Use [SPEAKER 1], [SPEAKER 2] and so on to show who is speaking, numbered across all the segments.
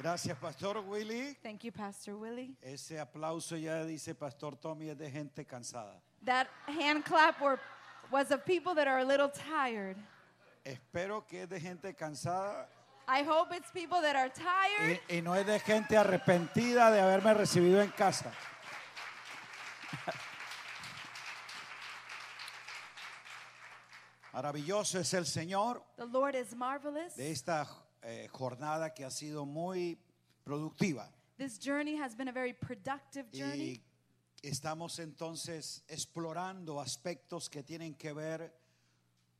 [SPEAKER 1] Gracias, Pastor Willy.
[SPEAKER 2] Thank you, Pastor Willie.
[SPEAKER 1] Ese aplauso ya dice Pastor Tommy es de gente cansada.
[SPEAKER 2] That hand clap were, was of people that are a little tired.
[SPEAKER 1] Espero que es de gente cansada
[SPEAKER 2] I hope it's people that are tired
[SPEAKER 1] y, y no es de gente arrepentida de haberme recibido en casa. Maravilloso es el Señor
[SPEAKER 2] The Lord is marvelous.
[SPEAKER 1] de esta eh, jornada que ha sido muy productiva.
[SPEAKER 2] This journey has been a very productive journey.
[SPEAKER 1] Y estamos entonces explorando aspectos que tienen que ver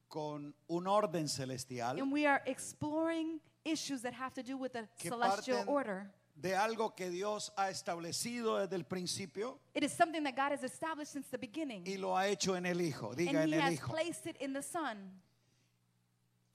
[SPEAKER 1] con un orden celestial
[SPEAKER 2] And we are exploring issues that have to do with the
[SPEAKER 1] que
[SPEAKER 2] celestial
[SPEAKER 1] parten
[SPEAKER 2] order.
[SPEAKER 1] de algo que Dios ha establecido desde el principio
[SPEAKER 2] It is something that God has established since the beginning.
[SPEAKER 1] y lo ha hecho en el Hijo. Diga en
[SPEAKER 2] And He
[SPEAKER 1] el
[SPEAKER 2] has
[SPEAKER 1] Hijo.
[SPEAKER 2] placed it in the Son.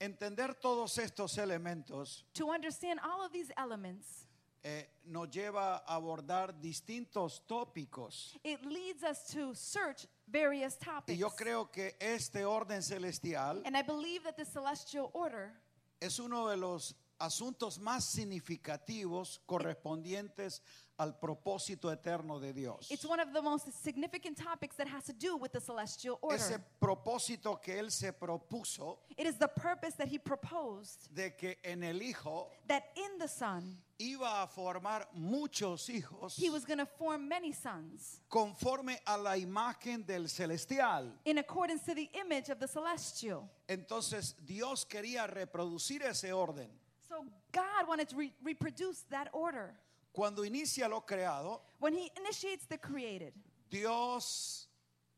[SPEAKER 1] Entender todos estos elementos
[SPEAKER 2] To understand all of these elements,
[SPEAKER 1] eh, nos lleva a abordar distintos tópicos.
[SPEAKER 2] it leads us to search various
[SPEAKER 1] Y
[SPEAKER 2] topics.
[SPEAKER 1] yo creo que este orden celestial
[SPEAKER 2] And I believe that the celestial order
[SPEAKER 1] es uno de los asuntos más significativos correspondientes al propósito eterno de Dios.
[SPEAKER 2] It's one of the most significant topics that has to do with the celestial
[SPEAKER 1] Ese
[SPEAKER 2] order.
[SPEAKER 1] propósito que Él se propuso
[SPEAKER 2] It is the purpose that he proposed
[SPEAKER 1] de que en el Hijo
[SPEAKER 2] that in the Son,
[SPEAKER 1] iba a formar muchos hijos
[SPEAKER 2] he was going to form many sons
[SPEAKER 1] conforme a la imagen del celestial.
[SPEAKER 2] in accordance to the image of the celestial.
[SPEAKER 1] Entonces Dios quería reproducir ese orden.
[SPEAKER 2] So God wanted to re- reproduce that order.
[SPEAKER 1] Cuando inicia lo creado,
[SPEAKER 2] When he initiates the created,
[SPEAKER 1] Dios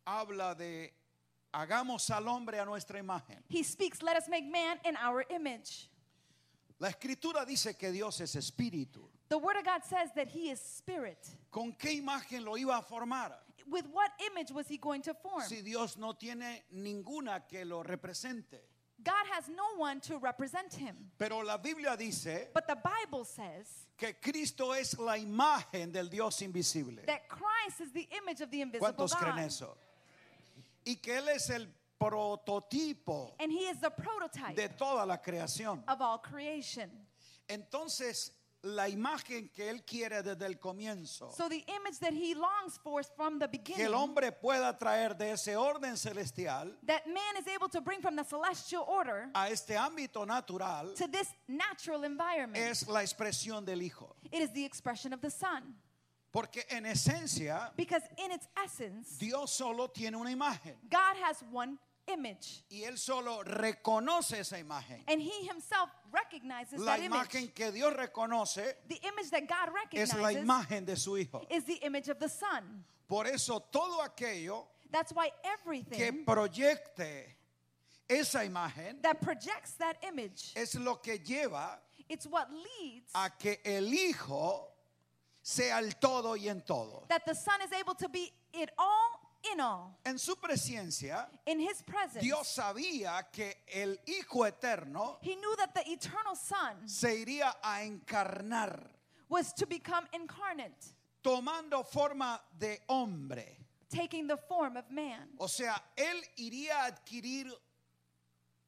[SPEAKER 1] habla de hagamos al hombre a nuestra imagen.
[SPEAKER 2] he speaks, Let us make man in our image.
[SPEAKER 1] La escritura dice que Dios es espíritu.
[SPEAKER 2] The word of God says that he is spirit.
[SPEAKER 1] ¿Con qué imagen lo iba a formar?
[SPEAKER 2] With what image was he going to form?
[SPEAKER 1] Si Dios no tiene ninguna que lo represente.
[SPEAKER 2] God has no one to represent him.
[SPEAKER 1] Pero la Biblia dice
[SPEAKER 2] But the Bible says
[SPEAKER 1] que Cristo es la imagen del Dios invisible.
[SPEAKER 2] that Christ is the image of the invisible
[SPEAKER 1] ¿Cuántos creen
[SPEAKER 2] God.
[SPEAKER 1] eso? Y que Él es el prototipo
[SPEAKER 2] And he is the
[SPEAKER 1] de
[SPEAKER 2] prototype
[SPEAKER 1] toda la creación.
[SPEAKER 2] of all creation.
[SPEAKER 1] Entonces, la imagen que Él quiere desde el comienzo,
[SPEAKER 2] So the image that he longs for is from the
[SPEAKER 1] que el
[SPEAKER 2] beginning
[SPEAKER 1] hombre pueda traer de ese orden celestial
[SPEAKER 2] that man is able to bring from the celestial order
[SPEAKER 1] a este ámbito natural,
[SPEAKER 2] to this natural environment.
[SPEAKER 1] es la expresión del Hijo.
[SPEAKER 2] It is the expression of the Son.
[SPEAKER 1] Porque en esencia,
[SPEAKER 2] Because in its essence,
[SPEAKER 1] Dios solo tiene una imagen
[SPEAKER 2] God has one image.
[SPEAKER 1] y Él solo reconoce esa imagen.
[SPEAKER 2] And he himself recognizes
[SPEAKER 1] La
[SPEAKER 2] that image.
[SPEAKER 1] imagen que Dios reconoce
[SPEAKER 2] The image that God
[SPEAKER 1] es la
[SPEAKER 2] recognizes
[SPEAKER 1] imagen de su Hijo.
[SPEAKER 2] is the image of the Son.
[SPEAKER 1] Por eso todo aquello
[SPEAKER 2] That's why
[SPEAKER 1] que
[SPEAKER 2] everything
[SPEAKER 1] proyecte esa imagen
[SPEAKER 2] that projects that image.
[SPEAKER 1] es lo que lleva
[SPEAKER 2] It's what leads
[SPEAKER 1] a que el Hijo sea el todo y en todo.
[SPEAKER 2] that the Son is able to be it all in all.
[SPEAKER 1] En su presencia,
[SPEAKER 2] In His presence,
[SPEAKER 1] Dios sabía que el Hijo eterno
[SPEAKER 2] He knew that the eternal Son
[SPEAKER 1] se iría a encarnar
[SPEAKER 2] was to become incarnate,
[SPEAKER 1] tomando forma de hombre.
[SPEAKER 2] taking the form of man.
[SPEAKER 1] O sea, él iría a adquirir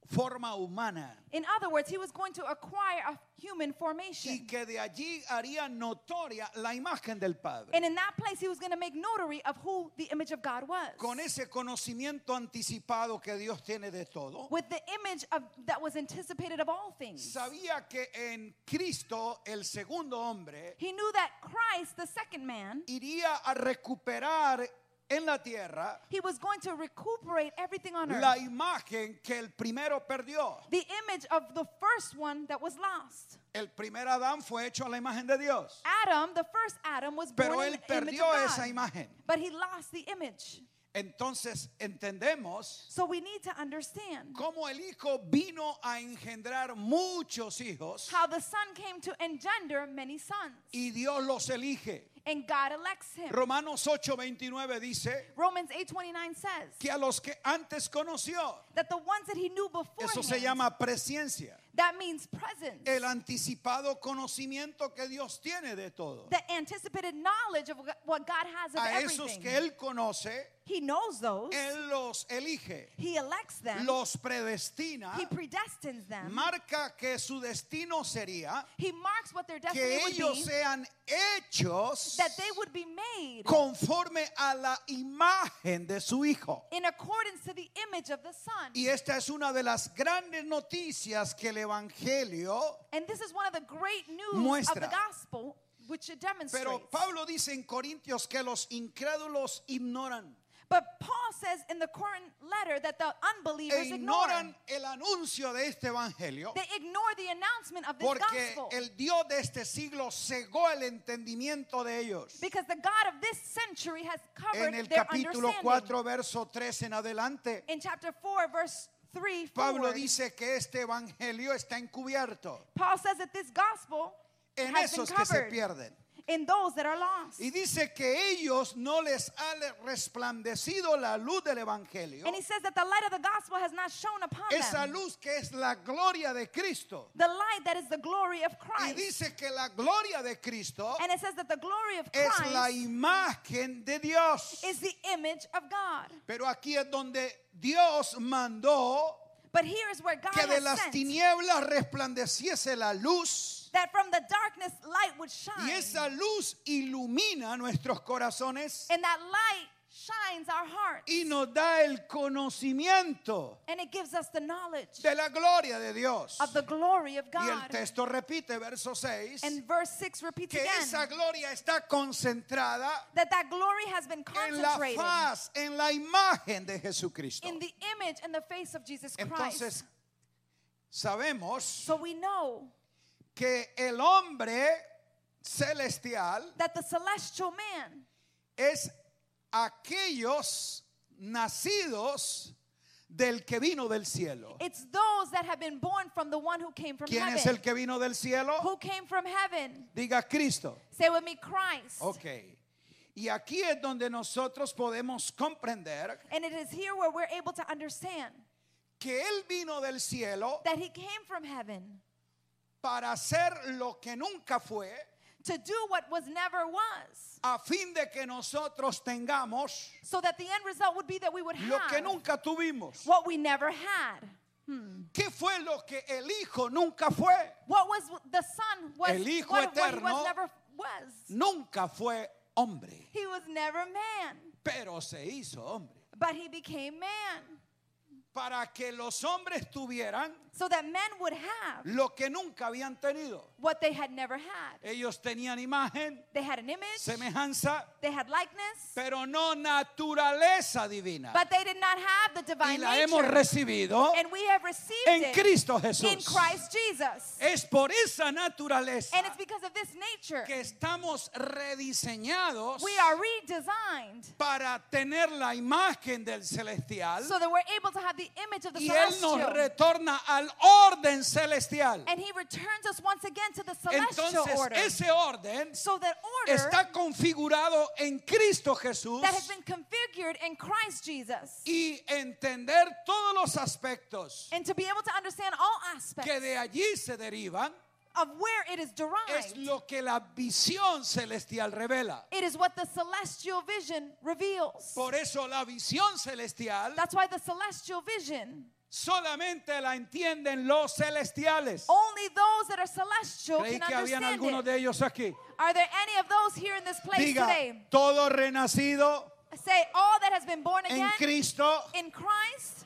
[SPEAKER 1] forma humana
[SPEAKER 2] In other words, He was going to acquire a human
[SPEAKER 1] y
[SPEAKER 2] formation.
[SPEAKER 1] que de allí haría notoria la imagen del Padre.
[SPEAKER 2] And in that place, He was going to make notary of who the image of God was.
[SPEAKER 1] Con ese conocimiento anticipado que Dios tiene de todo,
[SPEAKER 2] With the image of, that was anticipated of all things.
[SPEAKER 1] sabía que en Cristo, el segundo hombre,
[SPEAKER 2] He knew that Christ, the second man,
[SPEAKER 1] iría a recuperar en la tierra
[SPEAKER 2] He was going to recuperate everything on earth.
[SPEAKER 1] la imagen que el primero perdió.
[SPEAKER 2] the image of the first one that was lost.
[SPEAKER 1] El primer Adán fue hecho a la imagen de Dios.
[SPEAKER 2] Adam, the first Adam, was born
[SPEAKER 1] Pero
[SPEAKER 2] in
[SPEAKER 1] él
[SPEAKER 2] the image of
[SPEAKER 1] perdió
[SPEAKER 2] God,
[SPEAKER 1] esa imagen.
[SPEAKER 2] but he lost the image.
[SPEAKER 1] Entonces entendemos
[SPEAKER 2] So we need to understand
[SPEAKER 1] cómo el Hijo vino a engendrar muchos hijos
[SPEAKER 2] how the Son came to engender many sons,
[SPEAKER 1] y Dios los elige.
[SPEAKER 2] and God elects him.
[SPEAKER 1] Romanos 8:29 dice
[SPEAKER 2] Romans 8:29 says
[SPEAKER 1] que a los que antes conoció,
[SPEAKER 2] that the ones that he knew before
[SPEAKER 1] eso se llama presciencia,
[SPEAKER 2] that means presence,
[SPEAKER 1] el anticipado conocimiento que Dios tiene de todo.
[SPEAKER 2] the anticipated knowledge of what God has of
[SPEAKER 1] A esos
[SPEAKER 2] everything.
[SPEAKER 1] que Él conoce,
[SPEAKER 2] He knows those.
[SPEAKER 1] Él los elige,
[SPEAKER 2] He elects them.
[SPEAKER 1] los predestina,
[SPEAKER 2] He predestines them.
[SPEAKER 1] marca que su destino sería
[SPEAKER 2] He marks what their destiny
[SPEAKER 1] que
[SPEAKER 2] would
[SPEAKER 1] ellos
[SPEAKER 2] be.
[SPEAKER 1] sean hechos
[SPEAKER 2] That they would be made
[SPEAKER 1] conforme a la imagen de su Hijo.
[SPEAKER 2] in accordance to the image of the Son.
[SPEAKER 1] Y esta es una de las grandes noticias que el Evangelio
[SPEAKER 2] And this is one of the great news of the
[SPEAKER 1] Muestra.
[SPEAKER 2] gospel, which it demonstrates.
[SPEAKER 1] Pero Pablo dice en Corintios que los incrédulos ignoran.
[SPEAKER 2] But Paul says in the current letter that the
[SPEAKER 1] E
[SPEAKER 2] unbelievers ignore.
[SPEAKER 1] ignoran el anuncio de este evangelio
[SPEAKER 2] They ignore the announcement of this
[SPEAKER 1] porque
[SPEAKER 2] gospel.
[SPEAKER 1] el Dios de este siglo cegó el entendimiento de ellos.
[SPEAKER 2] Because the God of this century has
[SPEAKER 1] En
[SPEAKER 2] covered
[SPEAKER 1] el
[SPEAKER 2] their
[SPEAKER 1] capítulo
[SPEAKER 2] understanding.
[SPEAKER 1] 4, verso 3 en adelante,
[SPEAKER 2] in chapter 4, verse 3,
[SPEAKER 1] Pablo
[SPEAKER 2] forward,
[SPEAKER 1] dice que este evangelio está encubierto
[SPEAKER 2] Paul says that this gospel
[SPEAKER 1] en
[SPEAKER 2] has been
[SPEAKER 1] esos que se
[SPEAKER 2] covered
[SPEAKER 1] pierden.
[SPEAKER 2] in those that are lost.
[SPEAKER 1] Y dice que ellos no les ha resplandecido la luz del evangelio,
[SPEAKER 2] and he says that the light of the gospel has not shone upon
[SPEAKER 1] esa
[SPEAKER 2] them.
[SPEAKER 1] luz que es la gloria de Cristo.
[SPEAKER 2] the light that is the glory of
[SPEAKER 1] Y
[SPEAKER 2] Christ.
[SPEAKER 1] dice que la gloria de Cristo
[SPEAKER 2] and it says that the glory of
[SPEAKER 1] es la
[SPEAKER 2] Christ
[SPEAKER 1] imagen de Dios.
[SPEAKER 2] is the image of God.
[SPEAKER 1] Pero aquí es donde Dios mandó
[SPEAKER 2] But here is where God
[SPEAKER 1] que de
[SPEAKER 2] has
[SPEAKER 1] las
[SPEAKER 2] sent
[SPEAKER 1] tinieblas resplandeciese la luz.
[SPEAKER 2] that from the darkness light would shine.
[SPEAKER 1] Y esa luz ilumina nuestros corazones
[SPEAKER 2] and that light shines our hearts.
[SPEAKER 1] y nos da el conocimiento
[SPEAKER 2] and it gives us the knowledge
[SPEAKER 1] de la gloria de Dios.
[SPEAKER 2] of the glory of
[SPEAKER 1] Y el
[SPEAKER 2] God.
[SPEAKER 1] texto repite, verso 6,
[SPEAKER 2] And verse 6 repeats
[SPEAKER 1] que
[SPEAKER 2] again
[SPEAKER 1] esa gloria está concentrada
[SPEAKER 2] that that glory has been
[SPEAKER 1] en la
[SPEAKER 2] concentrated
[SPEAKER 1] faz, en la imagen de Jesucristo.
[SPEAKER 2] in the image and the face of Jesus Christ.
[SPEAKER 1] Entonces, sabemos
[SPEAKER 2] so we know
[SPEAKER 1] que el hombre celestial
[SPEAKER 2] that the celestial man
[SPEAKER 1] es aquellos nacidos del que vino del cielo.
[SPEAKER 2] It's those that have been born from the one who came from
[SPEAKER 1] ¿Quién
[SPEAKER 2] heaven.
[SPEAKER 1] es el que vino del cielo?
[SPEAKER 2] Who came from heaven?
[SPEAKER 1] Diga Cristo.
[SPEAKER 2] Say with me, Christ.
[SPEAKER 1] Ok. Y aquí es donde nosotros podemos comprender
[SPEAKER 2] And it is here where we're able to understand
[SPEAKER 1] que Él vino del cielo
[SPEAKER 2] that he came from heaven
[SPEAKER 1] para hacer lo que nunca fue,
[SPEAKER 2] to do what was never was,
[SPEAKER 1] a fin de que nosotros tengamos
[SPEAKER 2] so that the end result would be that we would
[SPEAKER 1] lo que
[SPEAKER 2] have
[SPEAKER 1] nunca tuvimos.
[SPEAKER 2] what we never had.
[SPEAKER 1] ¿Qué fue lo que el hijo nunca fue?
[SPEAKER 2] What was the Son was
[SPEAKER 1] El Hijo
[SPEAKER 2] what, what he
[SPEAKER 1] Eterno.
[SPEAKER 2] was never was.
[SPEAKER 1] Nunca fue hombre,
[SPEAKER 2] He was never man,
[SPEAKER 1] pero se hizo hombre
[SPEAKER 2] but he became man,
[SPEAKER 1] para que los hombres tuvieran
[SPEAKER 2] so that men would have
[SPEAKER 1] lo que nunca habían tenido.
[SPEAKER 2] what they had never had.
[SPEAKER 1] Ellos tenían imagen,
[SPEAKER 2] They had an image,
[SPEAKER 1] semejanza,
[SPEAKER 2] they had likeness.
[SPEAKER 1] pero no naturaleza divina.
[SPEAKER 2] But they did not have the
[SPEAKER 1] Y
[SPEAKER 2] divine
[SPEAKER 1] la
[SPEAKER 2] nature.
[SPEAKER 1] hemos recibido
[SPEAKER 2] and we have received
[SPEAKER 1] Oh, en
[SPEAKER 2] it
[SPEAKER 1] Cristo Jesús.
[SPEAKER 2] in Christ Jesus.
[SPEAKER 1] Es por esa naturaleza
[SPEAKER 2] and it's because of this nature
[SPEAKER 1] que estamos rediseñados
[SPEAKER 2] we are redesigned
[SPEAKER 1] para tener la imagen del celestial.
[SPEAKER 2] so that we're able to have the image of the
[SPEAKER 1] y Él
[SPEAKER 2] celestial.
[SPEAKER 1] nos retorna al orden celestial.
[SPEAKER 2] and he returns us once again to the celestial
[SPEAKER 1] Entonces
[SPEAKER 2] order.
[SPEAKER 1] ese orden
[SPEAKER 2] so that order
[SPEAKER 1] está configurado en Cristo Jesús
[SPEAKER 2] that has been configured in Christ Jesus.
[SPEAKER 1] y entender todos los aspectos
[SPEAKER 2] and to be able to understand all aspects
[SPEAKER 1] que de allí se derivan
[SPEAKER 2] of where it is derived,
[SPEAKER 1] es lo que la visión celestial revela.
[SPEAKER 2] it is what the celestial vision reveals.
[SPEAKER 1] Por eso la visión celestial
[SPEAKER 2] That's why the celestial vision
[SPEAKER 1] solamente la entienden los celestiales.
[SPEAKER 2] Only those that are celestial
[SPEAKER 1] Creí
[SPEAKER 2] can
[SPEAKER 1] que habían
[SPEAKER 2] understand
[SPEAKER 1] algunos
[SPEAKER 2] it.
[SPEAKER 1] de ellos aquí.
[SPEAKER 2] Are there any of those here in this place
[SPEAKER 1] Diga,
[SPEAKER 2] today?
[SPEAKER 1] todo renacido
[SPEAKER 2] Say, all that has been born
[SPEAKER 1] en
[SPEAKER 2] again
[SPEAKER 1] Cristo
[SPEAKER 2] in Christ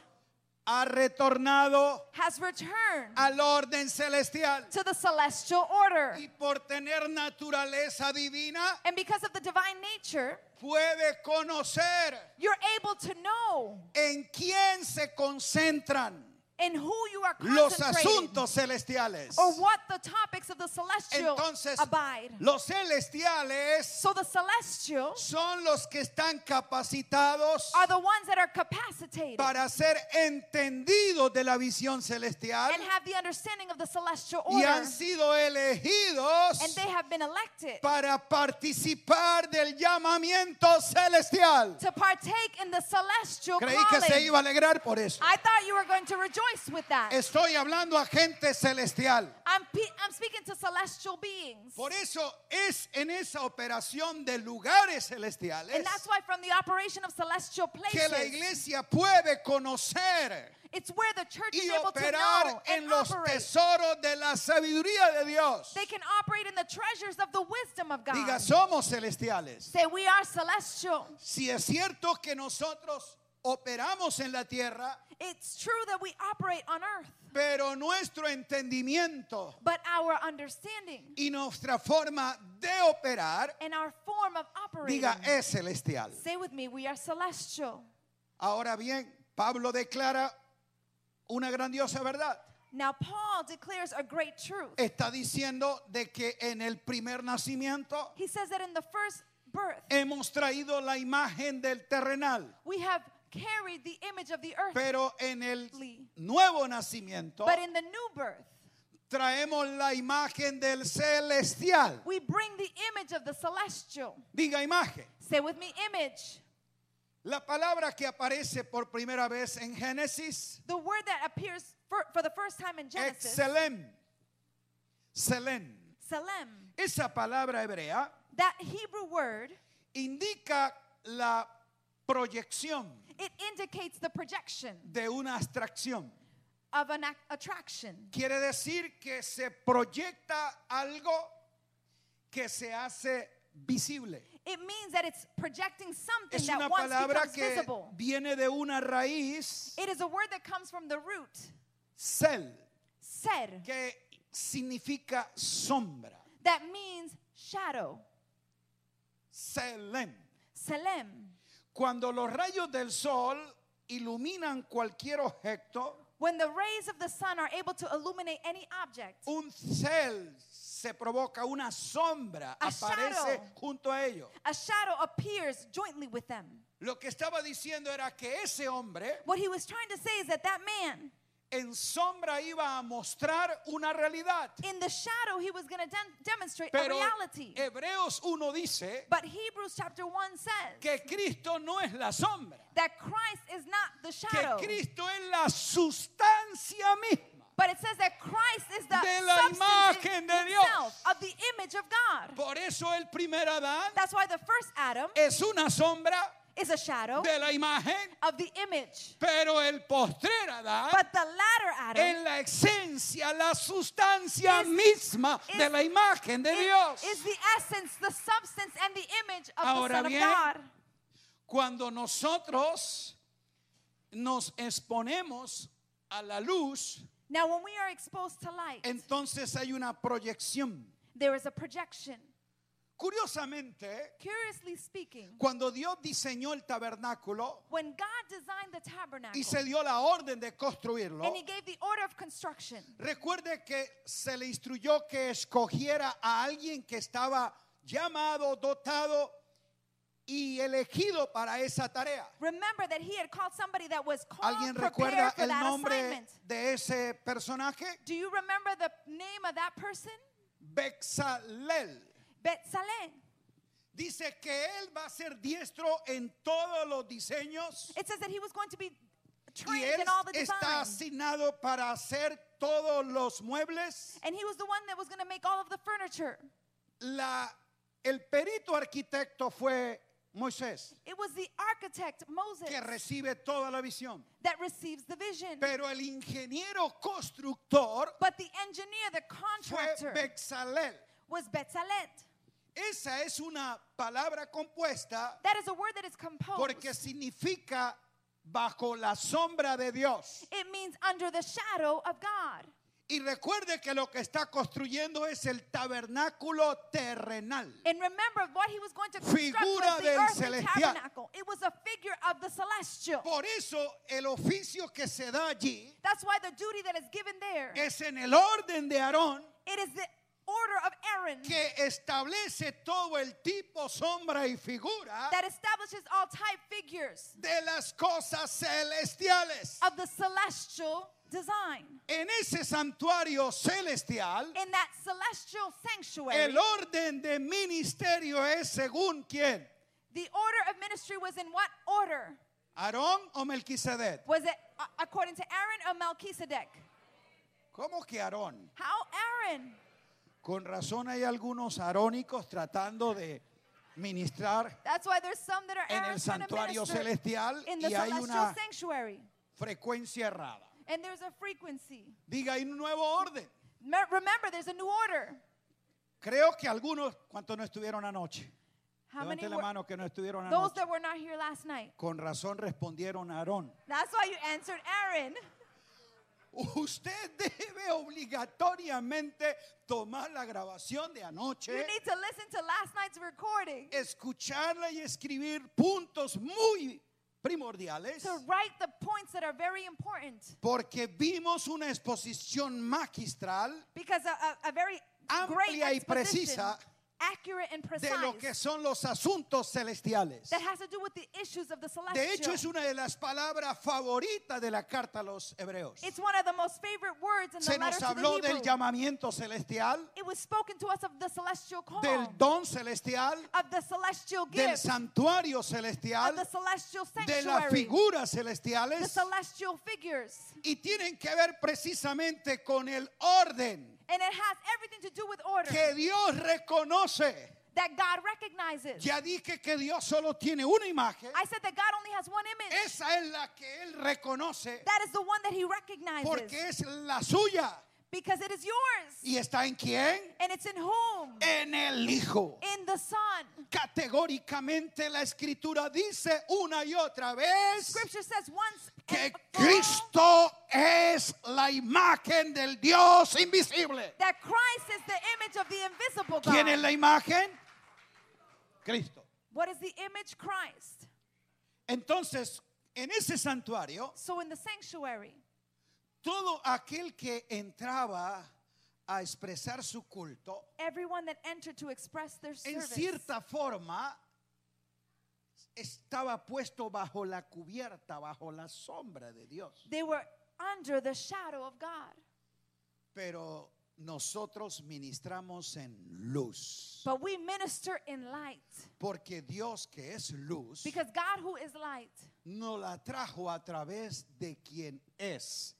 [SPEAKER 1] ha retornado
[SPEAKER 2] has returned
[SPEAKER 1] al orden celestial
[SPEAKER 2] to the celestial order.
[SPEAKER 1] y por tener naturaleza divina
[SPEAKER 2] And because of the divine nature,
[SPEAKER 1] puede conocer
[SPEAKER 2] you're able to know
[SPEAKER 1] en quién se concentran
[SPEAKER 2] in who you are
[SPEAKER 1] los
[SPEAKER 2] concentrating
[SPEAKER 1] asuntos celestiales.
[SPEAKER 2] or what the topics of the celestial
[SPEAKER 1] Entonces,
[SPEAKER 2] abide.
[SPEAKER 1] los celestiales
[SPEAKER 2] So the celestial
[SPEAKER 1] son los que están capacitados
[SPEAKER 2] are the ones that are capacitated
[SPEAKER 1] para ser entendidos de la visión celestial
[SPEAKER 2] and have the understanding of the celestial
[SPEAKER 1] y
[SPEAKER 2] order.
[SPEAKER 1] han sido elegidos
[SPEAKER 2] and they have been elected
[SPEAKER 1] para participar del llamamiento celestial.
[SPEAKER 2] to partake in the celestial
[SPEAKER 1] Creí que se
[SPEAKER 2] calling. Ah.
[SPEAKER 1] iba a alegrar por eso.
[SPEAKER 2] I thought you were going to rejoice with that.
[SPEAKER 1] Estoy hablando a gente celestial.
[SPEAKER 2] I'm, pe- I'm speaking to celestial beings.
[SPEAKER 1] Por eso es en esa operación de lugares celestiales
[SPEAKER 2] And that's why, from the operation of celestial
[SPEAKER 1] que la
[SPEAKER 2] places,
[SPEAKER 1] iglesia puede conocer
[SPEAKER 2] it's where the church is
[SPEAKER 1] y
[SPEAKER 2] able to know
[SPEAKER 1] operar "Pues, en
[SPEAKER 2] and
[SPEAKER 1] los
[SPEAKER 2] operate.
[SPEAKER 1] tesoros de la sabiduría de Dios.
[SPEAKER 2] They can operate in the treasures of the wisdom of
[SPEAKER 1] Diga,
[SPEAKER 2] God.
[SPEAKER 1] somos celestiales.
[SPEAKER 2] Say, we are celestial.
[SPEAKER 1] Si es cierto que nosotros operamos en la tierra,
[SPEAKER 2] It's true that we operate on earth,
[SPEAKER 1] pero nuestro entendimiento
[SPEAKER 2] but our understanding
[SPEAKER 1] y nuestra forma de operar,
[SPEAKER 2] and our form of operating.
[SPEAKER 1] diga, "Eh, es celestial.
[SPEAKER 2] Say with me, we are celestial.
[SPEAKER 1] Ahora bien, Pablo declara una grandiosa verdad.
[SPEAKER 2] Now, Paul declares a great truth.
[SPEAKER 1] Está diciendo de que en el primer nacimiento
[SPEAKER 2] He says that in the first birth,
[SPEAKER 1] hemos traído la imagen del terrenal,
[SPEAKER 2] we have carried the image of the earth,
[SPEAKER 1] pero en el nuevo nacimiento
[SPEAKER 2] but in the new birth,
[SPEAKER 1] traemos la imagen del celestial.
[SPEAKER 2] we bring the image of the celestial.
[SPEAKER 1] Diga imagen.
[SPEAKER 2] Say with me, image.
[SPEAKER 1] La palabra que aparece por primera vez en Génesis
[SPEAKER 2] The word that appears for, for the first time in
[SPEAKER 1] es
[SPEAKER 2] Genesis,
[SPEAKER 1] Selem. Selem.
[SPEAKER 2] Selem,
[SPEAKER 1] Esa palabra hebrea
[SPEAKER 2] that Hebrew word,
[SPEAKER 1] indica la proyección
[SPEAKER 2] it indicates the projection
[SPEAKER 1] de una abstracción.
[SPEAKER 2] of an ac- attraction.
[SPEAKER 1] Quiere decir que se proyecta algo que se hace visible.
[SPEAKER 2] It means that it's projecting something
[SPEAKER 1] Es
[SPEAKER 2] that
[SPEAKER 1] una
[SPEAKER 2] once
[SPEAKER 1] palabra
[SPEAKER 2] becomes
[SPEAKER 1] que
[SPEAKER 2] visible.
[SPEAKER 1] viene de una raíz,
[SPEAKER 2] It is a word that comes from the root,
[SPEAKER 1] sel,
[SPEAKER 2] ser,
[SPEAKER 1] que significa sombra.
[SPEAKER 2] that means shadow,
[SPEAKER 1] Selem.
[SPEAKER 2] selem.
[SPEAKER 1] Cuando los rayos del sol iluminan cualquier objeto,
[SPEAKER 2] When the rays of the sun are able to illuminate any object,
[SPEAKER 1] un cel se provoca, una sombra
[SPEAKER 2] A
[SPEAKER 1] aparece
[SPEAKER 2] shadow.
[SPEAKER 1] junto a ellos.
[SPEAKER 2] a shadow appears jointly with them.
[SPEAKER 1] Lo que estaba diciendo era que ese hombre
[SPEAKER 2] What he was trying to say is that that man,
[SPEAKER 1] en sombra iba a mostrar una realidad.
[SPEAKER 2] in the shadow, he was going to demonstrate a
[SPEAKER 1] Pero eh,
[SPEAKER 2] reality.
[SPEAKER 1] Hebreos 1 dice
[SPEAKER 2] But Hebrews chapter 1 says
[SPEAKER 1] que Cristo no es la sombra,
[SPEAKER 2] that Christ is not the shadow,
[SPEAKER 1] que Cristo es la sustancia misma.
[SPEAKER 2] but it says that Christ is the
[SPEAKER 1] De la
[SPEAKER 2] substance
[SPEAKER 1] imagen
[SPEAKER 2] in
[SPEAKER 1] de Dios.
[SPEAKER 2] himself of the image of God.
[SPEAKER 1] Por eso el primer Adán
[SPEAKER 2] That's why the first Adam
[SPEAKER 1] es una sombra
[SPEAKER 2] is a shadow
[SPEAKER 1] de la imagen
[SPEAKER 2] of the image,
[SPEAKER 1] Pero el postrer Adán
[SPEAKER 2] but the latter Adam
[SPEAKER 1] es la esencia, la sustancia
[SPEAKER 2] Es-
[SPEAKER 1] misma
[SPEAKER 2] es-
[SPEAKER 1] de la imagen de
[SPEAKER 2] is-
[SPEAKER 1] Dios.
[SPEAKER 2] is the essence, the substance, and the image of
[SPEAKER 1] Ahora
[SPEAKER 2] the Son
[SPEAKER 1] bien,
[SPEAKER 2] of God.
[SPEAKER 1] Cuando nosotros nos exponemos a la luz,
[SPEAKER 2] Now, when we are exposed to light,
[SPEAKER 1] entonces hay una proyección.
[SPEAKER 2] there is a projection.
[SPEAKER 1] Curiosamente,
[SPEAKER 2] Curiously speaking,
[SPEAKER 1] cuando Dios diseñó el tabernáculo
[SPEAKER 2] when God designed the tabernacle
[SPEAKER 1] y se dio la orden de construirlo,
[SPEAKER 2] and He gave the order of construction,
[SPEAKER 1] recuerde que se le instruyó que escogiera a alguien que estaba llamado, dotado y elegido para esa tarea.
[SPEAKER 2] remember that He had called somebody that was called,
[SPEAKER 1] ¿Alguien recuerda
[SPEAKER 2] prepared for
[SPEAKER 1] el
[SPEAKER 2] that
[SPEAKER 1] nombre
[SPEAKER 2] assignment.
[SPEAKER 1] de ese personaje?
[SPEAKER 2] Do you remember the name of that person?
[SPEAKER 1] Bexalel.
[SPEAKER 2] Betzalel.
[SPEAKER 1] Dice que él va a ser diestro en todos los diseños
[SPEAKER 2] It says that he was going to be
[SPEAKER 1] y
[SPEAKER 2] trained
[SPEAKER 1] él
[SPEAKER 2] in all the
[SPEAKER 1] está
[SPEAKER 2] design.
[SPEAKER 1] asignado para hacer todos los muebles.
[SPEAKER 2] And he was the one that was going to make all of the furniture.
[SPEAKER 1] La, el perito arquitecto fue Moisés.
[SPEAKER 2] It was the architect, Moses,
[SPEAKER 1] que recibe toda la visión.
[SPEAKER 2] that receives the vision.
[SPEAKER 1] Pero el ingeniero constructor
[SPEAKER 2] But the engineer, the
[SPEAKER 1] fue
[SPEAKER 2] contractor,
[SPEAKER 1] Bexalel.
[SPEAKER 2] was Betzalel.
[SPEAKER 1] Esa es una palabra compuesta
[SPEAKER 2] That is a word that is composed.
[SPEAKER 1] porque significa bajo la sombra de Dios.
[SPEAKER 2] It means under the shadow of God.
[SPEAKER 1] Y recuerde que lo que está construyendo es el tabernáculo terrenal.
[SPEAKER 2] And remember what he was going to construct
[SPEAKER 1] Figura
[SPEAKER 2] was the
[SPEAKER 1] del
[SPEAKER 2] earthly
[SPEAKER 1] celestial.
[SPEAKER 2] tabernacle. It was a figure of the celestial.
[SPEAKER 1] Por eso el oficio que se da allí
[SPEAKER 2] That's why the duty that is given there.
[SPEAKER 1] es en el orden de Aarón
[SPEAKER 2] It is the order of Aaron
[SPEAKER 1] que establece todo el tipo, sombra y figura
[SPEAKER 2] that establishes all type figures
[SPEAKER 1] de las cosas celestiales.
[SPEAKER 2] of the celestial design.
[SPEAKER 1] En ese santuario celestial,
[SPEAKER 2] In that celestial sanctuary,
[SPEAKER 1] el orden de ministerio es según quién.
[SPEAKER 2] the order of ministry was in what order?
[SPEAKER 1] Aarón o Melquisedec.
[SPEAKER 2] Was it uh, according to Aaron or Melchizedek?
[SPEAKER 1] ¿Cómo que Aarón?
[SPEAKER 2] How Aaron?
[SPEAKER 1] Con razón hay algunos arónicos tratando de ministrar
[SPEAKER 2] That's why there's some that are
[SPEAKER 1] en el
[SPEAKER 2] Aaron's trying to
[SPEAKER 1] santuario
[SPEAKER 2] minister
[SPEAKER 1] celestial
[SPEAKER 2] in the
[SPEAKER 1] y hay
[SPEAKER 2] celestial
[SPEAKER 1] una
[SPEAKER 2] sanctuary.
[SPEAKER 1] frecuencia errada.
[SPEAKER 2] And there's a frequency.
[SPEAKER 1] Diga, hay un nuevo orden.
[SPEAKER 2] Me- Remember, there's a new order.
[SPEAKER 1] Creo que algunos, ¿cuántos no estuvieron anoche?
[SPEAKER 2] How many
[SPEAKER 1] Levante la
[SPEAKER 2] were-
[SPEAKER 1] mano que no estuvieron
[SPEAKER 2] those
[SPEAKER 1] anoche.
[SPEAKER 2] that were not here last night?
[SPEAKER 1] Con razón respondieron Aarón.
[SPEAKER 2] That's why you answered Aaron.
[SPEAKER 1] Usted debe obligatoriamente tomar la grabación de
[SPEAKER 2] You
[SPEAKER 1] anoche,
[SPEAKER 2] need to listen to last night's recording
[SPEAKER 1] escucharla y escribir puntos muy primordiales,
[SPEAKER 2] to write the points that are very important
[SPEAKER 1] porque vimos una exposición magistral
[SPEAKER 2] because a, a- a very great
[SPEAKER 1] Amplia y
[SPEAKER 2] exposition,
[SPEAKER 1] precisa
[SPEAKER 2] accurate and
[SPEAKER 1] de lo que
[SPEAKER 2] precise,
[SPEAKER 1] son los asuntos celestiales.
[SPEAKER 2] that has to do with the issues of the
[SPEAKER 1] De hecho, es
[SPEAKER 2] celestial.
[SPEAKER 1] una de las palabras favoritas de la carta a los hebreos.
[SPEAKER 2] It's one of the most favorite words in
[SPEAKER 1] Se
[SPEAKER 2] the
[SPEAKER 1] nos
[SPEAKER 2] letter to
[SPEAKER 1] habló
[SPEAKER 2] the
[SPEAKER 1] del
[SPEAKER 2] Hebrew.
[SPEAKER 1] llamamiento celestial,
[SPEAKER 2] It was spoken to us of the celestial call,
[SPEAKER 1] del don celestial,
[SPEAKER 2] of the celestial
[SPEAKER 1] del
[SPEAKER 2] gift,
[SPEAKER 1] santuario
[SPEAKER 2] of
[SPEAKER 1] celestial,
[SPEAKER 2] the celestial
[SPEAKER 1] de las
[SPEAKER 2] sanctuary,
[SPEAKER 1] figuras
[SPEAKER 2] the
[SPEAKER 1] celestiales
[SPEAKER 2] celestial figures.
[SPEAKER 1] y tienen que ver precisamente con el orden
[SPEAKER 2] And it has everything to do with order
[SPEAKER 1] que Dios reconoce.
[SPEAKER 2] that God recognizes.
[SPEAKER 1] Ya dije que Dios solo tiene una imagen,
[SPEAKER 2] I said that God only has one image.
[SPEAKER 1] esa es la que Él reconoce
[SPEAKER 2] That is the one that he recognizes
[SPEAKER 1] porque es la suya.
[SPEAKER 2] because it is yours.
[SPEAKER 1] ¿Y está en quién?
[SPEAKER 2] And it's in whom?
[SPEAKER 1] En el Hijo.
[SPEAKER 2] In the Son.
[SPEAKER 1] Categóricamente la escritura dice una y otra vez
[SPEAKER 2] Scripture says once
[SPEAKER 1] que
[SPEAKER 2] and for all
[SPEAKER 1] Cristo es la imagen del Dios invisible.
[SPEAKER 2] that Christ is the image of the invisible
[SPEAKER 1] ¿Quién es
[SPEAKER 2] God.
[SPEAKER 1] la imagen? Cristo.
[SPEAKER 2] What is the image? Christ.
[SPEAKER 1] Entonces, en ese santuario,
[SPEAKER 2] So in the sanctuary,
[SPEAKER 1] todo aquel que entraba a expresar su culto,
[SPEAKER 2] everyone that entered to express their
[SPEAKER 1] en
[SPEAKER 2] service
[SPEAKER 1] cierta forma, estaba puesto bajo la cubierta, bajo la sombra de Dios.
[SPEAKER 2] They were under the shadow of God.
[SPEAKER 1] Pero nosotros ministramos en luz,
[SPEAKER 2] But we minister in light
[SPEAKER 1] porque Dios que es luz,
[SPEAKER 2] because God, who is light,
[SPEAKER 1] nos la trajo a través de quien es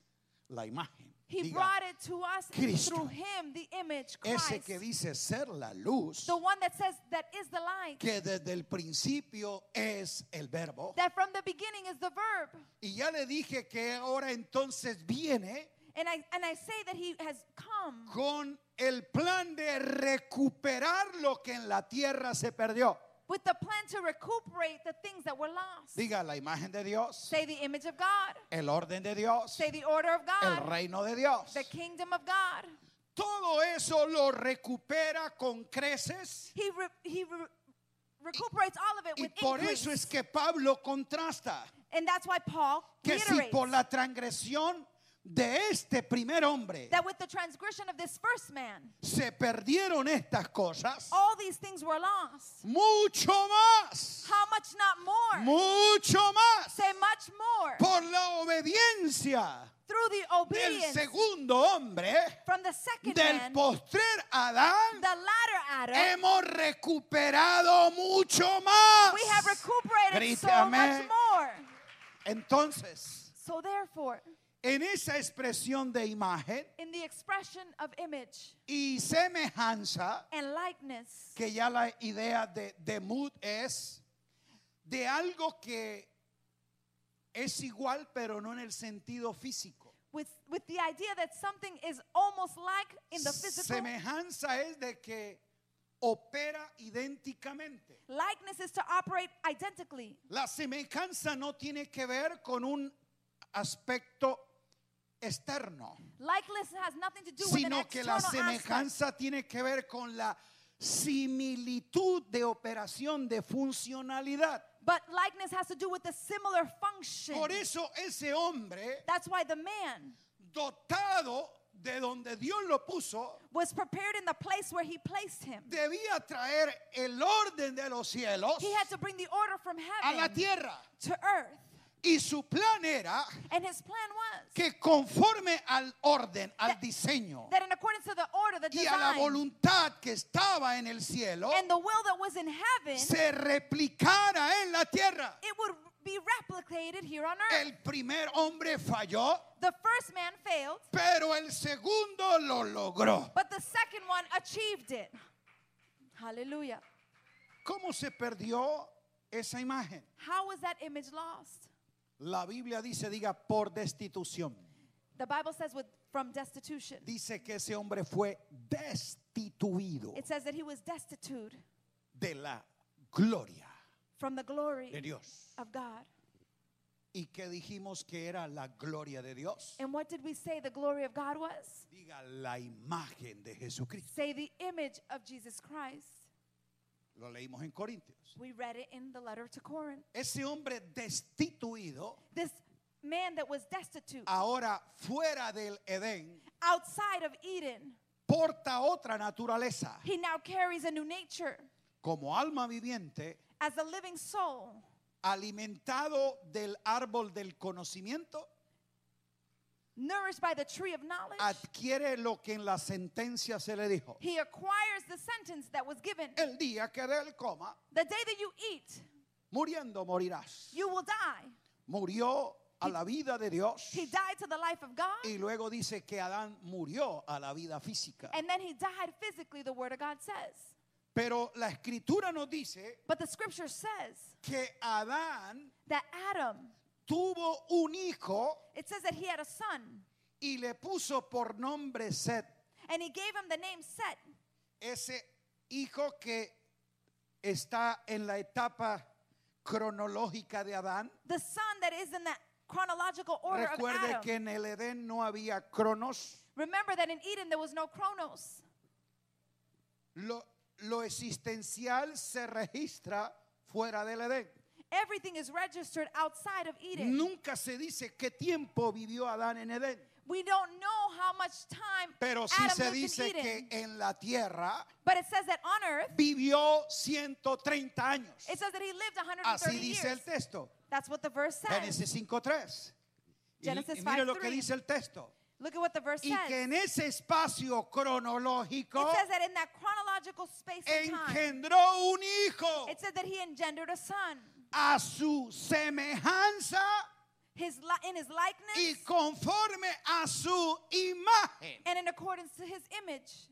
[SPEAKER 1] la imagen.
[SPEAKER 2] He
[SPEAKER 1] Diga,
[SPEAKER 2] brought it to us
[SPEAKER 1] Cristo.
[SPEAKER 2] through Him, the image Christ,
[SPEAKER 1] ese que dice ser la luz,
[SPEAKER 2] the one that says that is the light,
[SPEAKER 1] que desde el principio es el verbo.
[SPEAKER 2] that from the beginning is the verb.
[SPEAKER 1] Y ya le dije que ahora entonces viene
[SPEAKER 2] And I and I say that He has come
[SPEAKER 1] con el plan de recuperar lo que en la tierra se perdió.
[SPEAKER 2] with the plan to recuperate the things that were lost.
[SPEAKER 1] Diga la imagen de Dios,
[SPEAKER 2] Say the image of God.
[SPEAKER 1] el orden de Dios,
[SPEAKER 2] Say the order of
[SPEAKER 1] el
[SPEAKER 2] God.
[SPEAKER 1] reino de Dios.
[SPEAKER 2] The kingdom of God.
[SPEAKER 1] Todo eso lo recupera con creces
[SPEAKER 2] He re, He re, recuperates all of it
[SPEAKER 1] y
[SPEAKER 2] with
[SPEAKER 1] por
[SPEAKER 2] increase.
[SPEAKER 1] eso es que Pablo contrasta
[SPEAKER 2] And that's why Paul
[SPEAKER 1] que si
[SPEAKER 2] reiterates
[SPEAKER 1] por la transgresión de este primer hombre
[SPEAKER 2] that with the transgression of this first man,
[SPEAKER 1] se perdieron estas cosas,
[SPEAKER 2] all these things were lost.
[SPEAKER 1] mucho más,
[SPEAKER 2] How much not more?
[SPEAKER 1] mucho más
[SPEAKER 2] Say much more
[SPEAKER 1] por la obediencia
[SPEAKER 2] through the
[SPEAKER 1] del
[SPEAKER 2] obedience
[SPEAKER 1] segundo hombre,
[SPEAKER 2] from the second
[SPEAKER 1] del
[SPEAKER 2] man,
[SPEAKER 1] postrer
[SPEAKER 2] the
[SPEAKER 1] Adán,
[SPEAKER 2] latter Adam.
[SPEAKER 1] hemos recuperado mucho más.
[SPEAKER 2] we have recuperated so
[SPEAKER 1] Grite
[SPEAKER 2] much
[SPEAKER 1] amén.
[SPEAKER 2] more.
[SPEAKER 1] Entonces,
[SPEAKER 2] So therefore,
[SPEAKER 1] en esa expresión de imagen
[SPEAKER 2] in the expression of image
[SPEAKER 1] y semejanza,
[SPEAKER 2] and likeness,
[SPEAKER 1] que ya la idea de, de mood es de algo que es igual pero no en el sentido físico.
[SPEAKER 2] with with the idea that something is almost like in the physical.
[SPEAKER 1] Semejanza es de que opera idénticamente.
[SPEAKER 2] Likeness is to operate identically.
[SPEAKER 1] La semejanza no tiene que ver con un aspecto externo,
[SPEAKER 2] Likeness has nothing to do with an
[SPEAKER 1] sino que
[SPEAKER 2] external
[SPEAKER 1] la
[SPEAKER 2] aspect.
[SPEAKER 1] semejanza tiene que ver con la similitud de operación de funcionalidad.
[SPEAKER 2] But likeness has to do with the similar function.
[SPEAKER 1] Por eso ese hombre
[SPEAKER 2] That's why the man
[SPEAKER 1] dotado de donde Dios lo puso,
[SPEAKER 2] was prepared in the place where he placed him.
[SPEAKER 1] debía traer el orden de los cielos
[SPEAKER 2] He had to bring the order from
[SPEAKER 1] a la
[SPEAKER 2] heaven
[SPEAKER 1] tierra.
[SPEAKER 2] to earth.
[SPEAKER 1] Y su plan era
[SPEAKER 2] And his plan was
[SPEAKER 1] que conforme al orden, al diseño
[SPEAKER 2] that in accordance to the order, the
[SPEAKER 1] y a la
[SPEAKER 2] design,
[SPEAKER 1] voluntad que estaba en el cielo,
[SPEAKER 2] and the will that was in heaven,
[SPEAKER 1] se replicara en la tierra.
[SPEAKER 2] it would be replicated here on earth.
[SPEAKER 1] El primer hombre falló,
[SPEAKER 2] The first man failed,
[SPEAKER 1] pero el segundo lo logró.
[SPEAKER 2] but the second one achieved it. Hallelujah.
[SPEAKER 1] ¿Cómo se perdió esa imagen?
[SPEAKER 2] How was that image lost?
[SPEAKER 1] La Biblia dice, diga, por destitución.
[SPEAKER 2] The Bible says with, from destitution.
[SPEAKER 1] Dice que ese hombre fue destituido
[SPEAKER 2] It says that he was destitute
[SPEAKER 1] de la gloria
[SPEAKER 2] from the
[SPEAKER 1] de
[SPEAKER 2] glory
[SPEAKER 1] Dios.
[SPEAKER 2] of God.
[SPEAKER 1] ¿Y que dijimos que era la gloria de Dios?
[SPEAKER 2] And what did we say the glory of God was?
[SPEAKER 1] Diga la imagen de Jesucristo.
[SPEAKER 2] Say the image of Jesus Christ.
[SPEAKER 1] Lo leímos en Corintios.
[SPEAKER 2] We read it in the letter to Corinth.
[SPEAKER 1] Ese hombre destituido,
[SPEAKER 2] This man that was destitute
[SPEAKER 1] ahora fuera del Edén,
[SPEAKER 2] outside of Eden,
[SPEAKER 1] porta otra naturaleza.
[SPEAKER 2] he now carries a new nature
[SPEAKER 1] Como alma viviente,
[SPEAKER 2] as a living soul,
[SPEAKER 1] alimentado del árbol del conocimiento,
[SPEAKER 2] nourished by the tree of knowledge.
[SPEAKER 1] adquiere lo que en la sentencia se le dijo.
[SPEAKER 2] He acquires the sentence that was given
[SPEAKER 1] El día que del coma,
[SPEAKER 2] The day that you eat,
[SPEAKER 1] muriendo morirás.
[SPEAKER 2] you will die.
[SPEAKER 1] Murió a la vida de Dios
[SPEAKER 2] He died to the life of God,
[SPEAKER 1] y luego dice que Adán murió a la vida física.
[SPEAKER 2] and then he died physically, the word of God says.
[SPEAKER 1] Pero la escritura nos dice
[SPEAKER 2] But the scripture says
[SPEAKER 1] que Adán
[SPEAKER 2] that Adam,
[SPEAKER 1] tuvo un hijo
[SPEAKER 2] it says that he had a son,
[SPEAKER 1] y le puso por nombre Set.
[SPEAKER 2] and he gave him the name Set,
[SPEAKER 1] Ese hijo que está en la etapa cronológica de Adán.
[SPEAKER 2] the son that is in the chronological order of
[SPEAKER 1] Recuerde
[SPEAKER 2] Adam.
[SPEAKER 1] que en el Edén no había cronos.
[SPEAKER 2] Remember that in Eden there was no chronos.
[SPEAKER 1] Lo, lo existencial se registra fuera del Edén.
[SPEAKER 2] Everything is registered outside of Eden.
[SPEAKER 1] Nunca se dice qué tiempo vivió Adán en Edén.
[SPEAKER 2] We don't know how much time
[SPEAKER 1] Pero sí
[SPEAKER 2] Adam
[SPEAKER 1] se
[SPEAKER 2] lived
[SPEAKER 1] dice
[SPEAKER 2] in Eden.
[SPEAKER 1] que en la tierra
[SPEAKER 2] but it says that on earth,
[SPEAKER 1] vivió 130 años.
[SPEAKER 2] it says that he lived 130
[SPEAKER 1] Así dice
[SPEAKER 2] years.
[SPEAKER 1] el texto.
[SPEAKER 2] That's what the verse says.
[SPEAKER 1] Génesis 5.3. Y,
[SPEAKER 2] Genesis
[SPEAKER 1] y mire lo que
[SPEAKER 2] 5:3.
[SPEAKER 1] dice el texto.
[SPEAKER 2] Look at what the verse
[SPEAKER 1] Y que
[SPEAKER 2] says.
[SPEAKER 1] en ese espacio cronológico
[SPEAKER 2] It says that in that chronological space of time,
[SPEAKER 1] engendró un hijo
[SPEAKER 2] it says that he engendered a son.
[SPEAKER 1] a su semejanza
[SPEAKER 2] His li- in his
[SPEAKER 1] y
[SPEAKER 2] likeness
[SPEAKER 1] conforme a su imagen.
[SPEAKER 2] and in accordance to his image.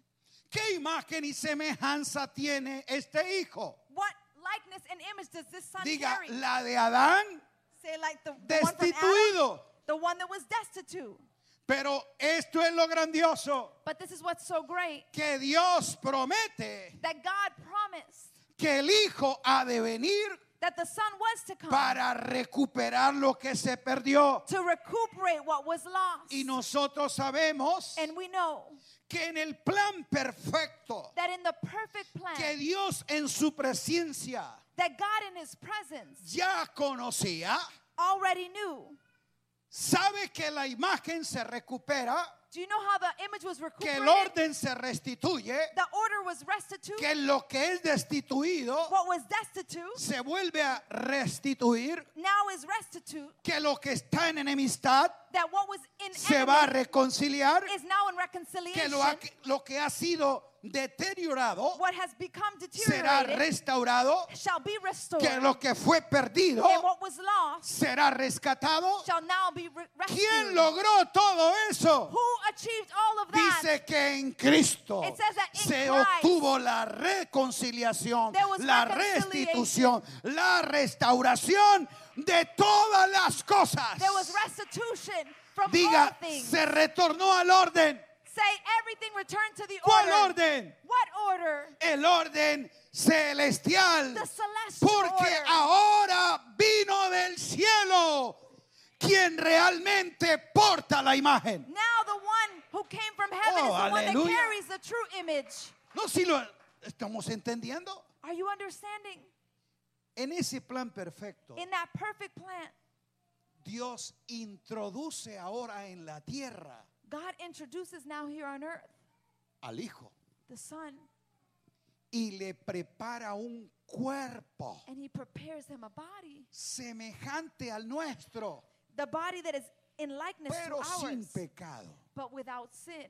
[SPEAKER 1] ¿Qué imagen y semejanza tiene este hijo?
[SPEAKER 2] What likeness and image does this son
[SPEAKER 1] Diga,
[SPEAKER 2] carry?
[SPEAKER 1] la de Adán
[SPEAKER 2] Say like the, the one from Adam,
[SPEAKER 1] destituido.
[SPEAKER 2] the one that was destitute.
[SPEAKER 1] Pero esto es lo grandioso
[SPEAKER 2] But this is what's so great
[SPEAKER 1] que Dios promete
[SPEAKER 2] that God promised
[SPEAKER 1] que el hijo ha de venir
[SPEAKER 2] that the son was to come
[SPEAKER 1] para recuperar lo que se perdió.
[SPEAKER 2] to recuperate what was lost.
[SPEAKER 1] Y nosotros sabemos
[SPEAKER 2] and we know
[SPEAKER 1] que en el plan perfecto
[SPEAKER 2] that in the perfect plan
[SPEAKER 1] que Dios en su presencia
[SPEAKER 2] that God in his presence
[SPEAKER 1] ya conocía,
[SPEAKER 2] already knew
[SPEAKER 1] sabe que la imagen se recupera,
[SPEAKER 2] Do you know how the image was
[SPEAKER 1] que
[SPEAKER 2] recuperated?
[SPEAKER 1] el orden se restituye,
[SPEAKER 2] the order was restituted.
[SPEAKER 1] que lo que es destituido
[SPEAKER 2] what was destitute
[SPEAKER 1] se vuelve a restituir,
[SPEAKER 2] now is restitute.
[SPEAKER 1] que lo que está en enemistad
[SPEAKER 2] That what was in
[SPEAKER 1] se va a
[SPEAKER 2] enemy
[SPEAKER 1] reconciliar,
[SPEAKER 2] is now in
[SPEAKER 1] que
[SPEAKER 2] reconciliation.
[SPEAKER 1] lo, ha- lo que ha sido deteriorado
[SPEAKER 2] what has become
[SPEAKER 1] será
[SPEAKER 2] deteriorated
[SPEAKER 1] restaurado,
[SPEAKER 2] shall be restored.
[SPEAKER 1] que lo que fue perdido
[SPEAKER 2] and what was lost
[SPEAKER 1] será rescatado.
[SPEAKER 2] shall now be re- rescued.
[SPEAKER 1] ¿Quién logró todo eso?
[SPEAKER 2] Who achieved all of that?
[SPEAKER 1] Dice que en Cristo
[SPEAKER 2] It says that in
[SPEAKER 1] se
[SPEAKER 2] Christ
[SPEAKER 1] obtuvo la reconciliación,
[SPEAKER 2] there was
[SPEAKER 1] la
[SPEAKER 2] reconciliation.
[SPEAKER 1] restitución, la restauración de todas las cosas.
[SPEAKER 2] there was restitution from all
[SPEAKER 1] Diga,
[SPEAKER 2] things.
[SPEAKER 1] se retornó al orden.
[SPEAKER 2] Say everything returned to the
[SPEAKER 1] ¿Cuál
[SPEAKER 2] order.
[SPEAKER 1] orden?
[SPEAKER 2] What order?
[SPEAKER 1] El orden celestial.
[SPEAKER 2] The celestial
[SPEAKER 1] Porque
[SPEAKER 2] order.
[SPEAKER 1] ahora vino del cielo quien realmente porta la imagen.
[SPEAKER 2] Now the one who came from heaven
[SPEAKER 1] Oh,
[SPEAKER 2] is the one
[SPEAKER 1] aleluya.
[SPEAKER 2] that carries the true image.
[SPEAKER 1] No si lo estamos entendiendo.
[SPEAKER 2] Are you understanding?
[SPEAKER 1] En ese plan perfecto,
[SPEAKER 2] In that perfect plan,
[SPEAKER 1] Dios introduce ahora en la tierra
[SPEAKER 2] God introduces now here on earth
[SPEAKER 1] al Hijo.
[SPEAKER 2] the Son.
[SPEAKER 1] y le prepara un cuerpo
[SPEAKER 2] and he prepares him a body,
[SPEAKER 1] semejante al nuestro,
[SPEAKER 2] the body that is in likeness
[SPEAKER 1] pero
[SPEAKER 2] to
[SPEAKER 1] sin
[SPEAKER 2] ours,
[SPEAKER 1] pecado.
[SPEAKER 2] but without sin.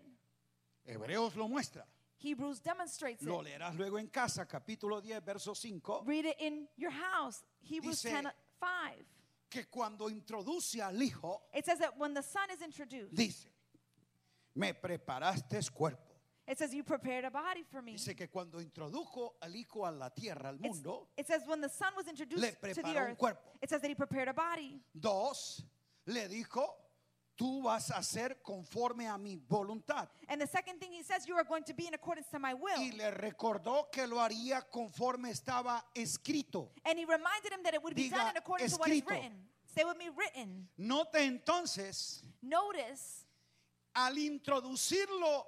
[SPEAKER 1] Hebreos lo muestra.
[SPEAKER 2] Hebrews demonstrates
[SPEAKER 1] Lo
[SPEAKER 2] it.
[SPEAKER 1] leerás luego en casa, capítulo 10, verso 5,
[SPEAKER 2] Read it in your house. Hebrews
[SPEAKER 1] Dice-
[SPEAKER 2] 10 5.
[SPEAKER 1] que cuando introduce al hijo,
[SPEAKER 2] It says that when the son is introduced,
[SPEAKER 1] dice, me preparaste cuerpo.
[SPEAKER 2] it says, You prepared a body for me.
[SPEAKER 1] Dice que cuando introdujo al hijo a la tierra, al
[SPEAKER 2] It's-
[SPEAKER 1] mundo,
[SPEAKER 2] it says, When the son was introduced
[SPEAKER 1] Le
[SPEAKER 2] to
[SPEAKER 1] preparó
[SPEAKER 2] the
[SPEAKER 1] un
[SPEAKER 2] earth,
[SPEAKER 1] cuerpo.
[SPEAKER 2] it says that he prepared a body.
[SPEAKER 1] dos, le dijo, tú vas a hacer conforme a mi voluntad.
[SPEAKER 2] And the second thing he says, You are going to be in accordance to my will.
[SPEAKER 1] Y le recordó que lo haría conforme estaba escrito.
[SPEAKER 2] And he reminded him that it would be done
[SPEAKER 1] Diga,
[SPEAKER 2] in accordance to what is
[SPEAKER 1] escrito.
[SPEAKER 2] written. Say with me, written.
[SPEAKER 1] Note entonces,
[SPEAKER 2] Notice
[SPEAKER 1] al introducirlo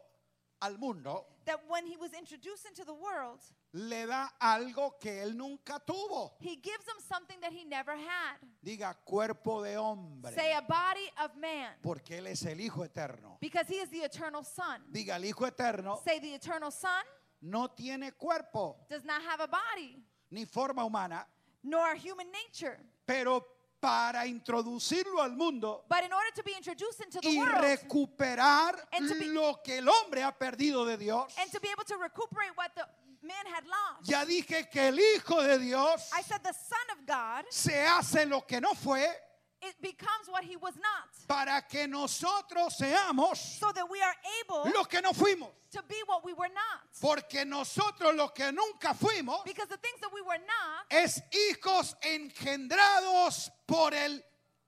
[SPEAKER 1] al mundo,
[SPEAKER 2] that when he was introduced into the world,
[SPEAKER 1] le da algo que él nunca tuvo.
[SPEAKER 2] he gives him something that he never had.
[SPEAKER 1] Diga cuerpo de hombre,
[SPEAKER 2] Say a body of man,
[SPEAKER 1] porque él es el Hijo Eterno.
[SPEAKER 2] because he is the eternal son.
[SPEAKER 1] Diga, el Hijo Eterno
[SPEAKER 2] Say the eternal son
[SPEAKER 1] no tiene cuerpo
[SPEAKER 2] does not have a body,
[SPEAKER 1] ni forma humana,
[SPEAKER 2] nor human nature.
[SPEAKER 1] pero para introducirlo al mundo
[SPEAKER 2] But in order to be introduced into the
[SPEAKER 1] y
[SPEAKER 2] world
[SPEAKER 1] recuperar
[SPEAKER 2] And to be-
[SPEAKER 1] lo que el hombre ha perdido de Dios.
[SPEAKER 2] and to be able to recuperate what the man had lost,
[SPEAKER 1] Ya dije que el Hijo de Dios
[SPEAKER 2] I said the son of God,
[SPEAKER 1] se hace lo que no fue
[SPEAKER 2] it becomes what he was not,
[SPEAKER 1] para que nosotros seamos
[SPEAKER 2] so that we are able
[SPEAKER 1] lo que no fuimos.
[SPEAKER 2] to be what we were not.
[SPEAKER 1] Porque nosotros lo que nunca fuimos
[SPEAKER 2] Because the things that we were not
[SPEAKER 1] es hijos engendrados por el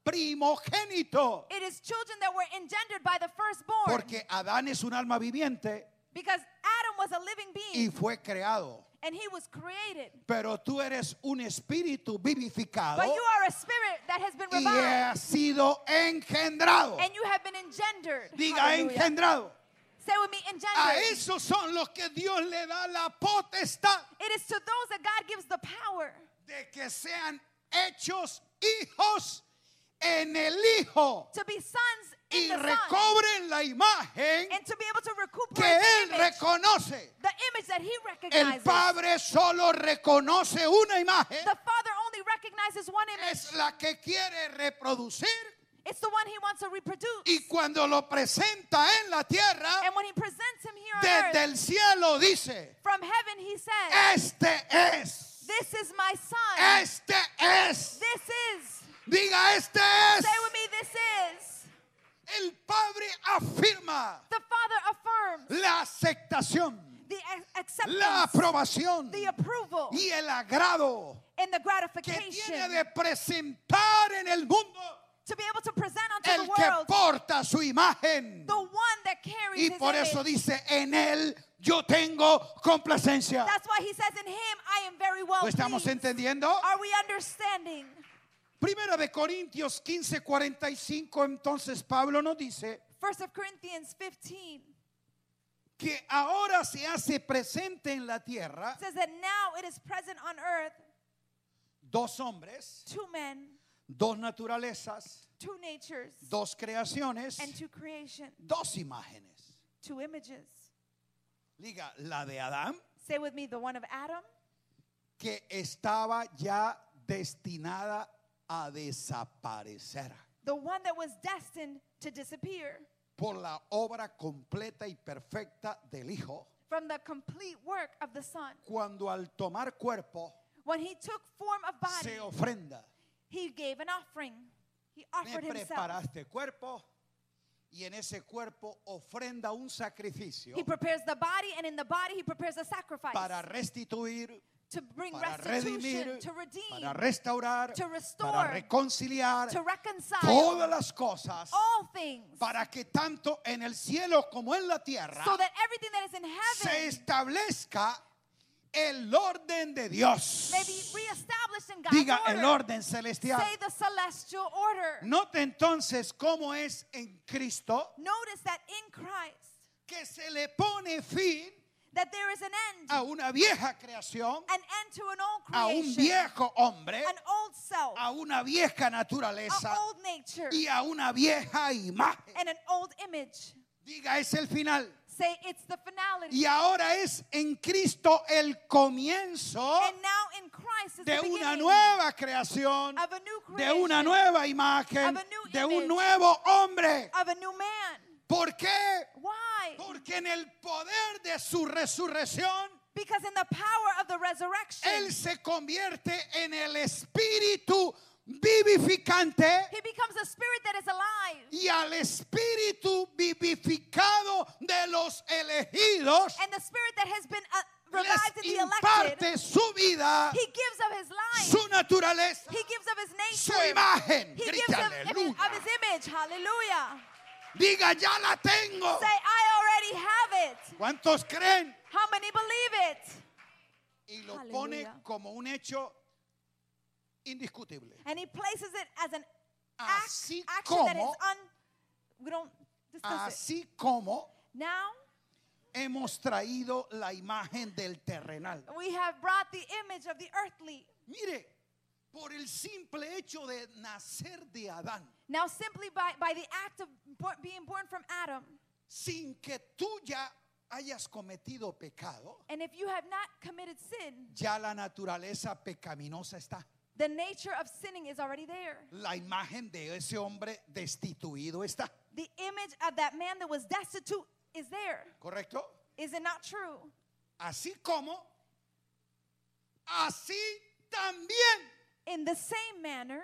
[SPEAKER 1] primogénito.
[SPEAKER 2] It is children that were engendered by the firstborn.
[SPEAKER 1] Porque Adán es un alma viviente
[SPEAKER 2] because Adam was a living
[SPEAKER 1] y
[SPEAKER 2] being
[SPEAKER 1] fue creado.
[SPEAKER 2] and he was created.
[SPEAKER 1] Pero tú eres un espíritu vivificado
[SPEAKER 2] But you are a spirit that has been
[SPEAKER 1] y
[SPEAKER 2] revived
[SPEAKER 1] has sido engendrado.
[SPEAKER 2] and you have been engendered.
[SPEAKER 1] Diga
[SPEAKER 2] Hallelujah.
[SPEAKER 1] engendrado.
[SPEAKER 2] Say with me,
[SPEAKER 1] A
[SPEAKER 2] engendered.
[SPEAKER 1] esos son los que Dios le da la potestad
[SPEAKER 2] It is to those that God gives the power
[SPEAKER 1] de que sean hechos hijos en el Hijo.
[SPEAKER 2] to be sons in
[SPEAKER 1] y
[SPEAKER 2] the Son
[SPEAKER 1] recobren la imagen
[SPEAKER 2] and to be able to
[SPEAKER 1] que
[SPEAKER 2] recuperate
[SPEAKER 1] él
[SPEAKER 2] the image,
[SPEAKER 1] reconoce.
[SPEAKER 2] the image that he
[SPEAKER 1] El
[SPEAKER 2] recognizes.
[SPEAKER 1] Padre solo reconoce una imagen,
[SPEAKER 2] the Father only recognizes one image.
[SPEAKER 1] es la que quiere reproducir
[SPEAKER 2] It's the one he wants to reproduce.
[SPEAKER 1] y cuando lo presenta en la tierra,
[SPEAKER 2] and when he presents him here on earth,
[SPEAKER 1] desde el cielo dice,
[SPEAKER 2] From heaven he says,
[SPEAKER 1] este es,
[SPEAKER 2] This is my son.
[SPEAKER 1] este es,
[SPEAKER 2] This is.
[SPEAKER 1] diga, este es.
[SPEAKER 2] Say with me, this is.
[SPEAKER 1] El Padre afirma
[SPEAKER 2] The Father affirms
[SPEAKER 1] la aceptación,
[SPEAKER 2] the ac-
[SPEAKER 1] la
[SPEAKER 2] acceptance,
[SPEAKER 1] aprobación
[SPEAKER 2] the approval,
[SPEAKER 1] y el agrado
[SPEAKER 2] and the
[SPEAKER 1] que tiene
[SPEAKER 2] gratification
[SPEAKER 1] de presentar en el mundo
[SPEAKER 2] to be able to present unto
[SPEAKER 1] el
[SPEAKER 2] the
[SPEAKER 1] que
[SPEAKER 2] world
[SPEAKER 1] porta su imagen.
[SPEAKER 2] the one that carries
[SPEAKER 1] Y
[SPEAKER 2] his
[SPEAKER 1] por eso
[SPEAKER 2] image.
[SPEAKER 1] dice, en él yo tengo complacencia.
[SPEAKER 2] That's why he says, In him I am very well.
[SPEAKER 1] ¿Lo estamos
[SPEAKER 2] pleased."
[SPEAKER 1] entendiendo?
[SPEAKER 2] Are we understanding?
[SPEAKER 1] Primera de Corintios 15, 45, entonces Pablo nos dice
[SPEAKER 2] First of Corinthians 15
[SPEAKER 1] que ahora se hace presente en la tierra
[SPEAKER 2] says that now it is present on earth
[SPEAKER 1] dos hombres,
[SPEAKER 2] two men,
[SPEAKER 1] dos naturalezas,
[SPEAKER 2] two natures,
[SPEAKER 1] dos creaciones,
[SPEAKER 2] and two creations.
[SPEAKER 1] dos imágenes.
[SPEAKER 2] two images.
[SPEAKER 1] Diga, la de Adán,
[SPEAKER 2] Say with me, the one of Adam
[SPEAKER 1] que estaba ya destinada a desaparecer
[SPEAKER 2] the one that was destined to disappear
[SPEAKER 1] por la obra completa y perfecta del Hijo,
[SPEAKER 2] from the complete work of the Son.
[SPEAKER 1] cuando al tomar cuerpo
[SPEAKER 2] When he took form of body,
[SPEAKER 1] se ofrenda.
[SPEAKER 2] he gave an offering. He
[SPEAKER 1] Me
[SPEAKER 2] offered himself.
[SPEAKER 1] preparaste cuerpo y en ese cuerpo ofrenda un sacrificio
[SPEAKER 2] He prepares the body, and in the body, he prepares a sacrifice
[SPEAKER 1] para restituir,
[SPEAKER 2] to bring
[SPEAKER 1] para
[SPEAKER 2] restitution,
[SPEAKER 1] redimir,
[SPEAKER 2] to redeem,
[SPEAKER 1] para restaurar,
[SPEAKER 2] to
[SPEAKER 1] para
[SPEAKER 2] restore,
[SPEAKER 1] reconciliar
[SPEAKER 2] to reconcile
[SPEAKER 1] todas las cosas
[SPEAKER 2] all things
[SPEAKER 1] para que tanto en el cielo como en la tierra
[SPEAKER 2] so that everything that is in
[SPEAKER 1] se
[SPEAKER 2] heaven
[SPEAKER 1] establezca el orden de Dios.
[SPEAKER 2] may be reestablished in God's
[SPEAKER 1] Diga el
[SPEAKER 2] order.
[SPEAKER 1] orden celestial.
[SPEAKER 2] Say the celestial order.
[SPEAKER 1] Note entonces cómo es en Cristo
[SPEAKER 2] Notice that in Christ
[SPEAKER 1] que se le pone fin
[SPEAKER 2] that there is an end,
[SPEAKER 1] a una vieja creación,
[SPEAKER 2] an end to an old
[SPEAKER 1] a un
[SPEAKER 2] creation, Ah,
[SPEAKER 1] viejo hombre,
[SPEAKER 2] an old self,
[SPEAKER 1] a una vieja
[SPEAKER 2] an
[SPEAKER 1] naturaleza
[SPEAKER 2] old nature,
[SPEAKER 1] y a una vieja imagen.
[SPEAKER 2] Eh. and an old image.
[SPEAKER 1] Diga, es el final.
[SPEAKER 2] Say say it's the finality.
[SPEAKER 1] Y ahora es en Cristo el comienzo
[SPEAKER 2] And now in Christ is
[SPEAKER 1] de
[SPEAKER 2] the
[SPEAKER 1] una
[SPEAKER 2] beginning
[SPEAKER 1] nueva creación,
[SPEAKER 2] of a
[SPEAKER 1] de
[SPEAKER 2] new creation,
[SPEAKER 1] una nueva imagen,
[SPEAKER 2] of a new
[SPEAKER 1] de un
[SPEAKER 2] image. Ah.
[SPEAKER 1] nuevo hombre.
[SPEAKER 2] of a new man.
[SPEAKER 1] ¿Por qué?
[SPEAKER 2] Why?
[SPEAKER 1] Porque en el poder de su resurrección,
[SPEAKER 2] Because in the power of the resurrection,
[SPEAKER 1] Él se convierte en el espíritu vivificante
[SPEAKER 2] he becomes a spirit that is alive.
[SPEAKER 1] y al espíritu vivificado de los elegidos
[SPEAKER 2] And the spirit that has been uh, revived
[SPEAKER 1] les
[SPEAKER 2] in the elected,
[SPEAKER 1] imparte su vida,
[SPEAKER 2] he gives of his life.
[SPEAKER 1] su naturaleza,
[SPEAKER 2] he gives of his
[SPEAKER 1] su
[SPEAKER 2] nature.
[SPEAKER 1] imagen.
[SPEAKER 2] he
[SPEAKER 1] Grita
[SPEAKER 2] gives of, of
[SPEAKER 1] aleluya.
[SPEAKER 2] his image. Hallelujah.
[SPEAKER 1] Diga, ya la tengo.
[SPEAKER 2] Say, I already have it.
[SPEAKER 1] ¿Cuántos creen?
[SPEAKER 2] How many believe it?
[SPEAKER 1] Y lo
[SPEAKER 2] Aleluya.
[SPEAKER 1] pone como un hecho indiscutible.
[SPEAKER 2] And he places it as an act,
[SPEAKER 1] Así
[SPEAKER 2] action that is
[SPEAKER 1] como,
[SPEAKER 2] un. We don't discuss it.
[SPEAKER 1] así como
[SPEAKER 2] Now
[SPEAKER 1] hemos traído la imagen del terrenal.
[SPEAKER 2] we have brought the image of the earthly.
[SPEAKER 1] Mire, por el simple hecho de nacer de Adán,
[SPEAKER 2] Now, simply by, by the act of bo- being born from Adam,
[SPEAKER 1] sin que tú ya hayas cometido pecado,
[SPEAKER 2] and if you have not committed sin,
[SPEAKER 1] ya la naturaleza pecaminosa está.
[SPEAKER 2] the nature of sinning is already there.
[SPEAKER 1] La imagen de ese hombre destituido está.
[SPEAKER 2] The image of that man that was destitute is there.
[SPEAKER 1] ¿Correcto?
[SPEAKER 2] Is it not true?
[SPEAKER 1] Así como, así también
[SPEAKER 2] In the same manner,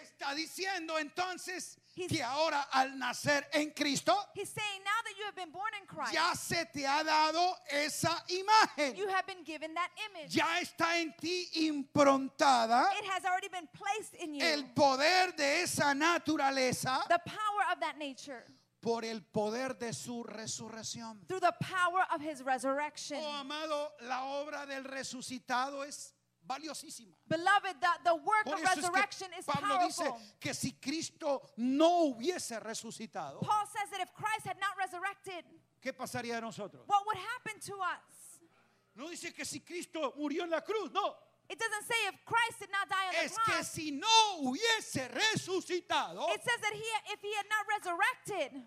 [SPEAKER 1] está diciendo entonces
[SPEAKER 2] He's-
[SPEAKER 1] que ahora al nacer en Cristo,
[SPEAKER 2] he's saying, now that you have been born in Christ,
[SPEAKER 1] ya se te ha dado esa imagen.
[SPEAKER 2] you have been given that image.
[SPEAKER 1] Ya está en ti improntada
[SPEAKER 2] It has already been placed in you.
[SPEAKER 1] el poder de esa naturaleza
[SPEAKER 2] The power of that nature
[SPEAKER 1] por el poder de su resurrección.
[SPEAKER 2] through the power of his resurrection.
[SPEAKER 1] Oh, amado, la obra del resucitado es valiosísima.
[SPEAKER 2] Beloved, the, the work
[SPEAKER 1] Por
[SPEAKER 2] of
[SPEAKER 1] eso es
[SPEAKER 2] resurrection
[SPEAKER 1] que
[SPEAKER 2] is
[SPEAKER 1] Pablo dice
[SPEAKER 2] powerful.
[SPEAKER 1] que si Cristo no hubiese resucitado,
[SPEAKER 2] Paul says that if Christ had not resurrected,
[SPEAKER 1] ¿qué pasaría de nosotros?
[SPEAKER 2] what would happen to us?
[SPEAKER 1] No dice que si Cristo murió en la cruz, no.
[SPEAKER 2] It doesn't say if Christ did not die on the
[SPEAKER 1] Es que
[SPEAKER 2] cross.
[SPEAKER 1] si no hubiese resucitado,
[SPEAKER 2] It says that he, if he had not resurrected,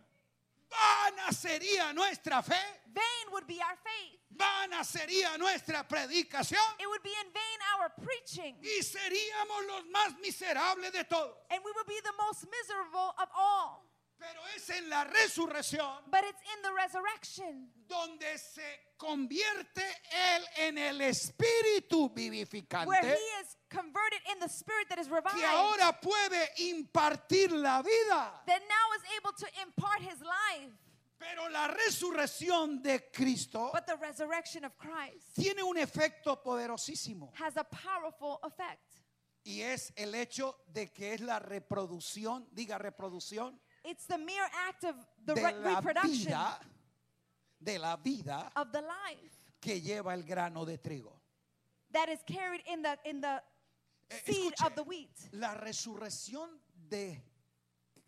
[SPEAKER 1] vana sería nuestra fe.
[SPEAKER 2] vain would be our faith.
[SPEAKER 1] vana sería nuestra predicación
[SPEAKER 2] It would be in vain our preaching,
[SPEAKER 1] y seríamos los más miserables de todos.
[SPEAKER 2] and we would be the most miserable of all.
[SPEAKER 1] Pero es en la resurrección
[SPEAKER 2] But it's in the resurrection
[SPEAKER 1] donde se convierte Él en el espíritu
[SPEAKER 2] where he
[SPEAKER 1] vivificante
[SPEAKER 2] is converted in the spirit that is revived.
[SPEAKER 1] que ahora puede impartir la vida.
[SPEAKER 2] that now is able to impart his life.
[SPEAKER 1] Pero la resurrección de Cristo
[SPEAKER 2] But the resurrection of Christ
[SPEAKER 1] tiene un efecto poderosísimo
[SPEAKER 2] has a powerful effect.
[SPEAKER 1] y es el hecho de que es la reproducción, diga reproducción,
[SPEAKER 2] It's the mere act of the
[SPEAKER 1] de
[SPEAKER 2] re-
[SPEAKER 1] la
[SPEAKER 2] reproduction
[SPEAKER 1] vida de la vida
[SPEAKER 2] of the life
[SPEAKER 1] que lleva el grano de trigo.
[SPEAKER 2] that is carried in the in the
[SPEAKER 1] Eh,
[SPEAKER 2] seed
[SPEAKER 1] escuche.
[SPEAKER 2] of the wheat.
[SPEAKER 1] La resurrección de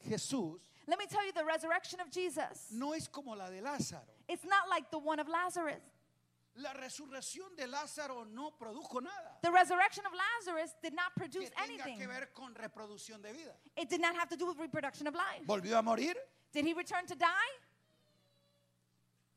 [SPEAKER 1] Jesús
[SPEAKER 2] Let me tell you the resurrection of Jesus.
[SPEAKER 1] no es como la de Lázaro.
[SPEAKER 2] It's not like the one of Lazarus.
[SPEAKER 1] La resurrección de Lázaro no produjo nada
[SPEAKER 2] The resurrection of Lazarus did not
[SPEAKER 1] que
[SPEAKER 2] produce
[SPEAKER 1] tenga
[SPEAKER 2] anything.
[SPEAKER 1] que ver con reproducción de vida.
[SPEAKER 2] It did not have to do with reproduction of life.
[SPEAKER 1] Volvió a morir,
[SPEAKER 2] Did he return to die?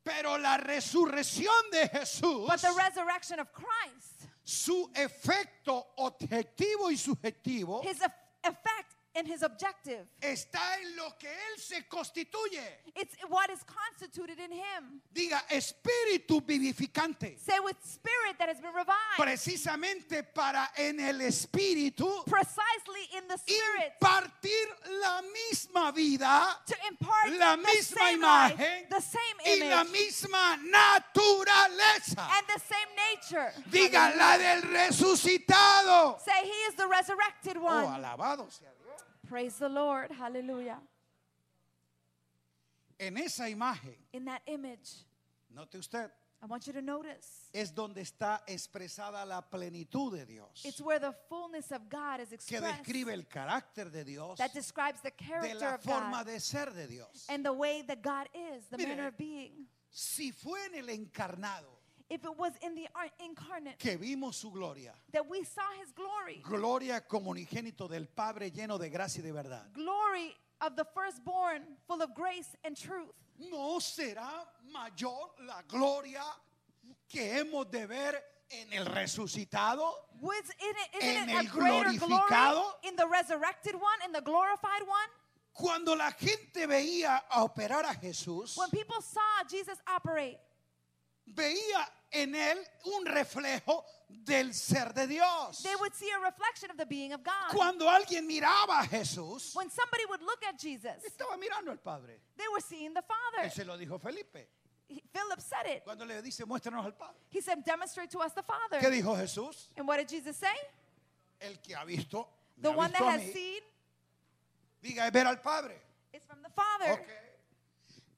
[SPEAKER 1] pero la resurrección de Jesús,
[SPEAKER 2] But the resurrection of Christ,
[SPEAKER 1] su efecto objetivo y subjetivo
[SPEAKER 2] his eff- effect and his objective
[SPEAKER 1] está en lo que él se constituye.
[SPEAKER 2] It's what is constituted in him.
[SPEAKER 1] Diga, espíritu vivificante.
[SPEAKER 2] Say with spirit that has been revived.
[SPEAKER 1] precisamente para en el espíritu
[SPEAKER 2] Precisely in the spirit
[SPEAKER 1] impartir la misma vida
[SPEAKER 2] to impart
[SPEAKER 1] la
[SPEAKER 2] the
[SPEAKER 1] misma
[SPEAKER 2] same life,
[SPEAKER 1] imagen
[SPEAKER 2] the same
[SPEAKER 1] y la
[SPEAKER 2] image,
[SPEAKER 1] misma naturaleza.
[SPEAKER 2] and the same nature.
[SPEAKER 1] Diga la del resucitado.
[SPEAKER 2] Say he is the resurrected
[SPEAKER 1] Oh,
[SPEAKER 2] one.
[SPEAKER 1] alabado sea Dios.
[SPEAKER 2] Praise the Lord. Hallelujah.
[SPEAKER 1] En esa imagen,
[SPEAKER 2] In that image,
[SPEAKER 1] note usted,
[SPEAKER 2] I want you to notice
[SPEAKER 1] es donde está expresada la plenitud de Dios,
[SPEAKER 2] it's where the fullness of God is
[SPEAKER 1] que
[SPEAKER 2] expressed.
[SPEAKER 1] describe el carácter de Dios,
[SPEAKER 2] That describes the
[SPEAKER 1] de
[SPEAKER 2] character
[SPEAKER 1] la
[SPEAKER 2] of God
[SPEAKER 1] forma de ser de Dios.
[SPEAKER 2] and the way that God is, the
[SPEAKER 1] Mire.
[SPEAKER 2] manner of being.
[SPEAKER 1] Si fue en el encarnado,
[SPEAKER 2] if it was in the ar- incarnate
[SPEAKER 1] que vimos su gloria.
[SPEAKER 2] that we saw his glory,
[SPEAKER 1] Gloria como unigénito del Padre lleno de gracia y de verdad.
[SPEAKER 2] glory of the firstborn full of grace and truth.
[SPEAKER 1] ¿No será mayor la gloria que hemos de ver en el resucitado?
[SPEAKER 2] Was it, isn't
[SPEAKER 1] En
[SPEAKER 2] it a
[SPEAKER 1] el
[SPEAKER 2] greater glory
[SPEAKER 1] glorificado.
[SPEAKER 2] in the resurrected one, in the glorified one?
[SPEAKER 1] Cuando la gente veía a operar a Jesús,
[SPEAKER 2] When people saw Jesus operate,
[SPEAKER 1] veía en él un reflejo del ser de Dios.
[SPEAKER 2] they would see a reflection of the being of God.
[SPEAKER 1] Cuando alguien miraba a Jesús,
[SPEAKER 2] When somebody would look at Jesus,
[SPEAKER 1] estaba mirando al Padre.
[SPEAKER 2] they were seeing the
[SPEAKER 1] Él
[SPEAKER 2] Father.
[SPEAKER 1] se lo dijo a Felipe.
[SPEAKER 2] He- Philip said it.
[SPEAKER 1] Cuando le dice, muéstranos al Padre.
[SPEAKER 2] He said, Demonstrate to us the
[SPEAKER 1] ¿Qué
[SPEAKER 2] Father.
[SPEAKER 1] dijo Jesús?
[SPEAKER 2] And what did Jesus say?
[SPEAKER 1] El que ha visto, me
[SPEAKER 2] The
[SPEAKER 1] ha
[SPEAKER 2] one that
[SPEAKER 1] visto a
[SPEAKER 2] has
[SPEAKER 1] mí.
[SPEAKER 2] seen
[SPEAKER 1] Diga, es ver al Padre.
[SPEAKER 2] is from the Father.
[SPEAKER 1] Ok.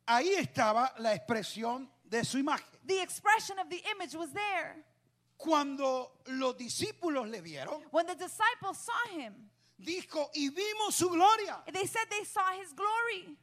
[SPEAKER 1] Ahí estaba la expresión de su imagen.
[SPEAKER 2] The expression of the image was there.
[SPEAKER 1] Cuando los discípulos le vieron,
[SPEAKER 2] When the disciples saw him,
[SPEAKER 1] dijo, y vimos su gloria.
[SPEAKER 2] they said they saw his glory,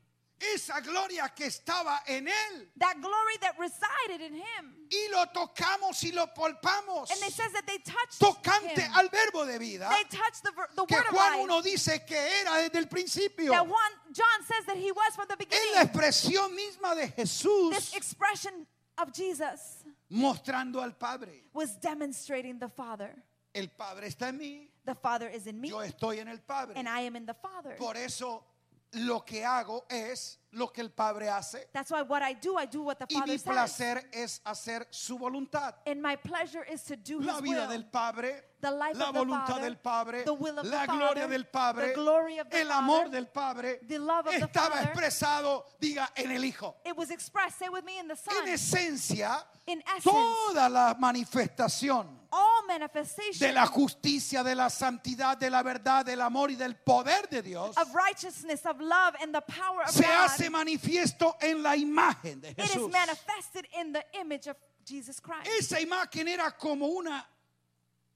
[SPEAKER 1] Esa gloria que estaba en él.
[SPEAKER 2] that glory that resided in him.
[SPEAKER 1] Y lo tocamos y lo palpamos.
[SPEAKER 2] And it says that they touched
[SPEAKER 1] Tocante
[SPEAKER 2] him.
[SPEAKER 1] al verbo de vida.
[SPEAKER 2] They touched the, ver- the
[SPEAKER 1] Que
[SPEAKER 2] word of
[SPEAKER 1] Juan
[SPEAKER 2] life.
[SPEAKER 1] 1 dice que era desde el principio.
[SPEAKER 2] That one, John says that he was from the
[SPEAKER 1] Es la
[SPEAKER 2] beginning.
[SPEAKER 1] expresión misma de Jesús
[SPEAKER 2] This expression of Jesus
[SPEAKER 1] mostrando al Padre.
[SPEAKER 2] was demonstrating the Father.
[SPEAKER 1] El Padre está en mí,
[SPEAKER 2] The Father is in me,
[SPEAKER 1] yo estoy en el Padre.
[SPEAKER 2] and I am in the Father.
[SPEAKER 1] Por eso lo que hago es lo que el Padre hace
[SPEAKER 2] That's why what I do, I do what the
[SPEAKER 1] y
[SPEAKER 2] Father
[SPEAKER 1] mi
[SPEAKER 2] says.
[SPEAKER 1] placer es hacer su voluntad.
[SPEAKER 2] And my pleasure is to do
[SPEAKER 1] La
[SPEAKER 2] his
[SPEAKER 1] vida
[SPEAKER 2] will.
[SPEAKER 1] del Padre,
[SPEAKER 2] The life
[SPEAKER 1] la
[SPEAKER 2] of the
[SPEAKER 1] voluntad
[SPEAKER 2] Father,
[SPEAKER 1] del Padre,
[SPEAKER 2] the will of
[SPEAKER 1] la
[SPEAKER 2] the Father,
[SPEAKER 1] gloria del Padre,
[SPEAKER 2] the glory of the
[SPEAKER 1] el amor
[SPEAKER 2] Father,
[SPEAKER 1] del Padre
[SPEAKER 2] the love of the
[SPEAKER 1] estaba
[SPEAKER 2] Father.
[SPEAKER 1] expresado, diga, en el Hijo.
[SPEAKER 2] It was expressed, say with me, in the Son.
[SPEAKER 1] En esencia,
[SPEAKER 2] In essence,
[SPEAKER 1] toda la manifestación
[SPEAKER 2] all manifestations
[SPEAKER 1] de la justicia, de la santidad, de la verdad, del amor y del poder de Dios
[SPEAKER 2] of righteousness, of love, and the power of
[SPEAKER 1] se
[SPEAKER 2] God.
[SPEAKER 1] hace manifiesto en la imagen de
[SPEAKER 2] it is
[SPEAKER 1] Jesús.
[SPEAKER 2] manifested in the image of Jesus Christ.
[SPEAKER 1] Esa imagen era como una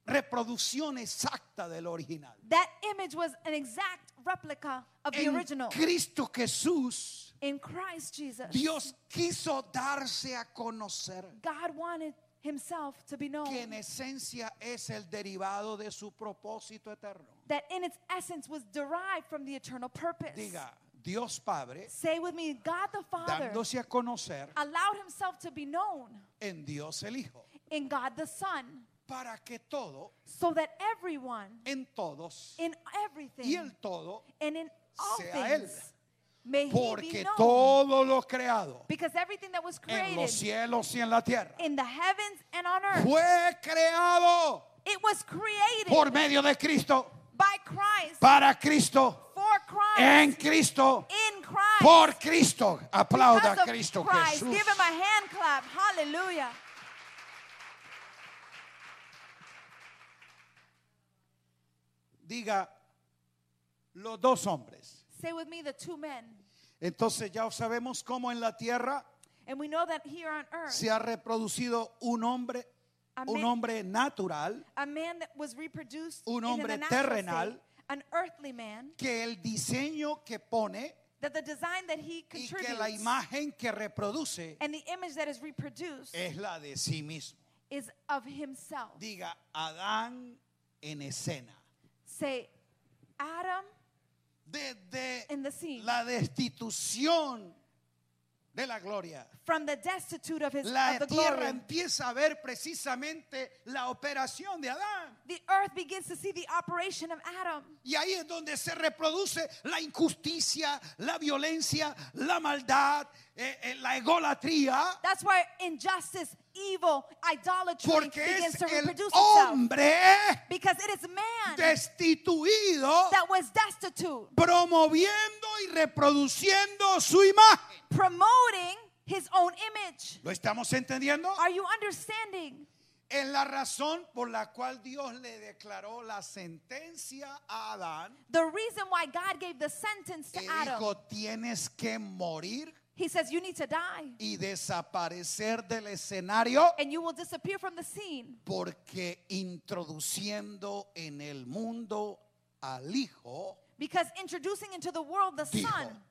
[SPEAKER 1] reproducción exacta del original.
[SPEAKER 2] that image was an exact replica of the
[SPEAKER 1] En
[SPEAKER 2] original.
[SPEAKER 1] Cristo Jesús,
[SPEAKER 2] in Christ Jesus,
[SPEAKER 1] Dios quiso darse a conocer
[SPEAKER 2] God wanted himself to be known.
[SPEAKER 1] que en esencia es el derivado de su propósito eterno.
[SPEAKER 2] that in its essence was derived from the eternal purpose.
[SPEAKER 1] Diga, Dios Padre,
[SPEAKER 2] Say with me, God the Father
[SPEAKER 1] dándose a conocer
[SPEAKER 2] allowed himself to be known
[SPEAKER 1] en Dios el Hijo,
[SPEAKER 2] in God the Son,
[SPEAKER 1] para que todo,
[SPEAKER 2] so that everyone,
[SPEAKER 1] en todos
[SPEAKER 2] in
[SPEAKER 1] y
[SPEAKER 2] everything,
[SPEAKER 1] el todo,
[SPEAKER 2] and in all
[SPEAKER 1] sea Él.
[SPEAKER 2] things, may he be
[SPEAKER 1] porque
[SPEAKER 2] known.
[SPEAKER 1] todo lo creado
[SPEAKER 2] because everything that was
[SPEAKER 1] en
[SPEAKER 2] created
[SPEAKER 1] los cielos y en la tierra
[SPEAKER 2] in the heavens and on earth,
[SPEAKER 1] fue creado
[SPEAKER 2] it was created
[SPEAKER 1] por medio de Cristo,
[SPEAKER 2] by Christ,
[SPEAKER 1] para Cristo,
[SPEAKER 2] for Christ,
[SPEAKER 1] en Cristo,
[SPEAKER 2] in Christ.
[SPEAKER 1] por Cristo. Aplauda
[SPEAKER 2] because
[SPEAKER 1] a
[SPEAKER 2] of
[SPEAKER 1] Cristo
[SPEAKER 2] Christ.
[SPEAKER 1] Jesús.
[SPEAKER 2] Give him a hand clap. Hallelujah.
[SPEAKER 1] Diga los dos hombres.
[SPEAKER 2] Say with me the two men.
[SPEAKER 1] Entonces ya sabemos cómo en la tierra
[SPEAKER 2] And we know that here on earth,
[SPEAKER 1] se ha reproducido un hombre, un
[SPEAKER 2] Amén.
[SPEAKER 1] hombre natural
[SPEAKER 2] a man that was reproduced
[SPEAKER 1] Un
[SPEAKER 2] in
[SPEAKER 1] hombre
[SPEAKER 2] the natural
[SPEAKER 1] terrenal.
[SPEAKER 2] state, an earthly man,
[SPEAKER 1] que el diseño que pone
[SPEAKER 2] that the design that he
[SPEAKER 1] y que la
[SPEAKER 2] contributes
[SPEAKER 1] imagen que reproduce
[SPEAKER 2] and the image that is reproduced
[SPEAKER 1] es la de sí mismo.
[SPEAKER 2] is of himself.
[SPEAKER 1] Diga Adán en escena.
[SPEAKER 2] Say, Adam
[SPEAKER 1] Desde
[SPEAKER 2] in the scene,
[SPEAKER 1] la destitución de la gloria.
[SPEAKER 2] from the destitute of his
[SPEAKER 1] La
[SPEAKER 2] of the
[SPEAKER 1] tierra
[SPEAKER 2] glory,
[SPEAKER 1] empieza a ver precisamente la operación de Adán.
[SPEAKER 2] the earth begins to see the operation of Adam.
[SPEAKER 1] Y ahí es donde se reproduce la injusticia, la violencia, la maldad, eh, eh, la egolatría.
[SPEAKER 2] That's why injustice, evil, idolatry
[SPEAKER 1] Porque
[SPEAKER 2] begins
[SPEAKER 1] es
[SPEAKER 2] to
[SPEAKER 1] el
[SPEAKER 2] reproduce itself.
[SPEAKER 1] hombre
[SPEAKER 2] Because it is man
[SPEAKER 1] destituido
[SPEAKER 2] that was destitute,
[SPEAKER 1] promoviendo y reproduciendo su imagen.
[SPEAKER 2] promoting his own image.
[SPEAKER 1] ¿Lo estamos entendiendo?
[SPEAKER 2] Are you understanding?
[SPEAKER 1] Es la razón por la cual Dios le declaró la sentencia a Adán.
[SPEAKER 2] The reason why God gave the sentence to
[SPEAKER 1] Que
[SPEAKER 2] Adam,
[SPEAKER 1] dijo, tienes que morir
[SPEAKER 2] he says, You need to die,
[SPEAKER 1] y desaparecer del escenario
[SPEAKER 2] and you will disappear from the scene.
[SPEAKER 1] porque introduciendo en el mundo al Hijo,
[SPEAKER 2] Because introducing into the world the Son,
[SPEAKER 1] dijo,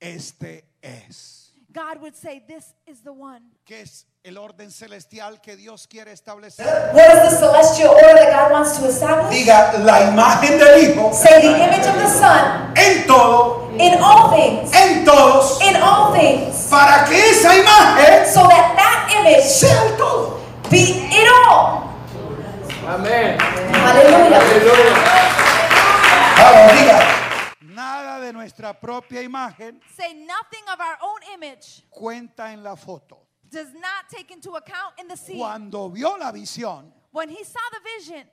[SPEAKER 1] este es,
[SPEAKER 2] God would say, This is the one
[SPEAKER 1] que es el orden celestial que Dios quiere establecer.
[SPEAKER 3] What is the celestial order that God wants to establish?
[SPEAKER 4] Diga la imagen del Hijo
[SPEAKER 3] Say the image of the Son
[SPEAKER 4] en todo,
[SPEAKER 3] in all things,
[SPEAKER 4] en todos,
[SPEAKER 3] in all things,
[SPEAKER 4] para que esa imagen
[SPEAKER 3] so that that image
[SPEAKER 4] sea el todo.
[SPEAKER 3] be in all.
[SPEAKER 5] Amén.
[SPEAKER 3] Hallelujah.
[SPEAKER 5] Aleluya.
[SPEAKER 4] Vamos, diga.
[SPEAKER 1] Nada de nuestra propia imagen
[SPEAKER 2] Say nothing of our own image
[SPEAKER 1] cuenta en la foto.
[SPEAKER 2] does not take into account in the seed.
[SPEAKER 1] Cuando vio la visión,
[SPEAKER 2] When he saw the vision,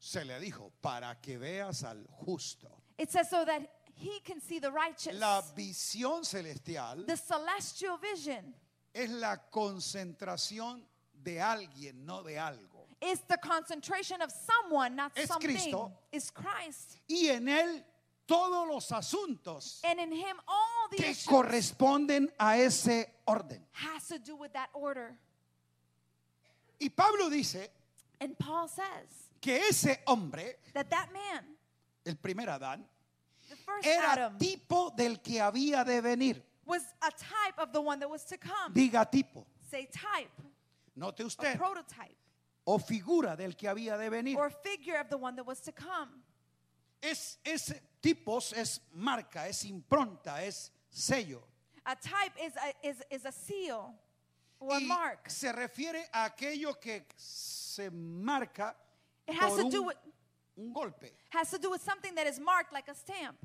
[SPEAKER 1] se le dijo, para que veas al justo.
[SPEAKER 2] it says so that he can see the righteous.
[SPEAKER 1] La visión celestial
[SPEAKER 2] The celestial vision
[SPEAKER 1] es la concentración de alguien, no de algo.
[SPEAKER 2] is the concentration of someone, not
[SPEAKER 1] Es
[SPEAKER 2] something.
[SPEAKER 1] Cristo.
[SPEAKER 2] Is Christ.
[SPEAKER 1] Y en él todos los asuntos
[SPEAKER 2] And in him all the
[SPEAKER 1] que
[SPEAKER 2] issues
[SPEAKER 1] corresponden a ese orden.
[SPEAKER 2] has to do with that order.
[SPEAKER 1] Y Pablo dice
[SPEAKER 2] And Paul says
[SPEAKER 1] que ese hombre,
[SPEAKER 2] that that man,
[SPEAKER 1] el primer Adán,
[SPEAKER 2] the first
[SPEAKER 1] era
[SPEAKER 2] Adam,
[SPEAKER 1] tipo del que había de venir.
[SPEAKER 2] was a type of the one that was to come.
[SPEAKER 1] Diga tipo,
[SPEAKER 2] Say type,
[SPEAKER 1] note
[SPEAKER 2] a
[SPEAKER 1] usted,
[SPEAKER 2] prototype,
[SPEAKER 1] o figura del que había de venir.
[SPEAKER 2] or figure of the one that was to come.
[SPEAKER 1] Es, es tipos, es marca, es impronta, es sello.
[SPEAKER 2] A type is a, is, is a seal or
[SPEAKER 1] Y
[SPEAKER 2] a mark.
[SPEAKER 1] se refiere a aquello que se marca
[SPEAKER 2] It has
[SPEAKER 1] por
[SPEAKER 2] to do
[SPEAKER 1] un-
[SPEAKER 2] with-
[SPEAKER 1] un golpe.
[SPEAKER 2] Has to do with something that is marked like a stamp.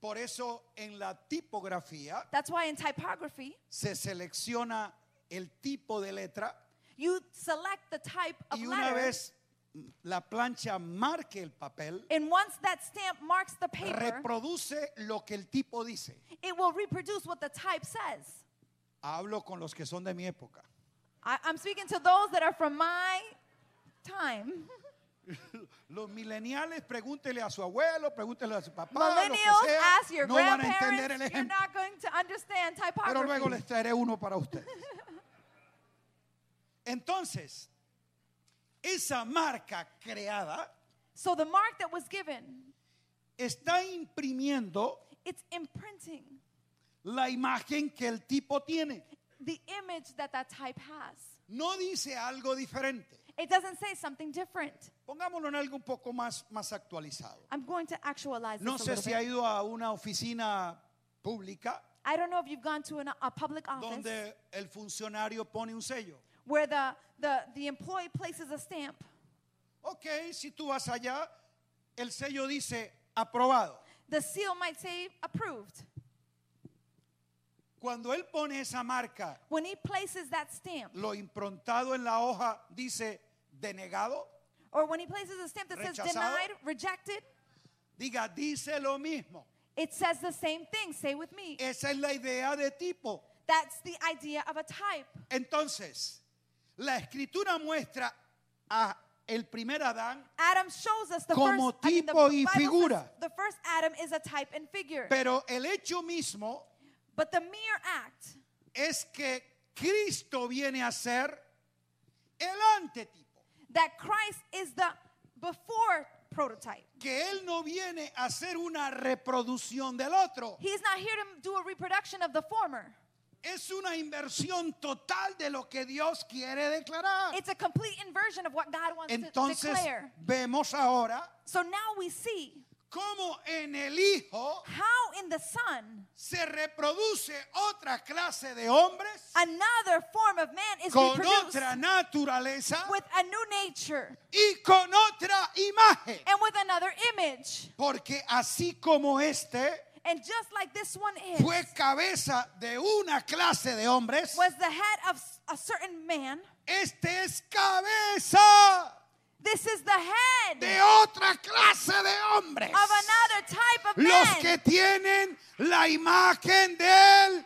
[SPEAKER 1] Por eso en la tipografía
[SPEAKER 2] That's why in typography,
[SPEAKER 1] se selecciona el tipo de letra
[SPEAKER 2] you select the type of
[SPEAKER 1] y una
[SPEAKER 2] letter.
[SPEAKER 1] vez la plancha marque el papel,
[SPEAKER 2] and once that stamp marks the paper,
[SPEAKER 1] reproduce lo que el tipo dice.
[SPEAKER 2] it will reproduce what the type says.
[SPEAKER 1] Hablo con los que son de mi época.
[SPEAKER 2] I, I'm speaking to those that are from my time.
[SPEAKER 1] Los mileniales, pregúntele a su abuelo, pregúntele a su papá, lo que
[SPEAKER 2] Millennials,
[SPEAKER 1] sea,
[SPEAKER 2] ask your
[SPEAKER 1] no van a entender el
[SPEAKER 2] grandparents. You're
[SPEAKER 1] ejemplo,
[SPEAKER 2] not going to understand
[SPEAKER 1] pero luego
[SPEAKER 2] typography.
[SPEAKER 1] les traeré uno para ustedes. Entonces, esa marca creada
[SPEAKER 2] So the mark that was given,
[SPEAKER 1] está imprimiendo
[SPEAKER 2] it's imprinting
[SPEAKER 1] la imagen que el tipo tiene.
[SPEAKER 2] the image that that type has.
[SPEAKER 1] No dice algo diferente.
[SPEAKER 2] It doesn't say something different.
[SPEAKER 1] Pongámoslo en algo un poco más, más actualizado.
[SPEAKER 2] I'm going to actualize this
[SPEAKER 1] No
[SPEAKER 2] a
[SPEAKER 1] sé
[SPEAKER 2] little
[SPEAKER 1] si
[SPEAKER 2] bit.
[SPEAKER 1] ha ido a una oficina pública
[SPEAKER 2] I don't know if you've gone to an, a public office
[SPEAKER 1] donde el funcionario pone un sello.
[SPEAKER 2] where the, the, the employee places a stamp.
[SPEAKER 1] Ok, si tú vas allá, el sello dice aprobado.
[SPEAKER 2] The seal might say approved.
[SPEAKER 1] Cuando él pone esa marca,
[SPEAKER 2] When he places that stamp,
[SPEAKER 1] lo improntado en la hoja dice denegado.
[SPEAKER 2] or when he places a stamp that
[SPEAKER 1] Rechazado.
[SPEAKER 2] says denied, rejected,
[SPEAKER 1] Diga, dice lo mismo.
[SPEAKER 2] it says the same thing. Say with me.
[SPEAKER 1] Esa es la idea de tipo.
[SPEAKER 2] That's the idea of a type.
[SPEAKER 1] Entonces, la escritura muestra a el primer Adán,
[SPEAKER 2] Adam shows us the
[SPEAKER 1] Como
[SPEAKER 2] first I mean, the
[SPEAKER 1] tipo y
[SPEAKER 2] Bible says
[SPEAKER 1] figura.
[SPEAKER 2] the first Adam is a type and figure.
[SPEAKER 1] pero el hecho mismo
[SPEAKER 2] but the mere act
[SPEAKER 1] es que Cristo viene a ser el antetipo,
[SPEAKER 2] that Christ is the before prototype.
[SPEAKER 1] que él no viene a ser una reproducción del otro,
[SPEAKER 2] He's not here to do a reproduction of the former.
[SPEAKER 1] es una inversión total de lo que Dios quiere declarar.
[SPEAKER 2] It's a complete inversion of what God wants to
[SPEAKER 1] Entonces
[SPEAKER 2] declare.
[SPEAKER 1] vemos ahora
[SPEAKER 2] So now we see
[SPEAKER 1] cómo en el Hijo
[SPEAKER 2] how in the Son
[SPEAKER 1] se reproduce otra clase de
[SPEAKER 2] Ah,
[SPEAKER 1] hombres
[SPEAKER 2] another form of man is
[SPEAKER 1] con
[SPEAKER 2] reproduced
[SPEAKER 1] otra naturaleza
[SPEAKER 2] with a new nature
[SPEAKER 1] y con otra imagen.
[SPEAKER 2] and with another image.
[SPEAKER 1] Porque así como este
[SPEAKER 2] And just like this one is,
[SPEAKER 1] fue cabeza de una clase de hombres,
[SPEAKER 2] was the head of s- a certain man.
[SPEAKER 1] este es cabeza
[SPEAKER 2] This is the head
[SPEAKER 1] de otra clase de hombres.
[SPEAKER 2] of another type of
[SPEAKER 1] Los que
[SPEAKER 2] men.
[SPEAKER 1] tienen la imagen de él,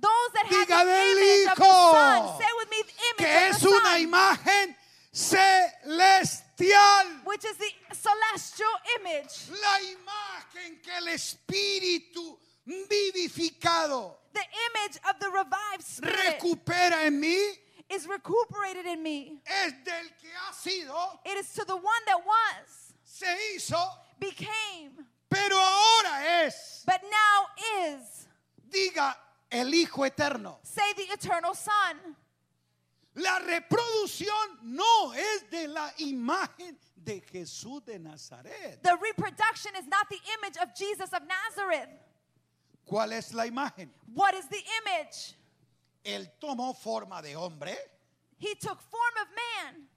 [SPEAKER 2] Those that have
[SPEAKER 1] Diga
[SPEAKER 2] the
[SPEAKER 1] del
[SPEAKER 2] image of
[SPEAKER 1] Hijo,
[SPEAKER 2] the Son. Say with me the
[SPEAKER 1] que
[SPEAKER 2] image
[SPEAKER 1] es
[SPEAKER 2] of the
[SPEAKER 1] una
[SPEAKER 2] Son,
[SPEAKER 1] imagen celestial.
[SPEAKER 2] which is the celestial image,
[SPEAKER 1] La imagen que el Espíritu vivificado
[SPEAKER 2] the image of the revived spirit
[SPEAKER 1] recupera en mí
[SPEAKER 2] is recuperated in me.
[SPEAKER 1] es del que ha sido,
[SPEAKER 2] It is to the one that was,
[SPEAKER 1] se hizo,
[SPEAKER 2] became,
[SPEAKER 1] pero ahora es.
[SPEAKER 2] but now is.
[SPEAKER 1] Diga, el Hijo Eterno.
[SPEAKER 2] Say the eternal Son.
[SPEAKER 1] La reproducción no es de la imagen de Jesús de Nazaret.
[SPEAKER 2] The reproduction is not the image of Jesus of Nazareth.
[SPEAKER 1] ¿Cuál es la imagen?
[SPEAKER 2] What is the image?
[SPEAKER 1] Él tomó forma de hombre
[SPEAKER 2] He took form of man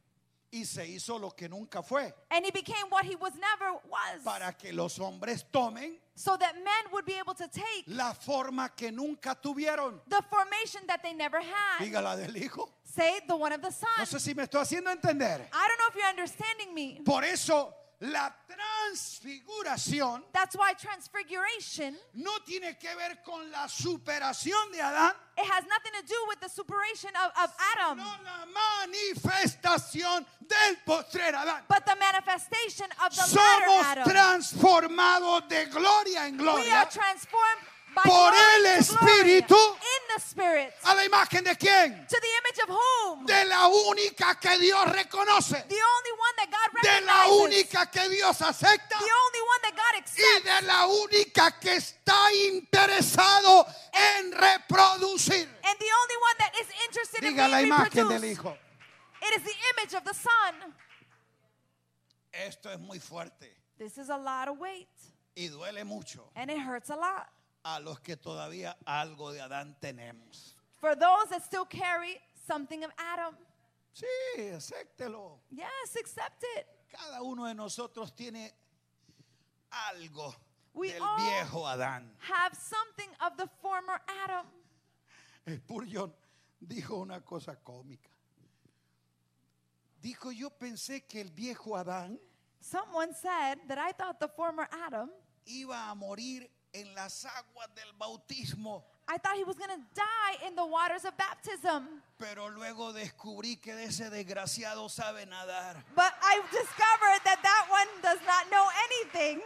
[SPEAKER 1] y se hizo lo que nunca fue
[SPEAKER 2] and he became what he was never was
[SPEAKER 1] para que los hombres tomen
[SPEAKER 2] so that men would be able to take
[SPEAKER 1] la forma que nunca tuvieron.
[SPEAKER 2] the formation that they never had.
[SPEAKER 1] Dígala del Hijo.
[SPEAKER 2] Say the one of the
[SPEAKER 1] No sé
[SPEAKER 2] Son.
[SPEAKER 1] si me estoy haciendo entender.
[SPEAKER 2] I don't know if you're understanding me.
[SPEAKER 1] Por eso la transfiguración
[SPEAKER 2] That's why transfiguration,
[SPEAKER 1] no tiene que ver con la superación de Adán,
[SPEAKER 2] it has nothing to do with the superation of, of Adam,
[SPEAKER 1] no la manifestación del postrer Adán.
[SPEAKER 2] but the manifestation of the
[SPEAKER 1] Somos
[SPEAKER 2] latter Adam.
[SPEAKER 1] transformados de gloria en
[SPEAKER 2] We are
[SPEAKER 1] gloria
[SPEAKER 2] transformed by
[SPEAKER 1] Por
[SPEAKER 2] glory
[SPEAKER 1] el
[SPEAKER 2] to glory
[SPEAKER 1] Espíritu.
[SPEAKER 2] in the Spirit
[SPEAKER 1] a la imagen de quién?
[SPEAKER 2] to the image of whom?
[SPEAKER 1] De la única que Dios reconoce,
[SPEAKER 2] the only one that God
[SPEAKER 1] de la
[SPEAKER 2] recognizes.
[SPEAKER 1] única que Dios acepta
[SPEAKER 2] the only one that God
[SPEAKER 1] y
[SPEAKER 2] accepts.
[SPEAKER 1] de la única que está interesado en reproducir.
[SPEAKER 2] and the only one that is interested
[SPEAKER 1] Diga la
[SPEAKER 2] in being
[SPEAKER 1] imagen del
[SPEAKER 2] reproduced.
[SPEAKER 1] Hijo.
[SPEAKER 2] It is the image of the Son.
[SPEAKER 1] Esto es muy fuerte
[SPEAKER 2] This is a lot of weight
[SPEAKER 1] y duele mucho
[SPEAKER 2] and it hurts a lot.
[SPEAKER 1] a los que todavía algo de Adán tenemos.
[SPEAKER 2] For those that still carry something of Adam,
[SPEAKER 1] Sí, acéptelo.
[SPEAKER 2] yes, accept it.
[SPEAKER 1] Cada uno de nosotros tiene algo
[SPEAKER 2] We
[SPEAKER 1] del
[SPEAKER 2] all-
[SPEAKER 1] viejo Adán.
[SPEAKER 2] Have something of the former Adam.
[SPEAKER 1] Spurgeon dijo una cosa cómica. Dijo, yo pensé que el viejo Adán
[SPEAKER 2] Someone said that I thought the former Adam,
[SPEAKER 1] iba a morir en las aguas del bautismo,
[SPEAKER 2] I thought he was going to die in the waters of baptism.
[SPEAKER 1] pero luego descubrí que de ese desgraciado sabe nadar.
[SPEAKER 2] But I discovered that that one does not know anything.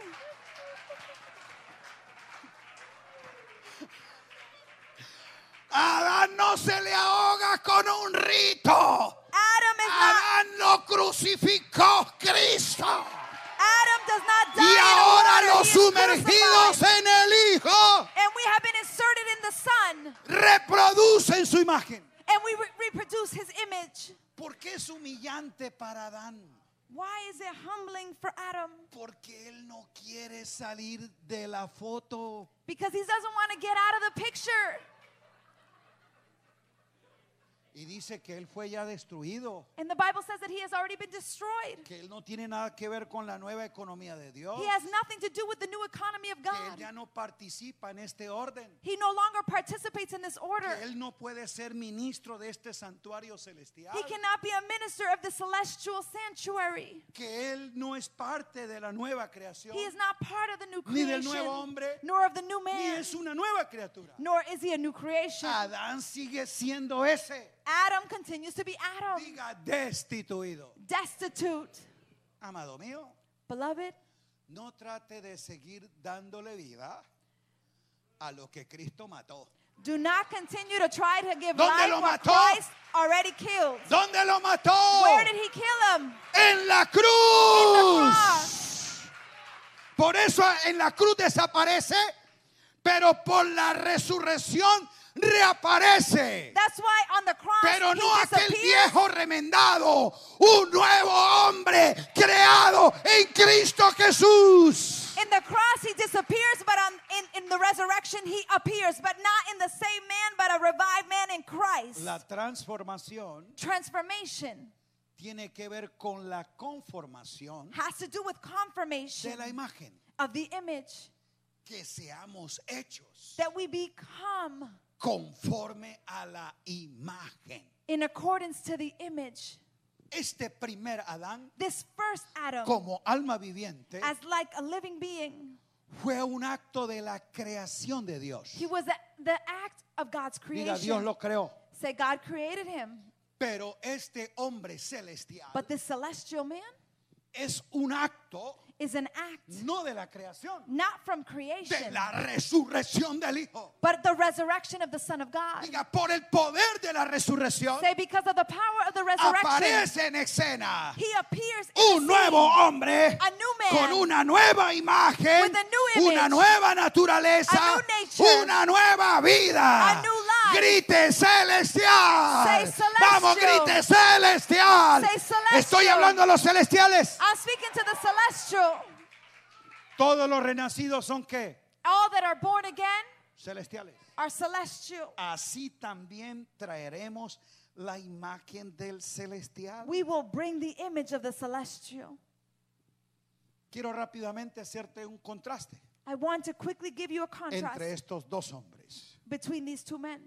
[SPEAKER 1] A Adán no se le ahoga con un rito.
[SPEAKER 2] Adam is not
[SPEAKER 1] Adán lo crucificó Cristo.
[SPEAKER 2] Adam does not die.
[SPEAKER 1] Y
[SPEAKER 2] in the
[SPEAKER 1] ahora
[SPEAKER 2] water,
[SPEAKER 1] los
[SPEAKER 2] he is
[SPEAKER 1] sumergidos
[SPEAKER 2] crucified.
[SPEAKER 1] en el Hijo
[SPEAKER 2] And we have been inserted in the Son,
[SPEAKER 1] reproducen su imagen.
[SPEAKER 2] and we re- reproduce His image.
[SPEAKER 1] Porque es humillante para Adán?
[SPEAKER 2] Why is it humbling for Adam?
[SPEAKER 1] Porque él no quiere salir de la foto.
[SPEAKER 2] Because he doesn't want to get out of the picture.
[SPEAKER 1] Y dice que él fue ya destruido.
[SPEAKER 2] And the Bible says that he has already been destroyed.
[SPEAKER 1] Que él no tiene nada que ver con la nueva economía de Dios.
[SPEAKER 2] He has nothing to do with the new economy of
[SPEAKER 1] Oh. Que él ya
[SPEAKER 2] God.
[SPEAKER 1] no participa en este orden.
[SPEAKER 2] He no longer participates in this
[SPEAKER 1] Que
[SPEAKER 2] order.
[SPEAKER 1] él no puede ser ministro de este santuario celestial.
[SPEAKER 2] He cannot be a minister of the celestial sanctuary.
[SPEAKER 1] que él no es parte de la nueva creación,
[SPEAKER 2] He is not part of the new
[SPEAKER 1] Ni
[SPEAKER 2] creation,
[SPEAKER 1] del nuevo hombre,
[SPEAKER 2] nor of the new
[SPEAKER 1] ni
[SPEAKER 2] man,
[SPEAKER 1] es una nueva criatura.
[SPEAKER 2] nor is he a new creation.
[SPEAKER 1] Adán sigue siendo ese,
[SPEAKER 2] Adam continues to be Adam,
[SPEAKER 1] diga destituido.
[SPEAKER 2] destitute.
[SPEAKER 1] Amado mío,
[SPEAKER 2] Beloved,
[SPEAKER 1] no trate de seguir dándole vida a lo que Cristo mató.
[SPEAKER 2] do not continue to try to give
[SPEAKER 1] ¿Dónde
[SPEAKER 2] life
[SPEAKER 1] lo
[SPEAKER 2] what
[SPEAKER 1] mató?
[SPEAKER 2] Christ already killed.
[SPEAKER 1] ¿Dónde lo mató?
[SPEAKER 2] Where did he kill him?
[SPEAKER 1] En la
[SPEAKER 2] In the
[SPEAKER 1] cruz.
[SPEAKER 2] cross.
[SPEAKER 1] Por eso en la cruz desaparece, pero por la resurrección reaparece.
[SPEAKER 2] That's why on the cross
[SPEAKER 1] Pero
[SPEAKER 2] he
[SPEAKER 1] no aquel
[SPEAKER 2] disappeared.
[SPEAKER 1] viejo remendado, un nuevo hombre creado en Cristo Jesús.
[SPEAKER 2] In the cross he disappears, but on, in, in the resurrection he appears, but not in the same man, but a revived man in Christ.
[SPEAKER 1] La transformación
[SPEAKER 2] Transformation
[SPEAKER 1] tiene que ver con la conformación
[SPEAKER 2] has to do with confirmation
[SPEAKER 1] de la imagen,
[SPEAKER 2] of the image
[SPEAKER 1] que seamos hechos
[SPEAKER 2] that we become
[SPEAKER 1] conforme a la imagen.
[SPEAKER 2] in accordance to the image.
[SPEAKER 1] Este primer Adán,
[SPEAKER 2] This first Adam,
[SPEAKER 1] como alma viviente,
[SPEAKER 2] as like a living being,
[SPEAKER 1] fue un acto de la creación de Dios.
[SPEAKER 2] he was the, the act of God's
[SPEAKER 1] Diga,
[SPEAKER 2] creation.
[SPEAKER 1] Dios lo creó.
[SPEAKER 2] Say, God created him,
[SPEAKER 1] Pero este hombre celestial
[SPEAKER 2] but this celestial man
[SPEAKER 1] es un acto
[SPEAKER 2] is an act
[SPEAKER 1] no de la creación,
[SPEAKER 2] not from creation,
[SPEAKER 1] de la resurrección del Hijo.
[SPEAKER 2] but the resurrection of the Son of God.
[SPEAKER 1] Diga, por el poder de la resurrección
[SPEAKER 2] Say, because of the power of the resurrection,
[SPEAKER 1] aparece en escena
[SPEAKER 2] he appears in
[SPEAKER 1] un
[SPEAKER 2] the
[SPEAKER 1] nuevo
[SPEAKER 2] scene,
[SPEAKER 1] hombre
[SPEAKER 2] a new
[SPEAKER 1] con
[SPEAKER 2] man
[SPEAKER 1] una nueva imagen,
[SPEAKER 2] With a new image.
[SPEAKER 1] una nueva naturaleza,
[SPEAKER 2] A new nature.
[SPEAKER 1] una nueva vida.
[SPEAKER 2] A new life.
[SPEAKER 1] Grite celestial.
[SPEAKER 2] Say celestial.
[SPEAKER 1] Vamos, grite celestial.
[SPEAKER 2] Say celestial.
[SPEAKER 1] Estoy hablando a los celestiales.
[SPEAKER 2] I'm speaking to the celestial.
[SPEAKER 1] Todos los renacidos son qué?
[SPEAKER 2] All that are born again
[SPEAKER 1] Celestiales.
[SPEAKER 2] are celestial.
[SPEAKER 1] Así también traeremos la imagen del celestial.
[SPEAKER 2] We will bring the image of the celestial.
[SPEAKER 1] Quiero rápidamente hacerte un contraste
[SPEAKER 2] I want to quickly give you a contrast
[SPEAKER 1] entre estos dos hombres.
[SPEAKER 2] between these two men.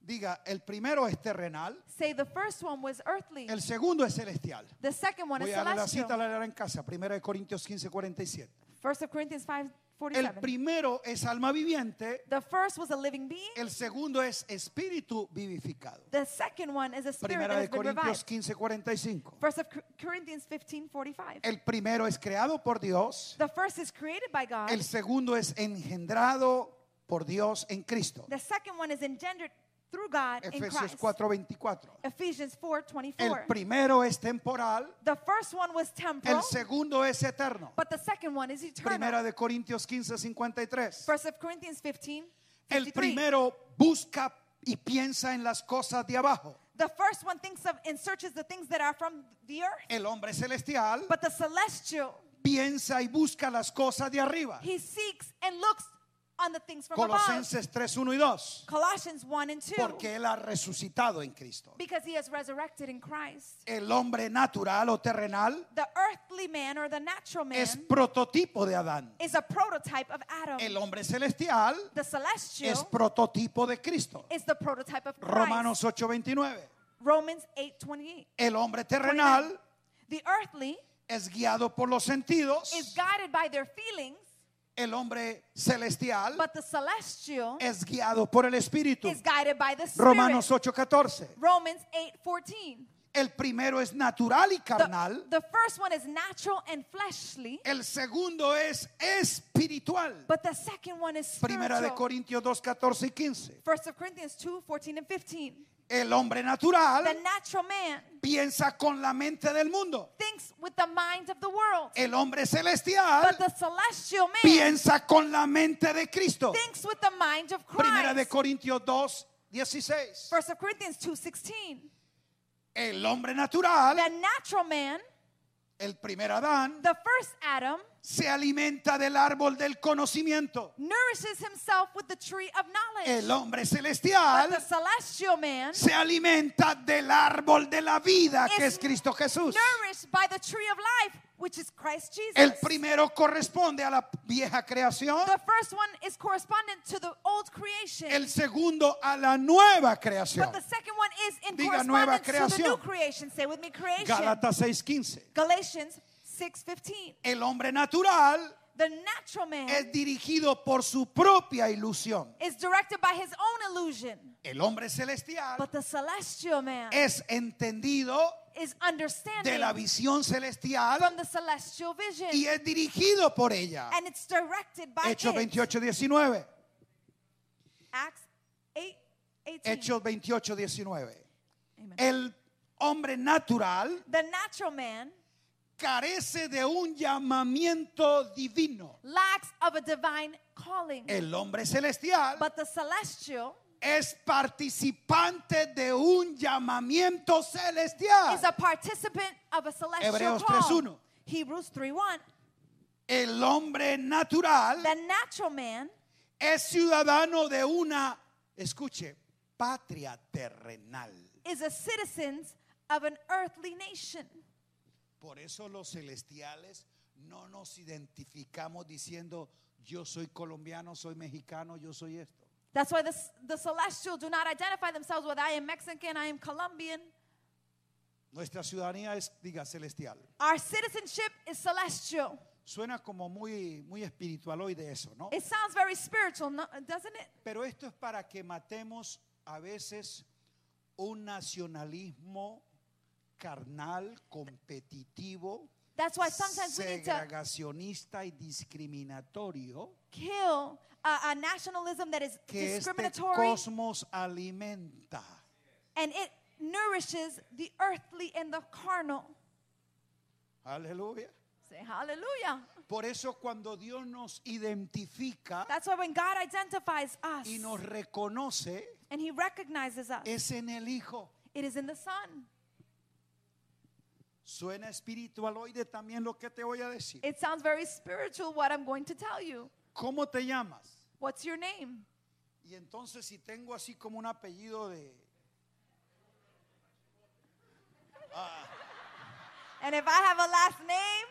[SPEAKER 1] Diga, el primero es terrenal,
[SPEAKER 2] Say the first one was earthly,
[SPEAKER 1] el segundo es celestial.
[SPEAKER 2] the second one is
[SPEAKER 1] Voy a darle la cita,
[SPEAKER 2] celestial.
[SPEAKER 1] la leerá en casa, 1 Corintios 15, 47.
[SPEAKER 2] First of Corinthians 5
[SPEAKER 1] El
[SPEAKER 2] 47.
[SPEAKER 1] primero es alma viviente,
[SPEAKER 2] The first was a living being,
[SPEAKER 1] el segundo es espíritu vivificado.
[SPEAKER 2] the second one is a spirit that
[SPEAKER 1] Primera
[SPEAKER 2] has
[SPEAKER 1] de
[SPEAKER 2] been
[SPEAKER 1] Corintios
[SPEAKER 2] revived.
[SPEAKER 1] 15, 45.
[SPEAKER 2] First of Cor- Corinthians 15 45.
[SPEAKER 1] El primero es creado por Dios,
[SPEAKER 2] The first is created by God,
[SPEAKER 1] el segundo es engendrado por Dios en Cristo.
[SPEAKER 2] the second one is engendered through God in
[SPEAKER 1] Efesios
[SPEAKER 2] Christ.
[SPEAKER 1] 4, 24.
[SPEAKER 2] Ephesians 4
[SPEAKER 1] El
[SPEAKER 2] 24.
[SPEAKER 1] primero es temporal,
[SPEAKER 2] The first one was temporal,
[SPEAKER 1] el segundo es eterno.
[SPEAKER 2] but the second one is
[SPEAKER 1] Primera
[SPEAKER 2] eternal.
[SPEAKER 1] de Corintios 15, 53.
[SPEAKER 2] First of Corinthians 15
[SPEAKER 1] El
[SPEAKER 2] 53.
[SPEAKER 1] primero busca y piensa en las cosas de abajo.
[SPEAKER 2] The first one thinks of and searches the things that are from the earth,
[SPEAKER 1] El hombre celestial
[SPEAKER 2] but the celestial
[SPEAKER 1] piensa y busca las cosas de arriba.
[SPEAKER 2] he seeks and looks on the things from above.
[SPEAKER 1] Colosenses 3, 1 y 2.
[SPEAKER 2] Colossians 1 and 2.
[SPEAKER 1] Porque él ha resucitado en Cristo.
[SPEAKER 2] Because he has resurrected in Christ.
[SPEAKER 1] El hombre natural o terrenal
[SPEAKER 2] The earthly man or the natural man
[SPEAKER 1] es prototipo de Adán.
[SPEAKER 2] is a prototype of Adam.
[SPEAKER 1] El hombre celestial
[SPEAKER 2] the celestial
[SPEAKER 1] es prototipo de Cristo.
[SPEAKER 2] is the prototype of Christ.
[SPEAKER 1] Romanos 8, 29.
[SPEAKER 2] Romans 8 28.
[SPEAKER 1] El hombre terrenal
[SPEAKER 2] The earthly
[SPEAKER 1] es guiado por los
[SPEAKER 2] is
[SPEAKER 1] sentidos.
[SPEAKER 2] guided by their feelings,
[SPEAKER 1] El hombre celestial
[SPEAKER 2] but the celestial
[SPEAKER 1] es guiado por el Espíritu.
[SPEAKER 2] is guided by the spirit.
[SPEAKER 1] Romanos 8:14.
[SPEAKER 2] Romans 8 14.
[SPEAKER 1] El primero es natural y
[SPEAKER 2] The,
[SPEAKER 1] carnal.
[SPEAKER 2] the first one is natural and fleshly,
[SPEAKER 1] El segundo es espiritual.
[SPEAKER 2] but the second one is
[SPEAKER 1] Primera de
[SPEAKER 2] spiritual.
[SPEAKER 1] Corintios 2:14 y 15.
[SPEAKER 2] First of Corinthians 2 14 and 15.
[SPEAKER 1] El hombre
[SPEAKER 2] The
[SPEAKER 1] natural
[SPEAKER 2] natural man
[SPEAKER 1] piensa con la mente del mundo.
[SPEAKER 2] thinks with the mind of the world,
[SPEAKER 1] El hombre celestial
[SPEAKER 2] but the celestial man
[SPEAKER 1] piensa con la mente de Cristo.
[SPEAKER 2] thinks with the mind of
[SPEAKER 1] Primera de
[SPEAKER 2] Christ. Pues,
[SPEAKER 1] Corintios 2:16.
[SPEAKER 2] First of Corinthians 2 16.
[SPEAKER 1] El hombre natural,
[SPEAKER 2] The natural man,
[SPEAKER 1] el primer Adán,
[SPEAKER 2] the first Adam,
[SPEAKER 1] se alimenta del árbol del conocimiento.
[SPEAKER 2] nourishes himself with the tree of
[SPEAKER 1] El
[SPEAKER 2] knowledge.
[SPEAKER 1] hombre
[SPEAKER 2] But
[SPEAKER 1] celestial
[SPEAKER 2] the celestial man,
[SPEAKER 1] se alimenta del árbol de la vida que es Cristo Jesús.
[SPEAKER 2] nourished by the tree of life, which is Christ Jesus.
[SPEAKER 1] El primero corresponde a la vieja creación,
[SPEAKER 2] The first one is correspondent to the old creation,
[SPEAKER 1] el segundo a la nueva creación.
[SPEAKER 2] but the second one is in
[SPEAKER 1] Diga nueva
[SPEAKER 2] correspondence to the new
[SPEAKER 1] creación.
[SPEAKER 2] creation. Say with me, creation.
[SPEAKER 1] Gálatas 6:15.
[SPEAKER 2] Galatians 6:15.
[SPEAKER 1] El hombre natural
[SPEAKER 2] The natural man
[SPEAKER 1] es dirigido por su propia ilusión.
[SPEAKER 2] is directed by his own illusion,
[SPEAKER 1] El hombre celestial
[SPEAKER 2] but the celestial man
[SPEAKER 1] es entendido
[SPEAKER 2] is
[SPEAKER 1] de
[SPEAKER 2] understanding
[SPEAKER 1] la visión celestial
[SPEAKER 2] from the celestial vision,
[SPEAKER 1] y es dirigido por ella.
[SPEAKER 2] and it's directed by
[SPEAKER 1] Hechos
[SPEAKER 2] it.
[SPEAKER 1] 28:19.
[SPEAKER 2] Acts 8, 18.
[SPEAKER 1] Hechos 28:19.
[SPEAKER 2] Amen.
[SPEAKER 1] El hombre natural
[SPEAKER 2] The natural man
[SPEAKER 1] carece de un llamamiento divino.
[SPEAKER 2] lacks of a divine calling,
[SPEAKER 1] El hombre celestial
[SPEAKER 2] but the celestial
[SPEAKER 1] es participante de un llamamiento celestial.
[SPEAKER 2] is a participant of a celestial
[SPEAKER 1] Ah. Hebreos
[SPEAKER 2] call.
[SPEAKER 1] 3:1.
[SPEAKER 2] Hebrews 3:1.
[SPEAKER 1] El hombre natural
[SPEAKER 2] The natural man
[SPEAKER 1] es ciudadano de una, escuche, patria terrenal.
[SPEAKER 2] is a citizen of an earthly nation.
[SPEAKER 1] Por eso los celestiales no nos identificamos diciendo, yo soy colombiano, soy mexicano, yo soy esto.
[SPEAKER 2] That's why the, the celestial do not identify themselves with I am Mexican, I am Colombian.
[SPEAKER 1] Nuestra ciudadanía es, diga, celestial.
[SPEAKER 2] Our citizenship is celestial.
[SPEAKER 1] Suena como muy, muy espiritual hoy de eso, ¿no?
[SPEAKER 2] It sounds very spiritual, no- doesn't it?
[SPEAKER 1] Pero esto es para que matemos a veces un nacionalismo carnal, competitivo,
[SPEAKER 2] That's why sometimes we need to
[SPEAKER 1] segregacionista y discriminatorio
[SPEAKER 2] kill a, a nationalism that is
[SPEAKER 1] que este
[SPEAKER 2] discriminatory
[SPEAKER 1] cosmos alimenta.
[SPEAKER 2] and it nourishes the earthly and the carnal.
[SPEAKER 1] Aleluya.
[SPEAKER 2] Say hallelujah.
[SPEAKER 1] Por eso cuando Dios nos identifica
[SPEAKER 2] That's why when God identifies us
[SPEAKER 1] y nos reconoce,
[SPEAKER 2] and he recognizes us,
[SPEAKER 1] es en el Hijo.
[SPEAKER 2] it is in the Son.
[SPEAKER 1] Suena espiritual hoy de también lo que te voy a decir.
[SPEAKER 2] It sounds very spiritual what I'm going to tell you.
[SPEAKER 1] ¿Cómo te llamas?
[SPEAKER 2] What's your name?
[SPEAKER 1] Y entonces si tengo así como un apellido de...
[SPEAKER 2] And if I have a last name,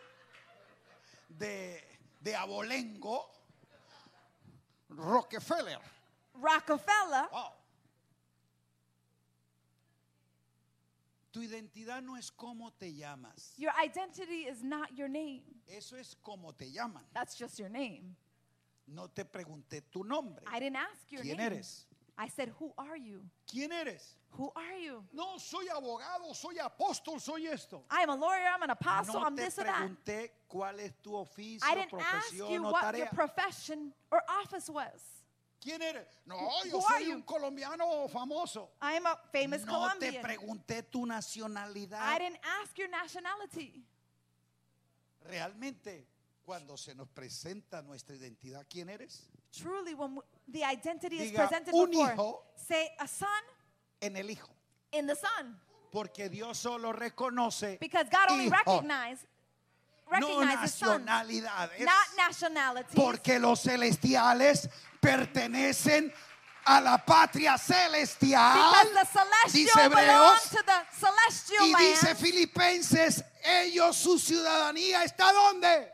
[SPEAKER 1] de, de abolengo, Rockefeller.
[SPEAKER 2] Rockefeller,
[SPEAKER 1] Wow. Tu identidad no es cómo te llamas.
[SPEAKER 2] your identity is not your name.
[SPEAKER 1] Eso es cómo te llaman.
[SPEAKER 2] That's just your name.
[SPEAKER 1] No te pregunté tu nombre.
[SPEAKER 2] I didn't ask your
[SPEAKER 1] ¿Quién
[SPEAKER 2] name.
[SPEAKER 1] eres?
[SPEAKER 2] I said, Who are you?
[SPEAKER 1] ¿Quién eres?
[SPEAKER 2] Who are you?
[SPEAKER 1] No, soy abogado, soy apóstol, soy esto.
[SPEAKER 2] I am a lawyer, I'm an apostle,
[SPEAKER 1] No
[SPEAKER 2] I'm
[SPEAKER 1] te
[SPEAKER 2] this or that.
[SPEAKER 1] pregunté cuál es tu oficio,
[SPEAKER 2] I didn't ask you
[SPEAKER 1] profesión o
[SPEAKER 2] what your
[SPEAKER 1] tarea.
[SPEAKER 2] profession or office was.
[SPEAKER 1] ¿Quién eres? No,
[SPEAKER 2] Who
[SPEAKER 1] yo
[SPEAKER 2] are
[SPEAKER 1] soy
[SPEAKER 2] you?
[SPEAKER 1] un colombiano famoso.
[SPEAKER 2] I am a famous
[SPEAKER 1] no te
[SPEAKER 2] Colombian.
[SPEAKER 1] pregunté tu nacionalidad.
[SPEAKER 2] I didn't ask your nationality.
[SPEAKER 1] Realmente, cuando se nos presenta nuestra identidad, ¿quién eres?
[SPEAKER 2] Truly, when w- the identity is
[SPEAKER 1] Diga,
[SPEAKER 2] presented
[SPEAKER 1] "Un
[SPEAKER 2] before,
[SPEAKER 1] hijo".
[SPEAKER 2] say a son
[SPEAKER 1] En el Hijo.
[SPEAKER 2] in the son,
[SPEAKER 1] Porque Dios solo reconoce
[SPEAKER 2] because God only
[SPEAKER 1] hijo,
[SPEAKER 2] recognize
[SPEAKER 1] no
[SPEAKER 2] recognizes sons,
[SPEAKER 1] nacionalidades.
[SPEAKER 2] not nationalities.
[SPEAKER 1] porque los celestiales pertenecen a la patria celestial.
[SPEAKER 2] because the
[SPEAKER 1] dice
[SPEAKER 2] celestial belong
[SPEAKER 1] Hebreos.
[SPEAKER 2] to the celestial
[SPEAKER 1] Y dice
[SPEAKER 2] land.
[SPEAKER 1] Filipenses, ellos su ciudadanía está donde?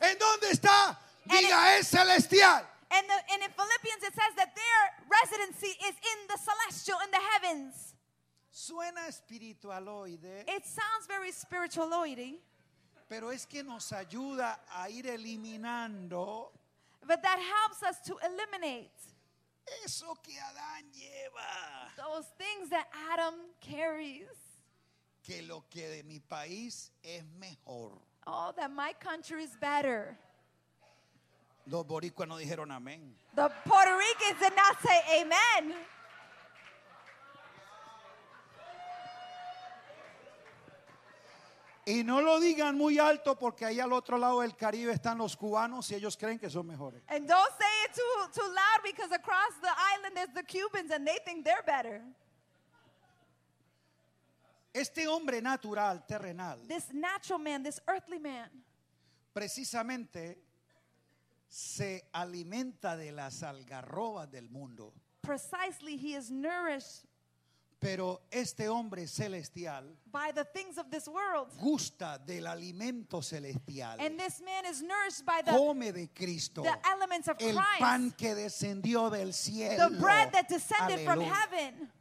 [SPEAKER 1] ¿En dónde está?
[SPEAKER 2] And
[SPEAKER 1] Diga, es celestial.
[SPEAKER 2] And, the, and in Philippians it says that their residency is in the celestial, in the heavens.
[SPEAKER 1] Suena espiritualoide,
[SPEAKER 2] It sounds very spiritualoidy,
[SPEAKER 1] pero es que nos ayuda a ir eliminando
[SPEAKER 2] but that helps us to eliminate
[SPEAKER 1] eso que Adán lleva.
[SPEAKER 2] those things that Adam carries.
[SPEAKER 1] Que lo que de mi país es mejor.
[SPEAKER 2] Oh, that my country is better.
[SPEAKER 1] Los boricuas no dijeron amén.
[SPEAKER 2] The Puerto Ricans did not say amen.
[SPEAKER 1] Y no lo digan muy alto porque ahí al otro lado del Caribe están los cubanos y ellos creen que son mejores.
[SPEAKER 2] And don't say it too, too loud because across the island there's the Cubans and they think they're better.
[SPEAKER 1] Este hombre natural, terrenal,
[SPEAKER 2] This natural man, this earthly man,
[SPEAKER 1] precisamente se alimenta de las algarrobas del mundo.
[SPEAKER 2] precisely he is nourished
[SPEAKER 1] Pero este hombre celestial
[SPEAKER 2] by the things of this world.
[SPEAKER 1] gusta del alimento celestial.
[SPEAKER 2] And this man is nourished by the,
[SPEAKER 1] Come de Cristo.
[SPEAKER 2] the elements of
[SPEAKER 1] El pan
[SPEAKER 2] Christ,
[SPEAKER 1] que descendió del cielo.
[SPEAKER 2] the bread that descended from
[SPEAKER 1] Aleluya.
[SPEAKER 2] heaven.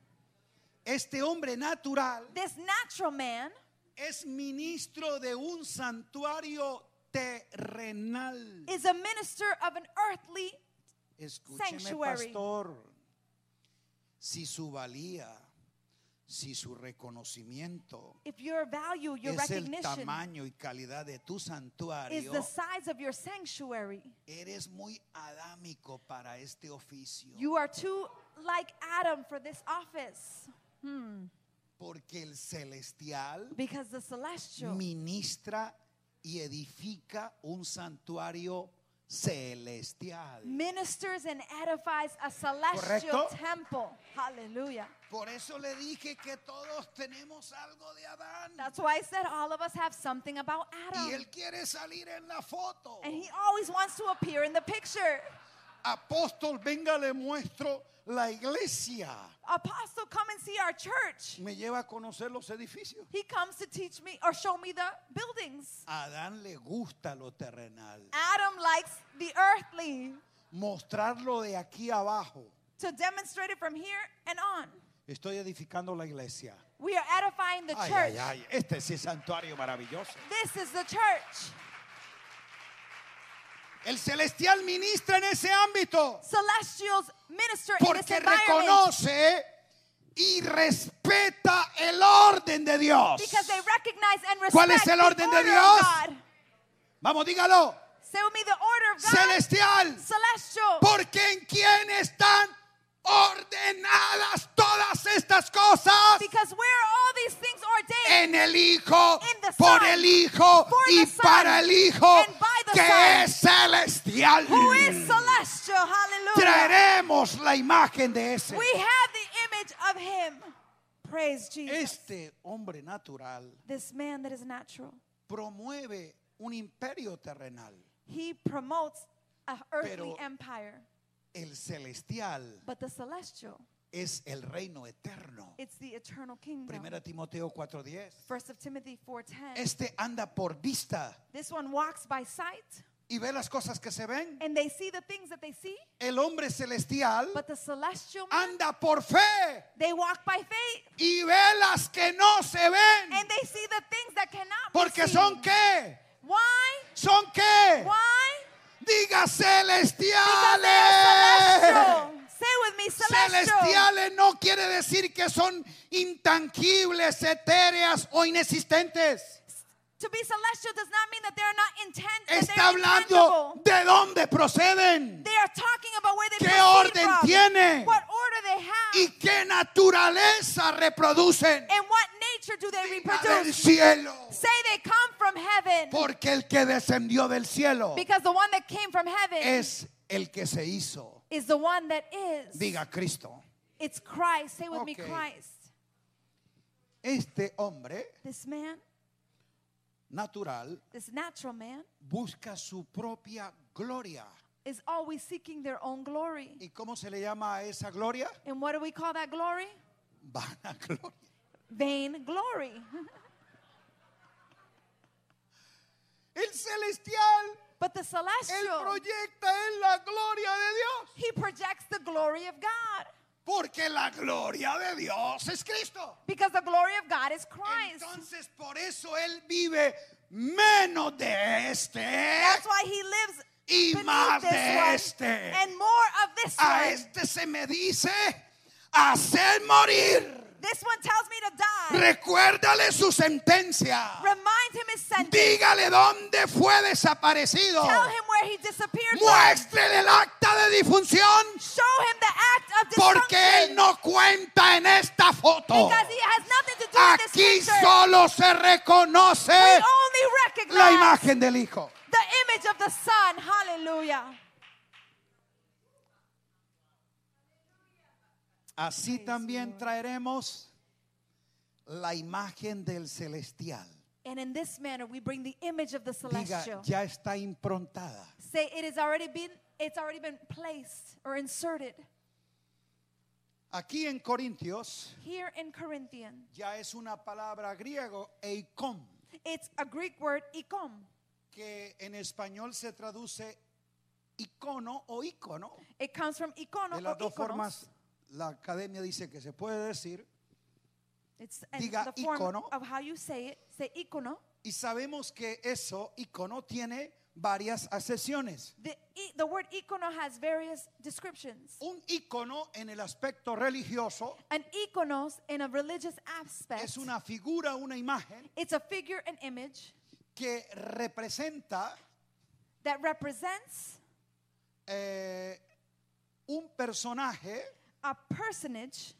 [SPEAKER 1] Este hombre natural
[SPEAKER 2] This natural man
[SPEAKER 1] es ministro de un santuario terrenal.
[SPEAKER 2] is a minister of an earthly
[SPEAKER 1] Escúcheme,
[SPEAKER 2] sanctuary.
[SPEAKER 1] pastor. Si su valía, si su reconocimiento
[SPEAKER 2] if your value, your
[SPEAKER 1] es el
[SPEAKER 2] recognition
[SPEAKER 1] tamaño y calidad de tu
[SPEAKER 2] is
[SPEAKER 1] santuario,
[SPEAKER 2] the size of your sanctuary.
[SPEAKER 1] eres muy adámico para este oficio.
[SPEAKER 2] You are too like Adam for this office
[SPEAKER 1] porque el celestial
[SPEAKER 2] because the celestial
[SPEAKER 1] ministra y edifica un santuario celestial.
[SPEAKER 2] Mm. ministers and edifies a celestial
[SPEAKER 1] Correcto.
[SPEAKER 2] temple. Hallelujah.
[SPEAKER 1] Por eso le dije que todos tenemos algo de Adán.
[SPEAKER 2] That's why I said all of us have something about
[SPEAKER 1] Y
[SPEAKER 2] Adam.
[SPEAKER 1] él quiere salir en la foto.
[SPEAKER 2] And he always wants to appear in the picture.
[SPEAKER 1] Apóstol, venga, le muestro la iglesia.
[SPEAKER 2] Apostle, come and see our church.
[SPEAKER 1] Me lleva a conocer los edificios.
[SPEAKER 2] He comes to teach me or show me the buildings.
[SPEAKER 1] A Adán le gusta lo terrenal.
[SPEAKER 2] Adam likes the earthly
[SPEAKER 1] Mostrarlo de aquí abajo.
[SPEAKER 2] to demonstrate it from here and on.
[SPEAKER 1] Estoy edificando la iglesia.
[SPEAKER 2] We are edifying the
[SPEAKER 1] Ay,
[SPEAKER 2] church.
[SPEAKER 1] ay, ay. Este sí es santuario maravilloso.
[SPEAKER 2] This is the church.
[SPEAKER 1] El celestial ministra en ese ámbito
[SPEAKER 2] Celestials minister in this
[SPEAKER 1] porque
[SPEAKER 2] environment
[SPEAKER 1] reconoce y respeta el orden de Dios.
[SPEAKER 2] because they recognize and respect
[SPEAKER 1] ¿Cuál es el orden
[SPEAKER 2] the
[SPEAKER 1] de
[SPEAKER 2] order
[SPEAKER 1] Dios?
[SPEAKER 2] of God.
[SPEAKER 1] Vamos, dígalo.
[SPEAKER 2] Say with me the order of God.
[SPEAKER 1] Celestial.
[SPEAKER 2] Celestial.
[SPEAKER 1] Porque en quién están ordenadas todas estas cosas
[SPEAKER 2] Because where are all these things ordained?
[SPEAKER 1] en el Hijo,
[SPEAKER 2] In the
[SPEAKER 1] por
[SPEAKER 2] Son,
[SPEAKER 1] el Hijo
[SPEAKER 2] for the
[SPEAKER 1] y
[SPEAKER 2] Son,
[SPEAKER 1] para el Hijo
[SPEAKER 2] and by the
[SPEAKER 1] que
[SPEAKER 2] Son,
[SPEAKER 1] es celestial.
[SPEAKER 2] Who is celestial? Hallelujah.
[SPEAKER 1] Traeremos la imagen de ese.
[SPEAKER 2] We have the image of him. Praise Jesus.
[SPEAKER 1] Este hombre natural
[SPEAKER 2] This man that is natural,
[SPEAKER 1] promueve un imperio terrenal.
[SPEAKER 2] he promotes an earthly
[SPEAKER 1] Pero-
[SPEAKER 2] empire.
[SPEAKER 1] El celestial
[SPEAKER 2] But the celestial,
[SPEAKER 1] es el reino eterno.
[SPEAKER 2] it's the eternal kingdom.
[SPEAKER 1] Primera Timoteo 4:10.
[SPEAKER 2] First of Timothy 4:10.
[SPEAKER 1] Este anda por vista
[SPEAKER 2] This one walks by sight,
[SPEAKER 1] y ve las cosas que se ven.
[SPEAKER 2] and they see the things that they see.
[SPEAKER 1] El hombre celestial
[SPEAKER 2] But the celestial man,
[SPEAKER 1] anda por fe
[SPEAKER 2] they walk by faith,
[SPEAKER 1] y ve las que no se
[SPEAKER 2] and
[SPEAKER 1] ven.
[SPEAKER 2] they see the things that cannot
[SPEAKER 1] Porque
[SPEAKER 2] be seen.
[SPEAKER 1] son qué?
[SPEAKER 2] Why?
[SPEAKER 1] Son qué?
[SPEAKER 2] Why?
[SPEAKER 1] Diga
[SPEAKER 2] Because they are
[SPEAKER 1] celestiales.
[SPEAKER 2] celestial. Say with me, celestial.
[SPEAKER 1] Celestiales no quiere decir que son intangibles, etéreas o inexistentes.
[SPEAKER 2] To be celestial does not mean that they're not intent. that
[SPEAKER 1] Está
[SPEAKER 2] they're
[SPEAKER 1] hablando
[SPEAKER 2] intangible.
[SPEAKER 1] de dónde proceden
[SPEAKER 2] They are talking about where they
[SPEAKER 1] ¿Qué
[SPEAKER 2] proceed
[SPEAKER 1] orden
[SPEAKER 2] from,
[SPEAKER 1] tiene?
[SPEAKER 2] What order they have.
[SPEAKER 1] y qué naturaleza reproducen.
[SPEAKER 2] and what nature do they
[SPEAKER 1] Venga del
[SPEAKER 2] reproduce?
[SPEAKER 1] cielo.
[SPEAKER 2] Say they come from heaven.
[SPEAKER 1] Porque el que descendió del cielo
[SPEAKER 2] because the one that came from heaven
[SPEAKER 1] es el que se hizo.
[SPEAKER 2] is the one that is.
[SPEAKER 1] Diga Cristo.
[SPEAKER 2] It's Christ. Say with me,
[SPEAKER 1] Okay.
[SPEAKER 2] Christ.
[SPEAKER 1] Este hombre
[SPEAKER 2] This man,
[SPEAKER 1] natural
[SPEAKER 2] this natural man,
[SPEAKER 1] busca su propia gloria.
[SPEAKER 2] is always seeking their own glory.
[SPEAKER 1] ¿Y cómo se le llama a esa gloria?
[SPEAKER 2] And what do we call that glory?
[SPEAKER 1] Vanagloria.
[SPEAKER 2] Vain glory.
[SPEAKER 1] El celestial,
[SPEAKER 2] But the
[SPEAKER 1] él
[SPEAKER 2] celestial,
[SPEAKER 1] proyecta en la gloria de Dios.
[SPEAKER 2] he projects the glory of God.
[SPEAKER 1] Porque la gloria de Dios es Cristo.
[SPEAKER 2] Because the glory of God is Christ.
[SPEAKER 1] Entonces por eso él vive menos de este
[SPEAKER 2] That's why he lives
[SPEAKER 1] y
[SPEAKER 2] beneath
[SPEAKER 1] más
[SPEAKER 2] this
[SPEAKER 1] de
[SPEAKER 2] one
[SPEAKER 1] este.
[SPEAKER 2] and more of this
[SPEAKER 1] A
[SPEAKER 2] one.
[SPEAKER 1] este se me dice hacer morir.
[SPEAKER 2] This one tells me to die.
[SPEAKER 1] Recuérdale su sentencia.
[SPEAKER 2] Remind him his sentence.
[SPEAKER 1] Dígale dónde fue desaparecido.
[SPEAKER 2] Tell him where he disappeared from.
[SPEAKER 1] Muéstrele el acta de difunción
[SPEAKER 2] Show him the act of
[SPEAKER 1] porque él
[SPEAKER 2] dysfunction.
[SPEAKER 1] no cuenta en esta foto.
[SPEAKER 2] Because he has nothing to do with
[SPEAKER 1] Aquí
[SPEAKER 2] this picture.
[SPEAKER 1] solo se
[SPEAKER 2] We
[SPEAKER 1] reconoce
[SPEAKER 2] only
[SPEAKER 1] la
[SPEAKER 2] recognize
[SPEAKER 1] imagen del Hijo.
[SPEAKER 2] the image of the Son. Hallelujah.
[SPEAKER 1] Así también
[SPEAKER 2] Lord.
[SPEAKER 1] traeremos la imagen del celestial.
[SPEAKER 2] And in this manner, we bring the image of the
[SPEAKER 1] Diga,
[SPEAKER 2] celestial.
[SPEAKER 1] ya está improntada.
[SPEAKER 2] Say it has already been it's already been placed or inserted
[SPEAKER 1] Aquí en Corintios
[SPEAKER 2] here in Corinthian.
[SPEAKER 1] ya es una palabra griego, eikon,
[SPEAKER 2] It's a Greek word ikom.
[SPEAKER 1] que en español se traduce icono o ícono.
[SPEAKER 2] It comes from ikono
[SPEAKER 1] De las
[SPEAKER 2] or
[SPEAKER 1] dos
[SPEAKER 2] ikonos.
[SPEAKER 1] formas, la academia dice que se puede decir
[SPEAKER 2] It's and
[SPEAKER 1] Diga
[SPEAKER 2] the form
[SPEAKER 1] icono.
[SPEAKER 2] of how you say it. Say icono.
[SPEAKER 1] y sabemos que eso, icono, tiene varias acepciones.
[SPEAKER 2] The, i- the word icono has various descriptions.
[SPEAKER 1] Un icono en el aspecto religioso
[SPEAKER 2] An iconos in a religious aspect.
[SPEAKER 1] es una figura, una imagen
[SPEAKER 2] It's a figure, an image
[SPEAKER 1] que representa
[SPEAKER 2] that represents
[SPEAKER 1] eh, un personaje
[SPEAKER 2] a personage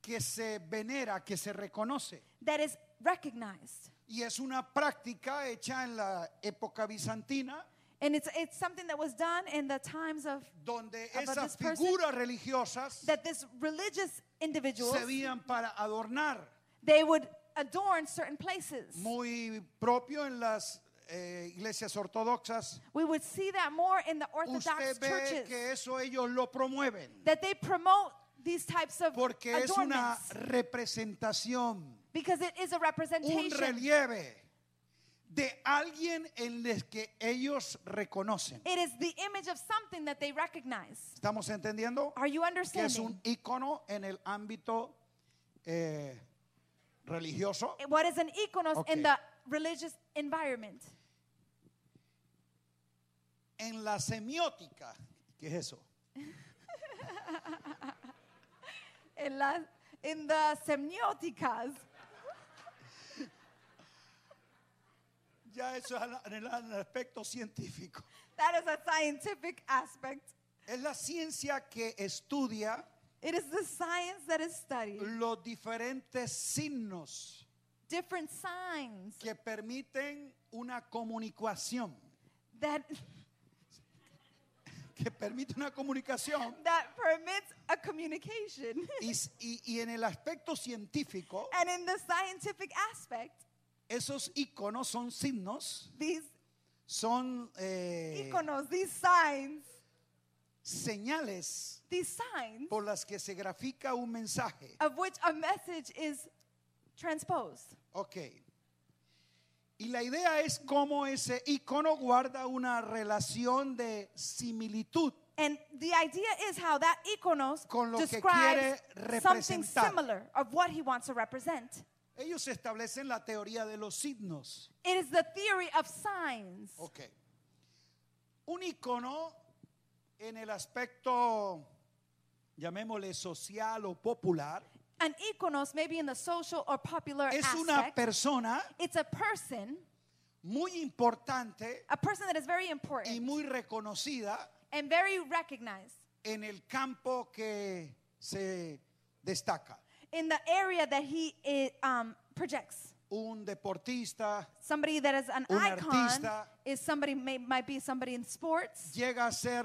[SPEAKER 1] que se venera, que se reconoce.
[SPEAKER 2] that is recognized.
[SPEAKER 1] Y es una práctica hecha en la época bizantina,
[SPEAKER 2] And it's, it's something that was done in the times of
[SPEAKER 1] donde
[SPEAKER 2] About
[SPEAKER 1] esas
[SPEAKER 2] this person?
[SPEAKER 1] figuras religiosas
[SPEAKER 2] that this religious individuals
[SPEAKER 1] servían para adornar.
[SPEAKER 2] they would adorn certain places.
[SPEAKER 1] Muy propio en las eh, iglesias ortodoxas.
[SPEAKER 2] We would see that more in the
[SPEAKER 1] Usted
[SPEAKER 2] Orthodox
[SPEAKER 1] ve
[SPEAKER 2] churches
[SPEAKER 1] que eso ellos lo promueven,
[SPEAKER 2] that they promote these types of
[SPEAKER 1] porque es una
[SPEAKER 2] adornments
[SPEAKER 1] representación
[SPEAKER 2] because it is a
[SPEAKER 1] un
[SPEAKER 2] representation.
[SPEAKER 1] relieve de alguien en el que ellos reconocen.
[SPEAKER 2] It is the image of something that they recognize.
[SPEAKER 1] ¿Estamos entendiendo?
[SPEAKER 2] Are you
[SPEAKER 1] Que es un
[SPEAKER 2] understanding?
[SPEAKER 1] ícono en el ámbito eh, religioso.
[SPEAKER 2] What is an iconos
[SPEAKER 1] Okay.
[SPEAKER 2] in the religious environment?
[SPEAKER 1] En la semiótica, ¿qué es eso?
[SPEAKER 2] En, la, in the semioticas,
[SPEAKER 1] Ya eso es en el, en el aspecto científico.
[SPEAKER 2] that is a scientific aspect.
[SPEAKER 1] Es la ciencia que estudia
[SPEAKER 2] It is the science that is studied.
[SPEAKER 1] los diferentes signos
[SPEAKER 2] Different signs
[SPEAKER 1] que permiten una comunicación,
[SPEAKER 2] that
[SPEAKER 1] que permite una comunicación.
[SPEAKER 2] that permits a communication.
[SPEAKER 1] Y, s- y- y en el aspecto científico,
[SPEAKER 2] and in the scientific aspect,
[SPEAKER 1] esos iconos son signos,
[SPEAKER 2] these
[SPEAKER 1] son eh,
[SPEAKER 2] iconos, these signs,
[SPEAKER 1] señales
[SPEAKER 2] these signs
[SPEAKER 1] por las que se grafica un mensaje.
[SPEAKER 2] of which a message is transposed.
[SPEAKER 1] Ok. Y la idea es cómo ese icono guarda una relación de similitud
[SPEAKER 2] And the idea is how that iconos
[SPEAKER 1] Con lo que
[SPEAKER 2] describes
[SPEAKER 1] quiere
[SPEAKER 2] something
[SPEAKER 1] representar.
[SPEAKER 2] similar of what he wants to represent.
[SPEAKER 1] Ellos establecen la teoría de los signos.
[SPEAKER 2] It is the theory of signs.
[SPEAKER 1] Ok. Un icono en el aspecto, llamémosle social o popular,
[SPEAKER 2] An iconos, maybe in the social or popular
[SPEAKER 1] es una
[SPEAKER 2] aspect,
[SPEAKER 1] persona
[SPEAKER 2] it's a person,
[SPEAKER 1] muy importante
[SPEAKER 2] a person that is very important
[SPEAKER 1] y muy reconocida
[SPEAKER 2] and very recognized
[SPEAKER 1] en el campo que se destaca.
[SPEAKER 2] in the area that he eh, um, projects.
[SPEAKER 1] Un deportista
[SPEAKER 2] Somebody that is an
[SPEAKER 1] Un
[SPEAKER 2] icon
[SPEAKER 1] artista.
[SPEAKER 2] is somebody may, might be somebody in sports.
[SPEAKER 1] llega a ser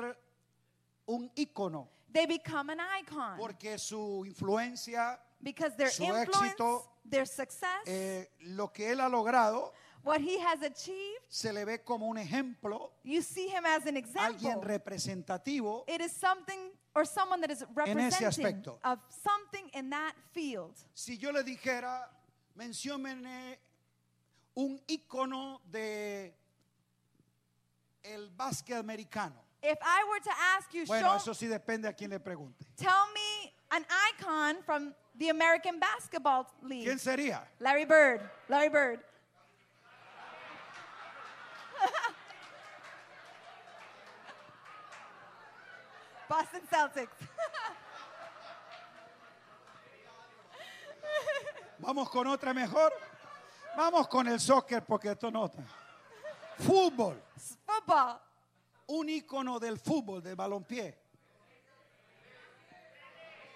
[SPEAKER 1] un ícono
[SPEAKER 2] They become an icon
[SPEAKER 1] porque su influencia,
[SPEAKER 2] because their
[SPEAKER 1] su
[SPEAKER 2] influence,
[SPEAKER 1] éxito,
[SPEAKER 2] their success,
[SPEAKER 1] eh, lo que él ha logrado,
[SPEAKER 2] what he has achieved,
[SPEAKER 1] se le ve como un ejemplo,
[SPEAKER 2] you see him as an
[SPEAKER 1] alguien
[SPEAKER 2] example.
[SPEAKER 1] representativo
[SPEAKER 2] It is something or someone that is representing
[SPEAKER 1] aspecto.
[SPEAKER 2] of something in that field.
[SPEAKER 1] Si yo le dijera, menciómene un ícono de el básquet americano.
[SPEAKER 2] If I were to ask you,
[SPEAKER 1] Bueno,
[SPEAKER 2] show,
[SPEAKER 1] eso sí depende a quién le pregunte.
[SPEAKER 2] tell me an icon from the American Basketball League.
[SPEAKER 1] ¿Quién sería?
[SPEAKER 2] Larry Bird. Larry Bird. Boston Celtics.
[SPEAKER 1] Vamos con otra mejor. Vamos con el soccer porque esto no está. Fútbol.
[SPEAKER 2] Football.
[SPEAKER 1] Un ícono del fútbol, del balompié.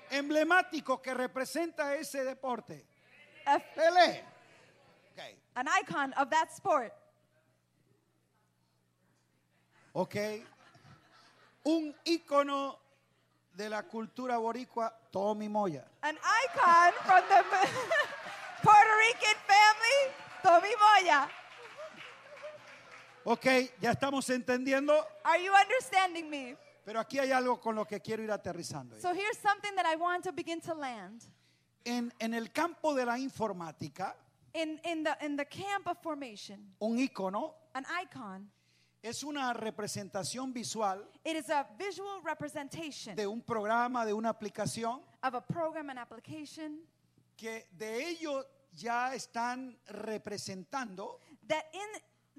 [SPEAKER 1] Emblemático que representa ese deporte.
[SPEAKER 2] A f-
[SPEAKER 1] Pelé. Ok.
[SPEAKER 2] an icon of that sport.
[SPEAKER 1] ¿Ok? Un ícono de la cultura boricua, Tommy Moya.
[SPEAKER 2] An icon from the Puerto Rican family, Tommy Moya.
[SPEAKER 1] ¿Ok? Ya estamos entendiendo,
[SPEAKER 2] Are you understanding me?
[SPEAKER 1] pero aquí hay algo con lo que quiero ir aterrizando.
[SPEAKER 2] So here's something that I want to begin to land.
[SPEAKER 1] En, en el campo de la informática,
[SPEAKER 2] In, in, the, in the camp of formation,
[SPEAKER 1] un ícono
[SPEAKER 2] an icon,
[SPEAKER 1] es una representación visual
[SPEAKER 2] it is a visual representation
[SPEAKER 1] de un programa, de una aplicación,
[SPEAKER 2] of a program and application
[SPEAKER 1] que de ello ya están representando
[SPEAKER 2] that in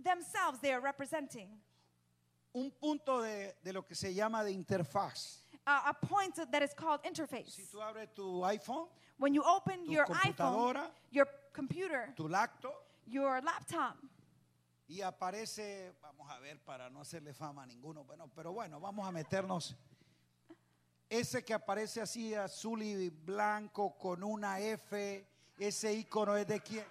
[SPEAKER 2] themselves they are representing
[SPEAKER 1] un punto de, de lo que se llama de interfaz.
[SPEAKER 2] uh, a point that is called interface.
[SPEAKER 1] Si tú abres tu iPhone,
[SPEAKER 2] When you open
[SPEAKER 1] tu
[SPEAKER 2] your iPhone,
[SPEAKER 1] computadora,
[SPEAKER 2] your computer,
[SPEAKER 1] tu lacto,
[SPEAKER 2] your laptop,
[SPEAKER 1] y aparece, vamos a ver para no hacerle fama a ninguno, bueno, pero bueno, vamos a meternos. Ese que aparece así azul y blanco con una F, ese icono es de quién?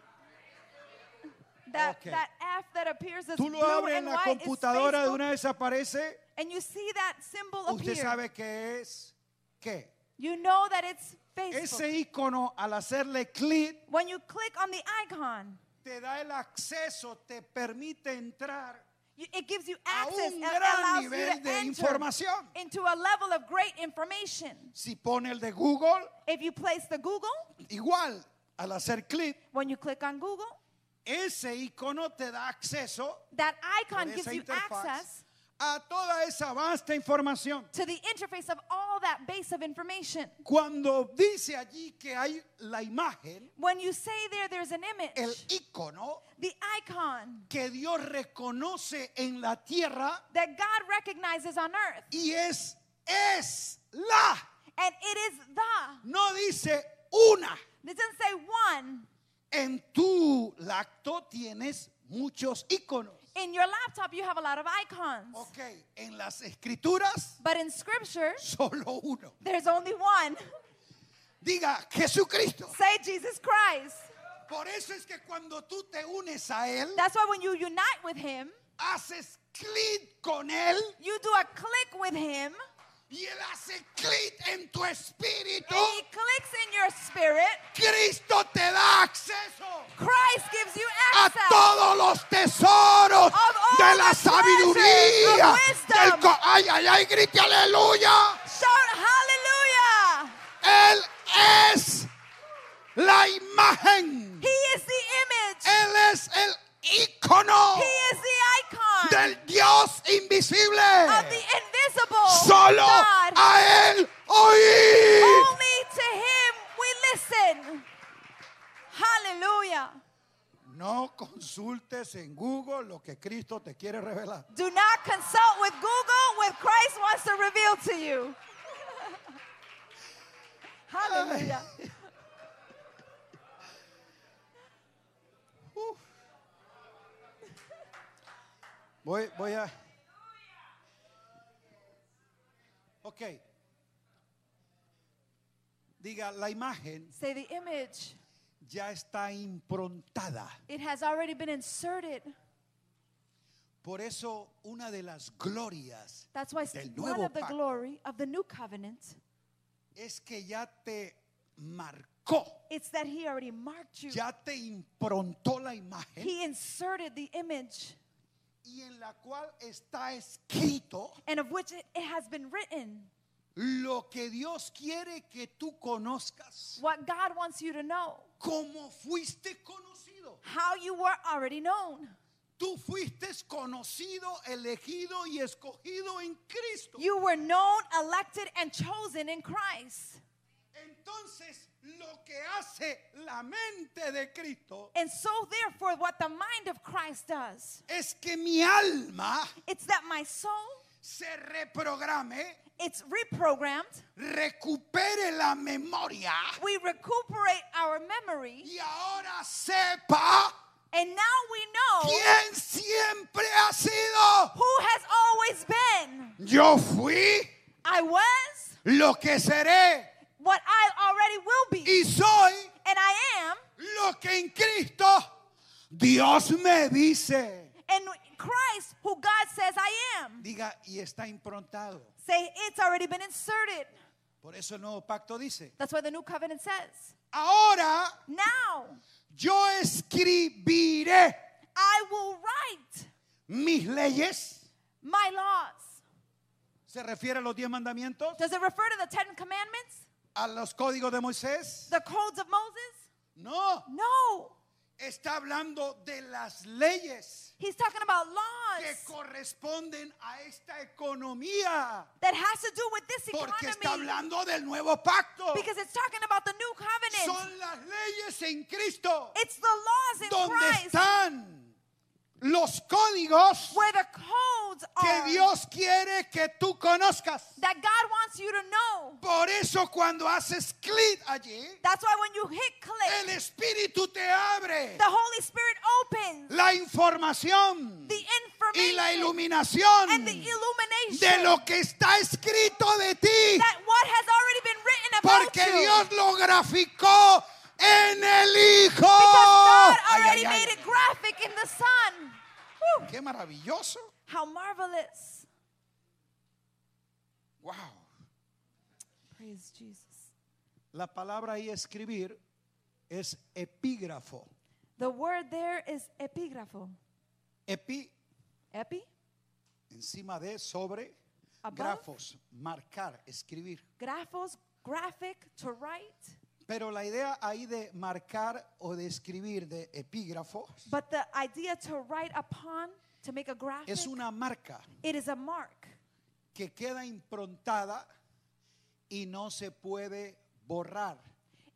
[SPEAKER 2] that,
[SPEAKER 1] Okay.
[SPEAKER 2] that F that appears as
[SPEAKER 1] Tú lo
[SPEAKER 2] blue
[SPEAKER 1] abres en
[SPEAKER 2] and
[SPEAKER 1] la
[SPEAKER 2] white is
[SPEAKER 1] computadora de
[SPEAKER 2] Facebook,
[SPEAKER 1] una vez aparece,
[SPEAKER 2] and you see that symbol
[SPEAKER 1] usted
[SPEAKER 2] appear.
[SPEAKER 1] sabe que es qué.
[SPEAKER 2] You know that it's Facebook.
[SPEAKER 1] Ese icono al hacerle clic
[SPEAKER 2] when you click on the icon,
[SPEAKER 1] te da el acceso, te permite entrar
[SPEAKER 2] you, it gives you
[SPEAKER 1] A un
[SPEAKER 2] access and
[SPEAKER 1] gran
[SPEAKER 2] allows you
[SPEAKER 1] nivel
[SPEAKER 2] to
[SPEAKER 1] de
[SPEAKER 2] enter
[SPEAKER 1] información.
[SPEAKER 2] into a level of great information.
[SPEAKER 1] Si pone el de Google,
[SPEAKER 2] If you place the Google,
[SPEAKER 1] igual al hacer clic
[SPEAKER 2] when you click on Google,
[SPEAKER 1] ese icono te da acceso
[SPEAKER 2] that
[SPEAKER 1] por
[SPEAKER 2] icon gives
[SPEAKER 1] esa
[SPEAKER 2] you
[SPEAKER 1] interfaz,
[SPEAKER 2] access
[SPEAKER 1] a toda esa vasta información.
[SPEAKER 2] to the interface of all that base of information.
[SPEAKER 1] Cuando dice allí que hay la imagen,
[SPEAKER 2] When you say there, there's an
[SPEAKER 1] el
[SPEAKER 2] image,
[SPEAKER 1] icono
[SPEAKER 2] the icon
[SPEAKER 1] que Dios reconoce en la tierra
[SPEAKER 2] that God recognizes on earth,
[SPEAKER 1] y es es la,
[SPEAKER 2] and it is the.
[SPEAKER 1] no dice una.
[SPEAKER 2] It doesn't say one.
[SPEAKER 1] En tu lacto tienes muchos iconos.
[SPEAKER 2] In your laptop, you have a lot of icons.
[SPEAKER 1] Ok, en las escrituras
[SPEAKER 2] But in scripture,
[SPEAKER 1] solo uno.
[SPEAKER 2] there's only one.
[SPEAKER 1] Diga Jesucristo.
[SPEAKER 2] Say Jesus Christ.
[SPEAKER 1] Por eso es que cuando tú te unes a Él,
[SPEAKER 2] That's why when you unite with him,
[SPEAKER 1] haces clic con Él
[SPEAKER 2] you do a click with him,
[SPEAKER 1] y Él hace clic en tu espíritu.
[SPEAKER 2] and he clicks in your spirit.
[SPEAKER 1] Cristo te da acceso
[SPEAKER 2] Christ gives you
[SPEAKER 1] a
[SPEAKER 2] access.
[SPEAKER 1] todos los tesoros
[SPEAKER 2] all
[SPEAKER 1] de la
[SPEAKER 2] the
[SPEAKER 1] sabiduría.
[SPEAKER 2] treasures of
[SPEAKER 1] del
[SPEAKER 2] wisdom.
[SPEAKER 1] co- ay, ay, ay, grite aleluya.
[SPEAKER 2] Shout hallelujah!
[SPEAKER 1] Él es la imagen.
[SPEAKER 2] He is the image.
[SPEAKER 1] Él es el ícono
[SPEAKER 2] He is the icon
[SPEAKER 1] del Dios invisible.
[SPEAKER 2] of the invisible
[SPEAKER 1] Solo
[SPEAKER 2] God.
[SPEAKER 1] a Él oí.
[SPEAKER 2] Only to him we listen. Hallelujah.
[SPEAKER 1] No consultes en Google lo que Cristo te quiere revelar.
[SPEAKER 2] Do not consult with Google what Christ wants to reveal to you. Hallelujah.
[SPEAKER 1] Voy, voy a. Ok. Diga, la imagen
[SPEAKER 2] Say the image.
[SPEAKER 1] ya está improntada.
[SPEAKER 2] It has already been inserted.
[SPEAKER 1] Por eso, una de las glorias
[SPEAKER 2] That's why
[SPEAKER 1] Del
[SPEAKER 2] one
[SPEAKER 1] nuevo
[SPEAKER 2] of the
[SPEAKER 1] pacto.
[SPEAKER 2] glory of the new covenant
[SPEAKER 1] es que ya te marcó,
[SPEAKER 2] it's that he already marked you.
[SPEAKER 1] ya te improntó la imagen
[SPEAKER 2] He inserted the image
[SPEAKER 1] y en la cual está escrito
[SPEAKER 2] and of which it, it has been written.
[SPEAKER 1] lo que Dios quiere que tú conozcas,
[SPEAKER 2] What God wants you to know.
[SPEAKER 1] cómo fuiste conocido.
[SPEAKER 2] How you were already known.
[SPEAKER 1] Tú fuiste conocido, elegido y escogido en Cristo.
[SPEAKER 2] You were known, elected, and chosen in Christ.
[SPEAKER 1] Entonces, lo que hace la mente de Cristo
[SPEAKER 2] And so, therefore, what the mind of Christ does,
[SPEAKER 1] es que mi alma
[SPEAKER 2] it's that my soul,
[SPEAKER 1] se reprograme,
[SPEAKER 2] it's reprogrammed.
[SPEAKER 1] recupere la memoria
[SPEAKER 2] We recuperate our memory.
[SPEAKER 1] y ahora sepa
[SPEAKER 2] And now we know
[SPEAKER 1] quién siempre ha sido.
[SPEAKER 2] who has always been.
[SPEAKER 1] Yo fui
[SPEAKER 2] I was
[SPEAKER 1] lo que seré
[SPEAKER 2] what I already will be.
[SPEAKER 1] y soy
[SPEAKER 2] And I am
[SPEAKER 1] lo que en Cristo Dios me dice.
[SPEAKER 2] And Christ, who God says I am.
[SPEAKER 1] Diga, y está improntado.
[SPEAKER 2] Say, it's already been inserted.
[SPEAKER 1] Por eso el nuevo pacto dice,
[SPEAKER 2] That's what the new covenant says.
[SPEAKER 1] ahora
[SPEAKER 2] Now,
[SPEAKER 1] yo escribiré
[SPEAKER 2] I will write
[SPEAKER 1] mis leyes.
[SPEAKER 2] my laws.
[SPEAKER 1] ¿Se refiere a los diez mandamientos?
[SPEAKER 2] Does it refer to the Ten Commandments?
[SPEAKER 1] ¿A los códigos de Moisés?
[SPEAKER 2] The codes of Moses?
[SPEAKER 1] No,
[SPEAKER 2] No.
[SPEAKER 1] está hablando de las leyes
[SPEAKER 2] He's talking about
[SPEAKER 1] que
[SPEAKER 2] laws
[SPEAKER 1] corresponden a esta economía.
[SPEAKER 2] that has to do with this
[SPEAKER 1] Porque está
[SPEAKER 2] economy.
[SPEAKER 1] hablando del nuevo pacto.
[SPEAKER 2] Because it's talking about the new covenant.
[SPEAKER 1] Son las leyes en Cristo.
[SPEAKER 2] It's the laws in
[SPEAKER 1] Donde
[SPEAKER 2] Christ
[SPEAKER 1] están los códigos
[SPEAKER 2] where the codes
[SPEAKER 1] que
[SPEAKER 2] are
[SPEAKER 1] Dios quiere que tú conozcas.
[SPEAKER 2] that God wants you to know.
[SPEAKER 1] Por eso cuando haces clic allí,
[SPEAKER 2] That's why when you hit click,
[SPEAKER 1] el Espíritu te abre
[SPEAKER 2] The Holy Spirit opens
[SPEAKER 1] la información
[SPEAKER 2] the
[SPEAKER 1] y la
[SPEAKER 2] information
[SPEAKER 1] iluminación
[SPEAKER 2] and the illumination
[SPEAKER 1] de lo que está escrito de ti,
[SPEAKER 2] that what has already been written about
[SPEAKER 1] porque
[SPEAKER 2] you.
[SPEAKER 1] Dios lo graficó en el Hijo.
[SPEAKER 2] because God
[SPEAKER 1] Ay,
[SPEAKER 2] already
[SPEAKER 1] ay, ay.
[SPEAKER 2] made it graphic in the Son. Whew,
[SPEAKER 1] Qué maravilloso.
[SPEAKER 2] how marvelous.
[SPEAKER 1] Wow.
[SPEAKER 2] Praise Jesus.
[SPEAKER 1] La palabra ahí escribir es epígrafo.
[SPEAKER 2] The word there is epigrafo.
[SPEAKER 1] Epi
[SPEAKER 2] Epi?
[SPEAKER 1] encima de sobre
[SPEAKER 2] Above.
[SPEAKER 1] grafos, marcar, escribir.
[SPEAKER 2] Graphos, graphic, to write.
[SPEAKER 1] Pero la idea ahí de marcar o de escribir de epígrafo
[SPEAKER 2] But the idea to write upon, to make a graphic,
[SPEAKER 1] es una marca
[SPEAKER 2] it is a mark
[SPEAKER 1] que queda improntada y no se puede borrar,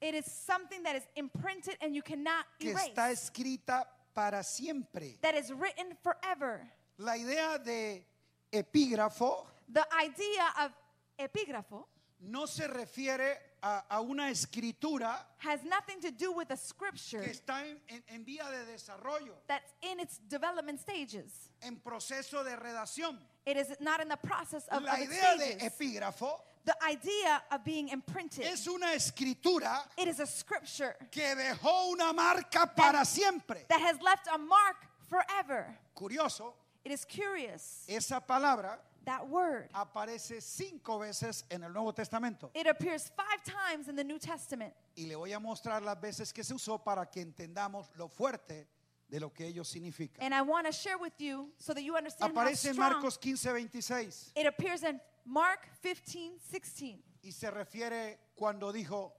[SPEAKER 2] It is something that is imprinted and you cannot
[SPEAKER 1] que
[SPEAKER 2] erase.
[SPEAKER 1] está escrita para siempre.
[SPEAKER 2] that is written forever.
[SPEAKER 1] La idea de epígrafo
[SPEAKER 2] The idea of epigrafo
[SPEAKER 1] no se refiere a, a una escritura
[SPEAKER 2] has nothing to do with the scripture
[SPEAKER 1] que está en, en- en vía de desarrollo,
[SPEAKER 2] that's in its development stages.
[SPEAKER 1] en proceso de redacción.
[SPEAKER 2] It is not in the process of,
[SPEAKER 1] La
[SPEAKER 2] of its
[SPEAKER 1] idea de
[SPEAKER 2] stages.
[SPEAKER 1] epígrafo
[SPEAKER 2] the idea of being imprinted.
[SPEAKER 1] es una escritura
[SPEAKER 2] it is a scripture
[SPEAKER 1] que dejó una marca para siempre.
[SPEAKER 2] that has left a mark forever.
[SPEAKER 1] Curioso,
[SPEAKER 2] It is curious.
[SPEAKER 1] esa palabra
[SPEAKER 2] That word.
[SPEAKER 1] aparece cinco veces en el Nuevo Testamento.
[SPEAKER 2] It appears five times in the New Testament.
[SPEAKER 1] Y le voy a mostrar las veces que se usó para que entendamos lo fuerte de lo que ello significa.
[SPEAKER 2] And I want to share with you so that you understand how
[SPEAKER 1] Aparece en
[SPEAKER 2] strong
[SPEAKER 1] Marcos 15, 26
[SPEAKER 2] it appears in Mark 15, 16.
[SPEAKER 1] y se refiere cuando dijo,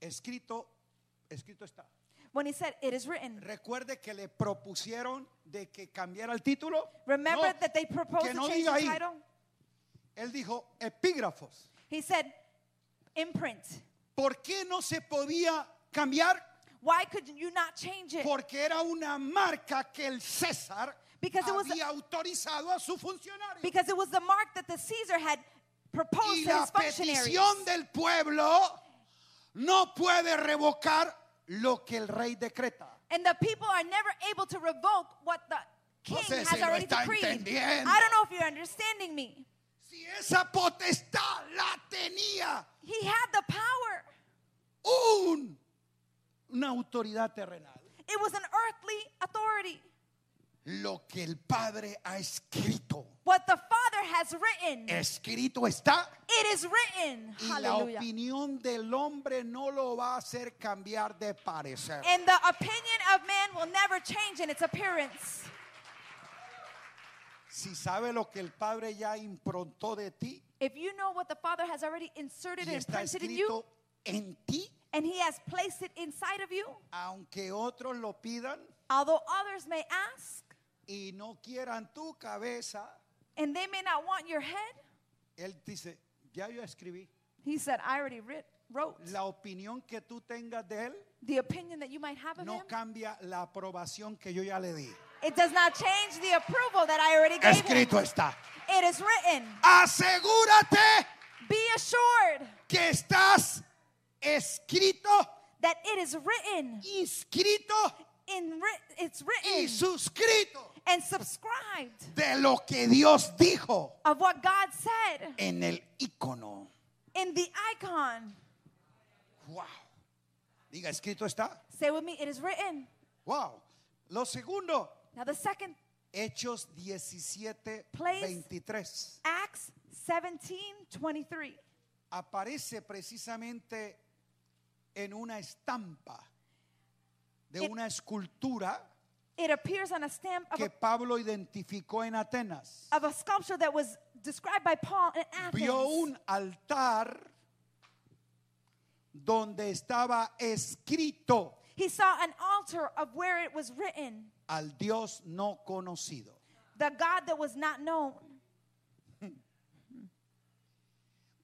[SPEAKER 1] escrito, escrito está.
[SPEAKER 2] When he said, It is written.
[SPEAKER 1] Recuerde que le propusieron de que cambiara el título.
[SPEAKER 2] Remember
[SPEAKER 1] No,
[SPEAKER 2] that they proposed
[SPEAKER 1] que
[SPEAKER 2] to
[SPEAKER 1] no
[SPEAKER 2] change the
[SPEAKER 1] diga ahí.
[SPEAKER 2] title?
[SPEAKER 1] Él dijo epígrafos.
[SPEAKER 2] He said, Imprint.
[SPEAKER 1] ¿Por qué no se podía cambiar?
[SPEAKER 2] Why could you not change it?
[SPEAKER 1] Porque era una marca que el César
[SPEAKER 2] Because it was-
[SPEAKER 1] había autorizado a su funcionario.
[SPEAKER 2] Because it was the mark that the Caesar had proposed
[SPEAKER 1] y
[SPEAKER 2] to
[SPEAKER 1] la
[SPEAKER 2] his functionaries.
[SPEAKER 1] petición del pueblo no puede revocar lo que el rey decreta.
[SPEAKER 2] And the people are never able to revoke what the
[SPEAKER 1] No
[SPEAKER 2] king
[SPEAKER 1] sé si
[SPEAKER 2] has
[SPEAKER 1] lo
[SPEAKER 2] already
[SPEAKER 1] está
[SPEAKER 2] decreed.
[SPEAKER 1] entendiendo.
[SPEAKER 2] I don't know if you're understanding me.
[SPEAKER 1] Si esa potestad la tenía
[SPEAKER 2] He had the power.
[SPEAKER 1] un, una autoridad terrenal,
[SPEAKER 2] It was an earthly authority.
[SPEAKER 1] lo que el Padre ha escrito,
[SPEAKER 2] What the Father has written,
[SPEAKER 1] escrito está.
[SPEAKER 2] it is written.
[SPEAKER 1] Y la
[SPEAKER 2] Hallelujah.
[SPEAKER 1] opinión del hombre no lo va a hacer cambiar de parecer.
[SPEAKER 2] And the opinion of man will never change in its appearance.
[SPEAKER 1] Si sabe lo que el Padre ya improntó de ti
[SPEAKER 2] If you know what the Father has already inserted
[SPEAKER 1] y
[SPEAKER 2] and
[SPEAKER 1] está
[SPEAKER 2] imprinted in you,
[SPEAKER 1] escrito en ti,
[SPEAKER 2] and He has placed it inside of you,
[SPEAKER 1] aunque otros lo pidan
[SPEAKER 2] although others may ask
[SPEAKER 1] y no quieran tu cabeza,
[SPEAKER 2] and they may not want your head,
[SPEAKER 1] Él dice, ya yo escribí.
[SPEAKER 2] He said, I already writ, wrote.
[SPEAKER 1] La opinión que tú tengas de Él
[SPEAKER 2] The opinion that you might have of Him,
[SPEAKER 1] no cambia la aprobación que yo ya le di.
[SPEAKER 2] it does not change the approval that I already gave
[SPEAKER 1] Escrito
[SPEAKER 2] Him.
[SPEAKER 1] está.
[SPEAKER 2] It is written.
[SPEAKER 1] Asegúrate
[SPEAKER 2] Be assured
[SPEAKER 1] que estás escrito,
[SPEAKER 2] that it is written
[SPEAKER 1] inscrito
[SPEAKER 2] in writ- it's
[SPEAKER 1] y
[SPEAKER 2] written
[SPEAKER 1] suscrito
[SPEAKER 2] and subscribed
[SPEAKER 1] de lo que Dios dijo
[SPEAKER 2] of what God said
[SPEAKER 1] en el ícono.
[SPEAKER 2] in the icon.
[SPEAKER 1] Wow. Diga, escrito está.
[SPEAKER 2] Say with me, it is written.
[SPEAKER 1] Wow. Lo segundo,
[SPEAKER 2] Now the second
[SPEAKER 1] Hechos 17,
[SPEAKER 2] Place.
[SPEAKER 1] 23.
[SPEAKER 2] Acts 17, 23.
[SPEAKER 1] Aparece precisamente en una estampa de
[SPEAKER 2] It-
[SPEAKER 1] una escultura
[SPEAKER 2] It appears on a stamp of
[SPEAKER 1] que
[SPEAKER 2] a,
[SPEAKER 1] Pablo identificó en Atenas.
[SPEAKER 2] of a sculpture that was described by Paul in
[SPEAKER 1] Vio
[SPEAKER 2] Athens.
[SPEAKER 1] un altar donde estaba escrito
[SPEAKER 2] He saw an altar of where it was written,
[SPEAKER 1] al Dios no conocido.
[SPEAKER 2] the God that was not known.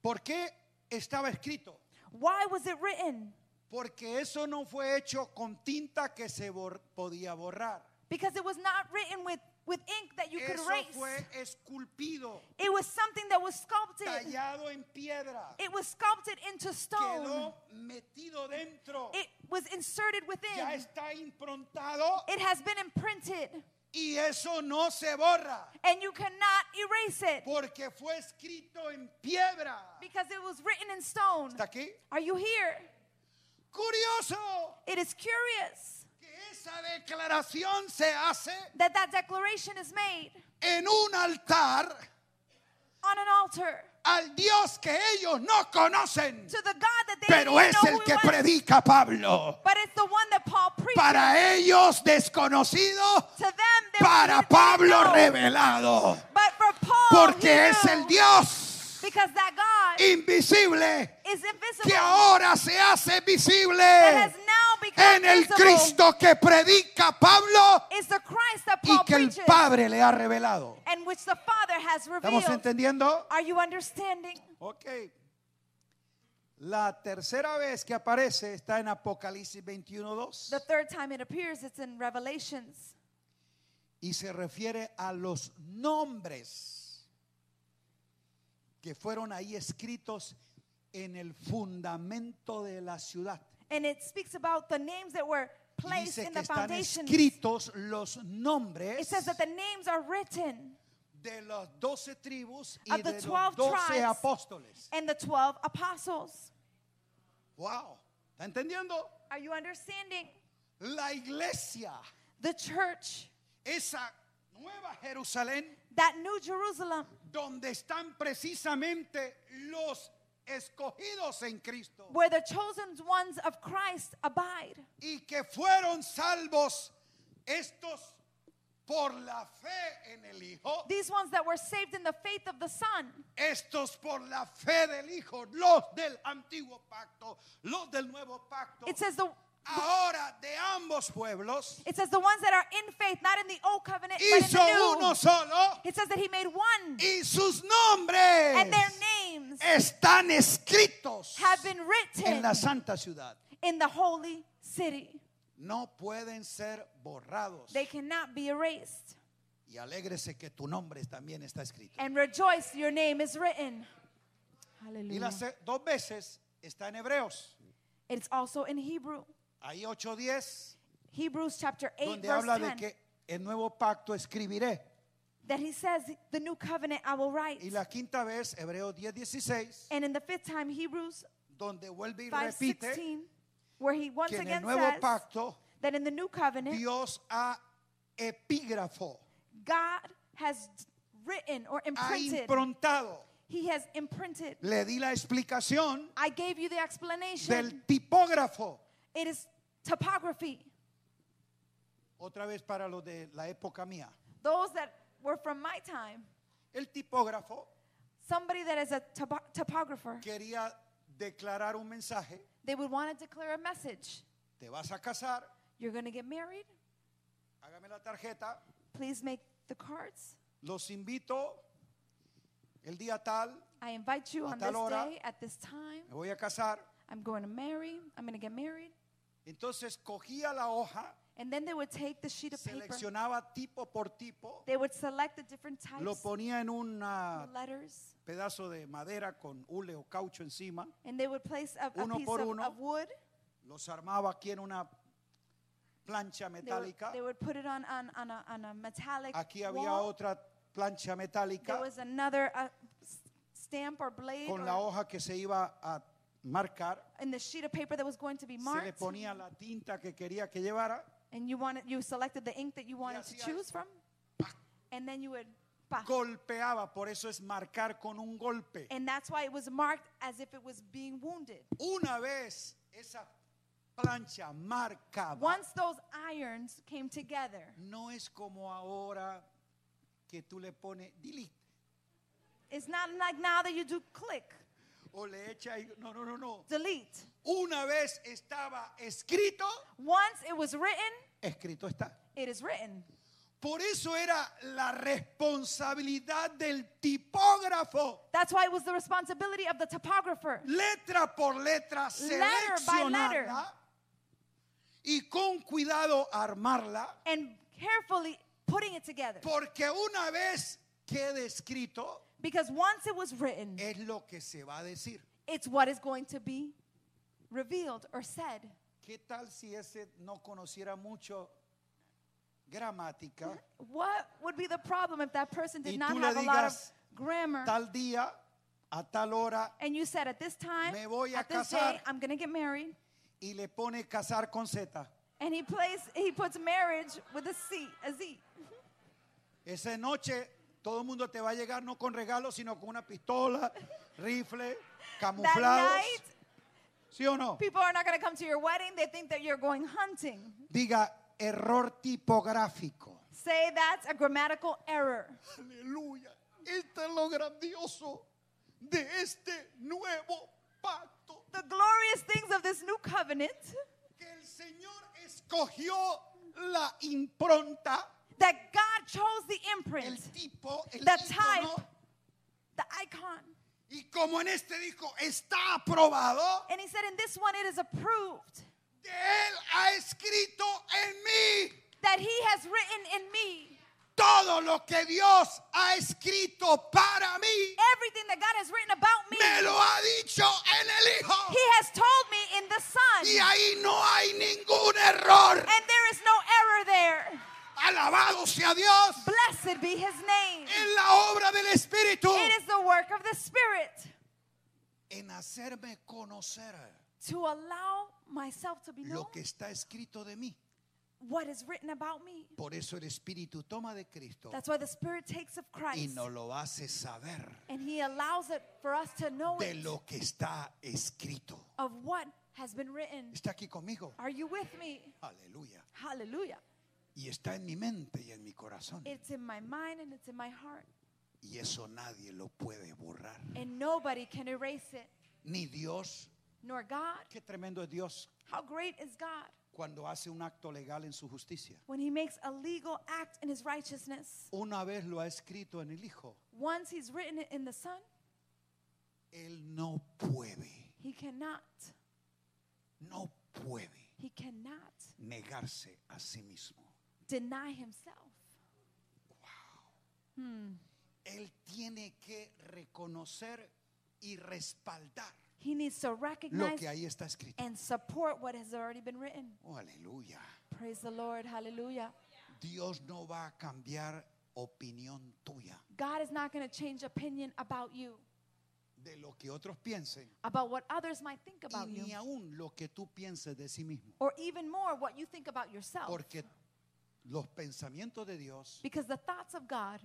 [SPEAKER 1] ¿Por qué estaba escrito?
[SPEAKER 2] Why was it written?
[SPEAKER 1] Porque eso no fue hecho con tinta que se bor- podía borrar.
[SPEAKER 2] Because it was not written with, with ink that you could
[SPEAKER 1] Eso
[SPEAKER 2] erase.
[SPEAKER 1] fue esculpido,
[SPEAKER 2] It was something that was sculpted.
[SPEAKER 1] tallado en piedra,
[SPEAKER 2] It was sculpted into stone.
[SPEAKER 1] quedó metido dentro,
[SPEAKER 2] It was inserted
[SPEAKER 1] ya
[SPEAKER 2] within.
[SPEAKER 1] está improntado
[SPEAKER 2] It has been imprinted.
[SPEAKER 1] y eso no se borra
[SPEAKER 2] And you cannot erase it
[SPEAKER 1] porque fue escrito en piedra.
[SPEAKER 2] because it was written in stone.
[SPEAKER 1] ¿Está aquí?
[SPEAKER 2] Are you here?
[SPEAKER 1] Curioso
[SPEAKER 2] It is curious
[SPEAKER 1] que esa declaración se hace
[SPEAKER 2] that that declaration is made
[SPEAKER 1] en un altar
[SPEAKER 2] on an altar
[SPEAKER 1] al Dios que ellos no conocen,
[SPEAKER 2] to the God that they didn't
[SPEAKER 1] pero es
[SPEAKER 2] know
[SPEAKER 1] el
[SPEAKER 2] who he
[SPEAKER 1] que
[SPEAKER 2] was.
[SPEAKER 1] predica Pablo.
[SPEAKER 2] But it's the one that Paul preached.
[SPEAKER 1] Para ellos desconocido,
[SPEAKER 2] to them, they
[SPEAKER 1] para
[SPEAKER 2] didn't know.
[SPEAKER 1] Pablo revelado,
[SPEAKER 2] But for Paul, he
[SPEAKER 1] porque es
[SPEAKER 2] knew,
[SPEAKER 1] el Dios
[SPEAKER 2] because that God
[SPEAKER 1] invisible
[SPEAKER 2] is invisible.
[SPEAKER 1] que ahora se hace
[SPEAKER 2] that has
[SPEAKER 1] visible
[SPEAKER 2] now become
[SPEAKER 1] en el
[SPEAKER 2] visible
[SPEAKER 1] Cristo que predica Pablo
[SPEAKER 2] is the Christ that Paul
[SPEAKER 1] y que el
[SPEAKER 2] preaches
[SPEAKER 1] Padre le ha revelado.
[SPEAKER 2] and which the Father has
[SPEAKER 1] ¿Estamos
[SPEAKER 2] revealed.
[SPEAKER 1] entendiendo?
[SPEAKER 2] Are you understanding?
[SPEAKER 1] Ok. La tercera vez que aparece está en Apocalipsis 21.2
[SPEAKER 2] The third time it appears, it's in Revelations,
[SPEAKER 1] y se refiere a los nombres que fueron ahí escritos en el fundamento de la ciudad.
[SPEAKER 2] And it speaks about the names that were
[SPEAKER 1] Y dice
[SPEAKER 2] placed in
[SPEAKER 1] que
[SPEAKER 2] the
[SPEAKER 1] están
[SPEAKER 2] foundation.
[SPEAKER 1] escritos los nombres
[SPEAKER 2] It says that the names are written
[SPEAKER 1] de las doce tribus y
[SPEAKER 2] of the
[SPEAKER 1] de los
[SPEAKER 2] 12
[SPEAKER 1] doce
[SPEAKER 2] tribes.
[SPEAKER 1] apóstoles.
[SPEAKER 2] and the 12 apostles.
[SPEAKER 1] Wow, ¿está entendiendo?
[SPEAKER 2] Are you understanding?
[SPEAKER 1] La iglesia,
[SPEAKER 2] The church,
[SPEAKER 1] esa nueva Jerusalén,
[SPEAKER 2] that new Jerusalem,
[SPEAKER 1] donde están precisamente los escogidos en Cristo
[SPEAKER 2] where the chosen ones of Christ abide,
[SPEAKER 1] y que fueron salvos estos por la fe en el Hijo,
[SPEAKER 2] these ones that were saved in the faith of the Son,
[SPEAKER 1] estos por la fe del Hijo, los del antiguo pacto, los del nuevo pacto,
[SPEAKER 2] it says the
[SPEAKER 1] ahora de ambos pueblos,
[SPEAKER 2] it says the ones that are in faith, not in the old covenant, but in
[SPEAKER 1] hizo
[SPEAKER 2] the new.
[SPEAKER 1] uno solo
[SPEAKER 2] It says that he made one,
[SPEAKER 1] y sus nombres
[SPEAKER 2] and their names
[SPEAKER 1] están escritos
[SPEAKER 2] have been
[SPEAKER 1] en la
[SPEAKER 2] written
[SPEAKER 1] santa ciudad.
[SPEAKER 2] in the holy city.
[SPEAKER 1] No pueden ser borrados.
[SPEAKER 2] They cannot be erased.
[SPEAKER 1] Y alégrese que tu nombre también está escrito.
[SPEAKER 2] And rejoice, your name is written.
[SPEAKER 1] Y las
[SPEAKER 2] Hallelujah.
[SPEAKER 1] eh, dos veces está en Hebreos.
[SPEAKER 2] It's also in Hebrew.
[SPEAKER 1] Ahí 8:10,
[SPEAKER 2] Hebrews chapter 8,
[SPEAKER 1] donde
[SPEAKER 2] verse
[SPEAKER 1] habla de
[SPEAKER 2] 10,
[SPEAKER 1] que el nuevo pacto escribiré.
[SPEAKER 2] that he says, The new covenant I will write.
[SPEAKER 1] Y la quinta vez, Hebreos 10:16,
[SPEAKER 2] And in the fifth time, Hebrews
[SPEAKER 1] donde vuelve y
[SPEAKER 2] 5
[SPEAKER 1] repite
[SPEAKER 2] 16, where he once
[SPEAKER 1] que en el
[SPEAKER 2] again
[SPEAKER 1] nuevo
[SPEAKER 2] says eh,
[SPEAKER 1] pacto
[SPEAKER 2] that in the new covenant,
[SPEAKER 1] Dios ha epígrafo,
[SPEAKER 2] God has written or
[SPEAKER 1] ha
[SPEAKER 2] imprinted,
[SPEAKER 1] improntado.
[SPEAKER 2] he has imprinted.
[SPEAKER 1] Le di la explicación
[SPEAKER 2] I gave you the explanation.
[SPEAKER 1] del tipógrafo.
[SPEAKER 2] It is topography.
[SPEAKER 1] Otra vez para los de la época mía.
[SPEAKER 2] Those that were from my time,
[SPEAKER 1] El tipógrafo
[SPEAKER 2] somebody that is a topo- topographer,
[SPEAKER 1] quería declarar un mensaje.
[SPEAKER 2] they would want to declare a message.
[SPEAKER 1] Te vas a casar,
[SPEAKER 2] You're going to get married.
[SPEAKER 1] hágame la tarjeta,
[SPEAKER 2] Please make the cards.
[SPEAKER 1] los invito el día tal,
[SPEAKER 2] I invite you
[SPEAKER 1] A
[SPEAKER 2] on
[SPEAKER 1] tal
[SPEAKER 2] this
[SPEAKER 1] hora.
[SPEAKER 2] day at this time.
[SPEAKER 1] me voy a casar.
[SPEAKER 2] I'm going to marry. I'm going to get married.
[SPEAKER 1] Entonces cogía la hoja,
[SPEAKER 2] And then they would take the sheet of paper.
[SPEAKER 1] seleccionaba tipo por tipo,
[SPEAKER 2] They would select the different
[SPEAKER 1] lo
[SPEAKER 2] types of
[SPEAKER 1] ponía en un ah,
[SPEAKER 2] letters.
[SPEAKER 1] pedazo de madera con hule o caucho encima,
[SPEAKER 2] And they would place a, a
[SPEAKER 1] Uno
[SPEAKER 2] piece
[SPEAKER 1] por
[SPEAKER 2] of,
[SPEAKER 1] uno.
[SPEAKER 2] of wood.
[SPEAKER 1] los armaba aquí en una plancha
[SPEAKER 2] They would,
[SPEAKER 1] metálica,
[SPEAKER 2] they would put it on, on, on, a, on a metallic
[SPEAKER 1] aquí había
[SPEAKER 2] wall.
[SPEAKER 1] otra plancha
[SPEAKER 2] There
[SPEAKER 1] metálica
[SPEAKER 2] was another uh, s- stamp or blade
[SPEAKER 1] con
[SPEAKER 2] or-
[SPEAKER 1] la hoja que se iba a marcar,
[SPEAKER 2] in the sheet of paper that was going to be
[SPEAKER 1] se le
[SPEAKER 2] marked.
[SPEAKER 1] ponía la tinta que quería que llevara.
[SPEAKER 2] And you wanted you selected the ink that you wanted to
[SPEAKER 1] hacía
[SPEAKER 2] choose
[SPEAKER 1] esto.
[SPEAKER 2] from. And then you would pa.
[SPEAKER 1] golpeaba, por eso es marcar con un golpe.
[SPEAKER 2] And that's why it was marked as if it was being wounded.
[SPEAKER 1] Una vez esa plancha marcaba,
[SPEAKER 2] Once those irons came together,
[SPEAKER 1] no es como ahora que tú le pones delete
[SPEAKER 2] it's not like now that you do click,
[SPEAKER 1] o le echa ahí- no, no, no, no.
[SPEAKER 2] delete.
[SPEAKER 1] Una vez estaba escrito,
[SPEAKER 2] Once it was written,
[SPEAKER 1] escrito está.
[SPEAKER 2] it is written.
[SPEAKER 1] Por eso era la responsabilidad del tipógrafo,
[SPEAKER 2] That's why it was the responsibility of the topographer.
[SPEAKER 1] letra por letra,
[SPEAKER 2] Letter by letter.
[SPEAKER 1] seleccionarla y con cuidado armarla.
[SPEAKER 2] And carefully putting it together.
[SPEAKER 1] Porque una vez quede escrito,
[SPEAKER 2] Because once it was written,
[SPEAKER 1] es lo que se va a decir.
[SPEAKER 2] it's what is going to be revealed or said.
[SPEAKER 1] ¿Qué tal si ese no conociera mucho gramática?
[SPEAKER 2] What would be the problem if that person
[SPEAKER 1] Y tú
[SPEAKER 2] did not
[SPEAKER 1] le
[SPEAKER 2] have a lot of
[SPEAKER 1] digas,
[SPEAKER 2] grammar?
[SPEAKER 1] Tal día, a tal hora,
[SPEAKER 2] And you said, at this time,
[SPEAKER 1] Me voy a
[SPEAKER 2] at this
[SPEAKER 1] casar.
[SPEAKER 2] day, I'm going to get married.
[SPEAKER 1] y le pone casar con Z.
[SPEAKER 2] And he plays, he puts marriage with a C, a Z.
[SPEAKER 1] Esa noche todo el mundo te va a llegar no con regalos, sino con una pistola, rifle,
[SPEAKER 2] That
[SPEAKER 1] camuflados.
[SPEAKER 2] night,
[SPEAKER 1] ¿Sí o no?
[SPEAKER 2] people are not going to come to your wedding. They think that you're going hunting.
[SPEAKER 1] Diga error tipográfico.
[SPEAKER 2] Say that's a grammatical error.
[SPEAKER 1] Aleluya. Esto es lo grandioso de este nuevo pacto
[SPEAKER 2] The glorious things of this new covenant
[SPEAKER 1] que el Señor escogió la impronta,
[SPEAKER 2] that God chose the imprint,
[SPEAKER 1] el tipo, el
[SPEAKER 2] The
[SPEAKER 1] ícono,
[SPEAKER 2] type. the icon.
[SPEAKER 1] y como en este dijo, está aprobado,
[SPEAKER 2] And he said, in this one, it is approved
[SPEAKER 1] que Él ha escrito en mí.
[SPEAKER 2] that he has written in me.
[SPEAKER 1] Todo lo que Dios ha escrito para mí,
[SPEAKER 2] Everything that God has written about me,
[SPEAKER 1] me lo ha dicho en el Hijo.
[SPEAKER 2] He has told me in
[SPEAKER 1] Y
[SPEAKER 2] the Son.
[SPEAKER 1] ahí no hay ningún error.
[SPEAKER 2] And there is no error there.
[SPEAKER 1] Alabado sea Dios.
[SPEAKER 2] Blessed be His name.
[SPEAKER 1] En la obra del Espíritu.
[SPEAKER 2] It is the work of the Spirit
[SPEAKER 1] En hacerme conocer
[SPEAKER 2] to allow myself to be known
[SPEAKER 1] lo que está escrito de mí.
[SPEAKER 2] what is written about me.
[SPEAKER 1] Por eso el Espíritu toma de Cristo
[SPEAKER 2] That's why the Spirit takes of
[SPEAKER 1] y
[SPEAKER 2] Christ
[SPEAKER 1] nos lo hace saber
[SPEAKER 2] and He allows it for us to know
[SPEAKER 1] de
[SPEAKER 2] it
[SPEAKER 1] lo que está escrito.
[SPEAKER 2] of what has been written.
[SPEAKER 1] Está aquí conmigo.
[SPEAKER 2] Are you with me?
[SPEAKER 1] Aleluya.
[SPEAKER 2] Hallelujah.
[SPEAKER 1] Y está en mi mente y en mi corazón.
[SPEAKER 2] It's in my mind and it's in my heart.
[SPEAKER 1] Y eso nadie lo puede borrar.
[SPEAKER 2] And nobody can erase it,
[SPEAKER 1] Ni Dios.
[SPEAKER 2] nor God.
[SPEAKER 1] Qué tremendo es Dios
[SPEAKER 2] How great is God
[SPEAKER 1] cuando hace un acto legal en su justicia.
[SPEAKER 2] when He makes a legal act in His righteousness?
[SPEAKER 1] Una vez lo ha escrito en el Hijo.
[SPEAKER 2] Once He's written it in the Son,
[SPEAKER 1] Él no puede,
[SPEAKER 2] He cannot,
[SPEAKER 1] no puede
[SPEAKER 2] He cannot
[SPEAKER 1] negarse a sí mismo.
[SPEAKER 2] deny Himself.
[SPEAKER 1] Él tiene que reconocer y respaldar
[SPEAKER 2] He needs to
[SPEAKER 1] lo
[SPEAKER 2] recognize
[SPEAKER 1] que ahí está escrito.
[SPEAKER 2] and support what has already been written.
[SPEAKER 1] Oh, aleluya.
[SPEAKER 2] Praise the Lord. Hallelujah.
[SPEAKER 1] Dios no va a cambiar opinión tuya
[SPEAKER 2] God is not going to change opinion about you,
[SPEAKER 1] de lo que otros piensen
[SPEAKER 2] about what others might think about
[SPEAKER 1] y
[SPEAKER 2] you,
[SPEAKER 1] ni aún lo que tú pienses de sí mismo.
[SPEAKER 2] or even more, what you think about yourself.
[SPEAKER 1] Porque los pensamientos de Dios
[SPEAKER 2] Because the thoughts of God,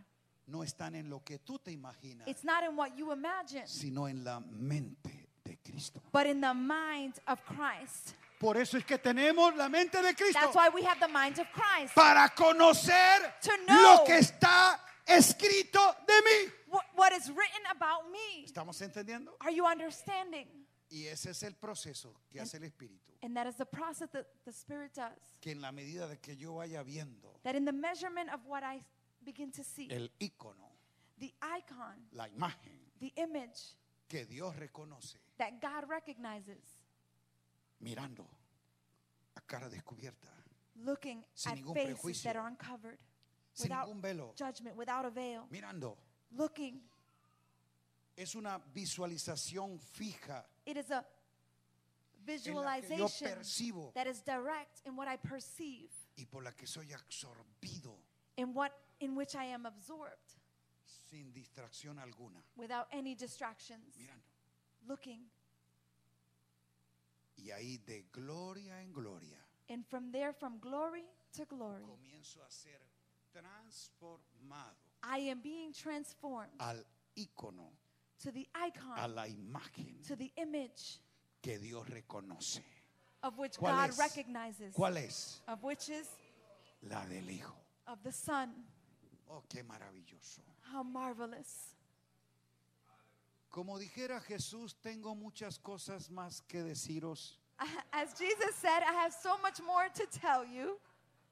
[SPEAKER 1] no están en lo que tú te imaginas,
[SPEAKER 2] it's not in what you imagine,
[SPEAKER 1] sino en la mente de Cristo.
[SPEAKER 2] but in the mind of Christ.
[SPEAKER 1] Por eso es que tenemos la mente de Cristo
[SPEAKER 2] That's why we have the mind of Christ.
[SPEAKER 1] para conocer
[SPEAKER 2] To know.
[SPEAKER 1] lo que está escrito de mí.
[SPEAKER 2] What, what is written about me.
[SPEAKER 1] ¿Estamos entendiendo?
[SPEAKER 2] Are you understanding?
[SPEAKER 1] Y ese es el proceso que hace el Espíritu,
[SPEAKER 2] And that is the process that the Spirit does.
[SPEAKER 1] que en la medida de que yo vaya viendo
[SPEAKER 2] That in the measurement of what I begin to see,
[SPEAKER 1] el ícono,
[SPEAKER 2] the icon,
[SPEAKER 1] la imagen
[SPEAKER 2] the image
[SPEAKER 1] que Dios reconoce,
[SPEAKER 2] that God recognizes,
[SPEAKER 1] mirando a cara descubierta,
[SPEAKER 2] looking
[SPEAKER 1] Sin
[SPEAKER 2] at
[SPEAKER 1] ningún
[SPEAKER 2] faces
[SPEAKER 1] prejuicio.
[SPEAKER 2] that are uncovered,
[SPEAKER 1] Sin
[SPEAKER 2] without
[SPEAKER 1] ningún velo.
[SPEAKER 2] judgment, without a veil,
[SPEAKER 1] mirando,
[SPEAKER 2] looking.
[SPEAKER 1] es una visualización fija
[SPEAKER 2] It is
[SPEAKER 1] en
[SPEAKER 2] a
[SPEAKER 1] la que yo
[SPEAKER 2] visualization
[SPEAKER 1] percibo
[SPEAKER 2] that is direct in what I perceive,
[SPEAKER 1] y por la que soy absorbido
[SPEAKER 2] in what in which I am absorbed,
[SPEAKER 1] sin distracción alguna.
[SPEAKER 2] without any distractions.
[SPEAKER 1] Mirando.
[SPEAKER 2] Looking,
[SPEAKER 1] Y ahí de gloria en gloria
[SPEAKER 2] and from there, from glory to glory,
[SPEAKER 1] comienzo a ser transformado
[SPEAKER 2] I am being transformed
[SPEAKER 1] al ícono,
[SPEAKER 2] to the icon,
[SPEAKER 1] a la imagen
[SPEAKER 2] to the image
[SPEAKER 1] que Dios reconoce.
[SPEAKER 2] of which
[SPEAKER 1] ¿Cuál
[SPEAKER 2] God
[SPEAKER 1] es?
[SPEAKER 2] recognizes,
[SPEAKER 1] ¿Cuál es?
[SPEAKER 2] of which is
[SPEAKER 1] La del Hijo.
[SPEAKER 2] of the Son.
[SPEAKER 1] Oh, qué maravilloso.
[SPEAKER 2] How marvelous.
[SPEAKER 1] Como dijera Jesús, tengo muchas cosas más que deciros,
[SPEAKER 2] As Jesus said, I have so much more to tell you,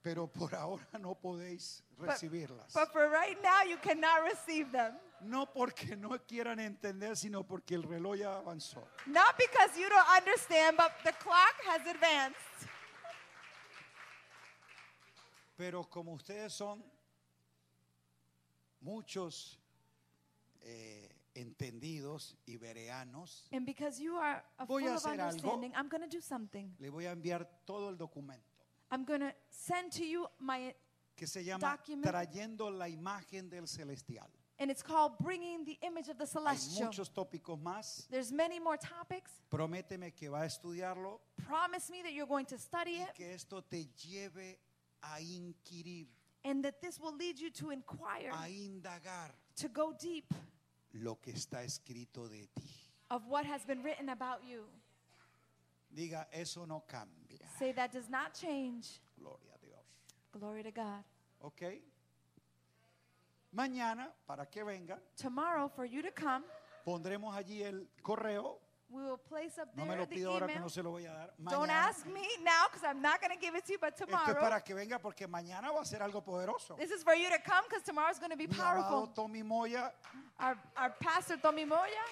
[SPEAKER 1] pero por ahora no podéis
[SPEAKER 2] but,
[SPEAKER 1] recibirlas.
[SPEAKER 2] but for right now, you cannot receive them.
[SPEAKER 1] No porque no quieran entender, sino porque el reloj ya avanzó.
[SPEAKER 2] Not because you don't understand, but the clock has advanced.
[SPEAKER 1] Pero como ustedes son muchos eh, entendidos y bereanos,
[SPEAKER 2] And because you are a
[SPEAKER 1] Voy
[SPEAKER 2] full
[SPEAKER 1] a
[SPEAKER 2] of
[SPEAKER 1] hacer algo.
[SPEAKER 2] understanding, I'm going to do something.
[SPEAKER 1] le voy a enviar todo el documento
[SPEAKER 2] I'm going to send to you my,
[SPEAKER 1] que se llama
[SPEAKER 2] Document.
[SPEAKER 1] Trayendo la imagen del celestial.
[SPEAKER 2] and it's called Bringing the Image of the
[SPEAKER 1] Hay
[SPEAKER 2] Celestial.
[SPEAKER 1] muchos tópicos más.
[SPEAKER 2] There's many more topics.
[SPEAKER 1] Prométeme que va a estudiarlo
[SPEAKER 2] Promise me that you're going to study
[SPEAKER 1] y
[SPEAKER 2] it
[SPEAKER 1] que esto te lleve a inquirir,
[SPEAKER 2] and that this will lead you to inquire,
[SPEAKER 1] a indagar
[SPEAKER 2] to go deep
[SPEAKER 1] lo que está escrito de ti.
[SPEAKER 2] of what has been written about you.
[SPEAKER 1] Diga, eso no cambia.
[SPEAKER 2] Say that does not change.
[SPEAKER 1] Gloria a Dios.
[SPEAKER 2] Glory to God.
[SPEAKER 1] ¿Ok? Mañana, para que vengan,
[SPEAKER 2] Tomorrow, for you to come,
[SPEAKER 1] pondremos allí el correo.
[SPEAKER 2] we will place up
[SPEAKER 1] No
[SPEAKER 2] there
[SPEAKER 1] me lo
[SPEAKER 2] the
[SPEAKER 1] pido ahora que
[SPEAKER 2] email.
[SPEAKER 1] no se lo voy a dar.
[SPEAKER 2] Don't
[SPEAKER 1] Mañana.
[SPEAKER 2] ask me now because I'm not going to give it to you, but
[SPEAKER 1] Esto es
[SPEAKER 2] tomorrow.
[SPEAKER 1] para que venga porque mañana va a ser algo poderoso.
[SPEAKER 2] This is for you to come because tomorrow is going to be
[SPEAKER 1] Mi amado
[SPEAKER 2] powerful.
[SPEAKER 1] Tommy Moya
[SPEAKER 2] Our, our pastor, Tommy Moya,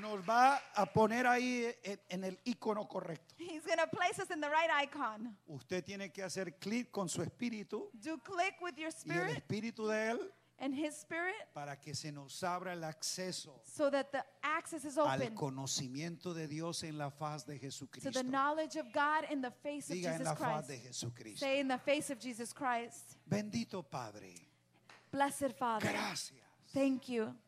[SPEAKER 1] nos va a poner ahí en, en el icono correcto.
[SPEAKER 2] He's going to place us in the right icon.
[SPEAKER 1] Usted tiene que hacer clic con su espíritu
[SPEAKER 2] Do click with
[SPEAKER 1] y
[SPEAKER 2] your
[SPEAKER 1] el
[SPEAKER 2] spirit
[SPEAKER 1] espíritu de él
[SPEAKER 2] and his spirit
[SPEAKER 1] para que se nos abra el acceso
[SPEAKER 2] so that the access is
[SPEAKER 1] al
[SPEAKER 2] open
[SPEAKER 1] conocimiento de Dios en la faz de
[SPEAKER 2] to the
[SPEAKER 1] Jesucristo.
[SPEAKER 2] knowledge of God in the face of
[SPEAKER 1] Diga en
[SPEAKER 2] Jesus
[SPEAKER 1] la faz de
[SPEAKER 2] Christ.
[SPEAKER 1] Jesucristo.
[SPEAKER 2] Say in the face of Jesus Christ.
[SPEAKER 1] Bendito Padre,
[SPEAKER 2] Blessed Father,
[SPEAKER 1] gracias
[SPEAKER 2] thank you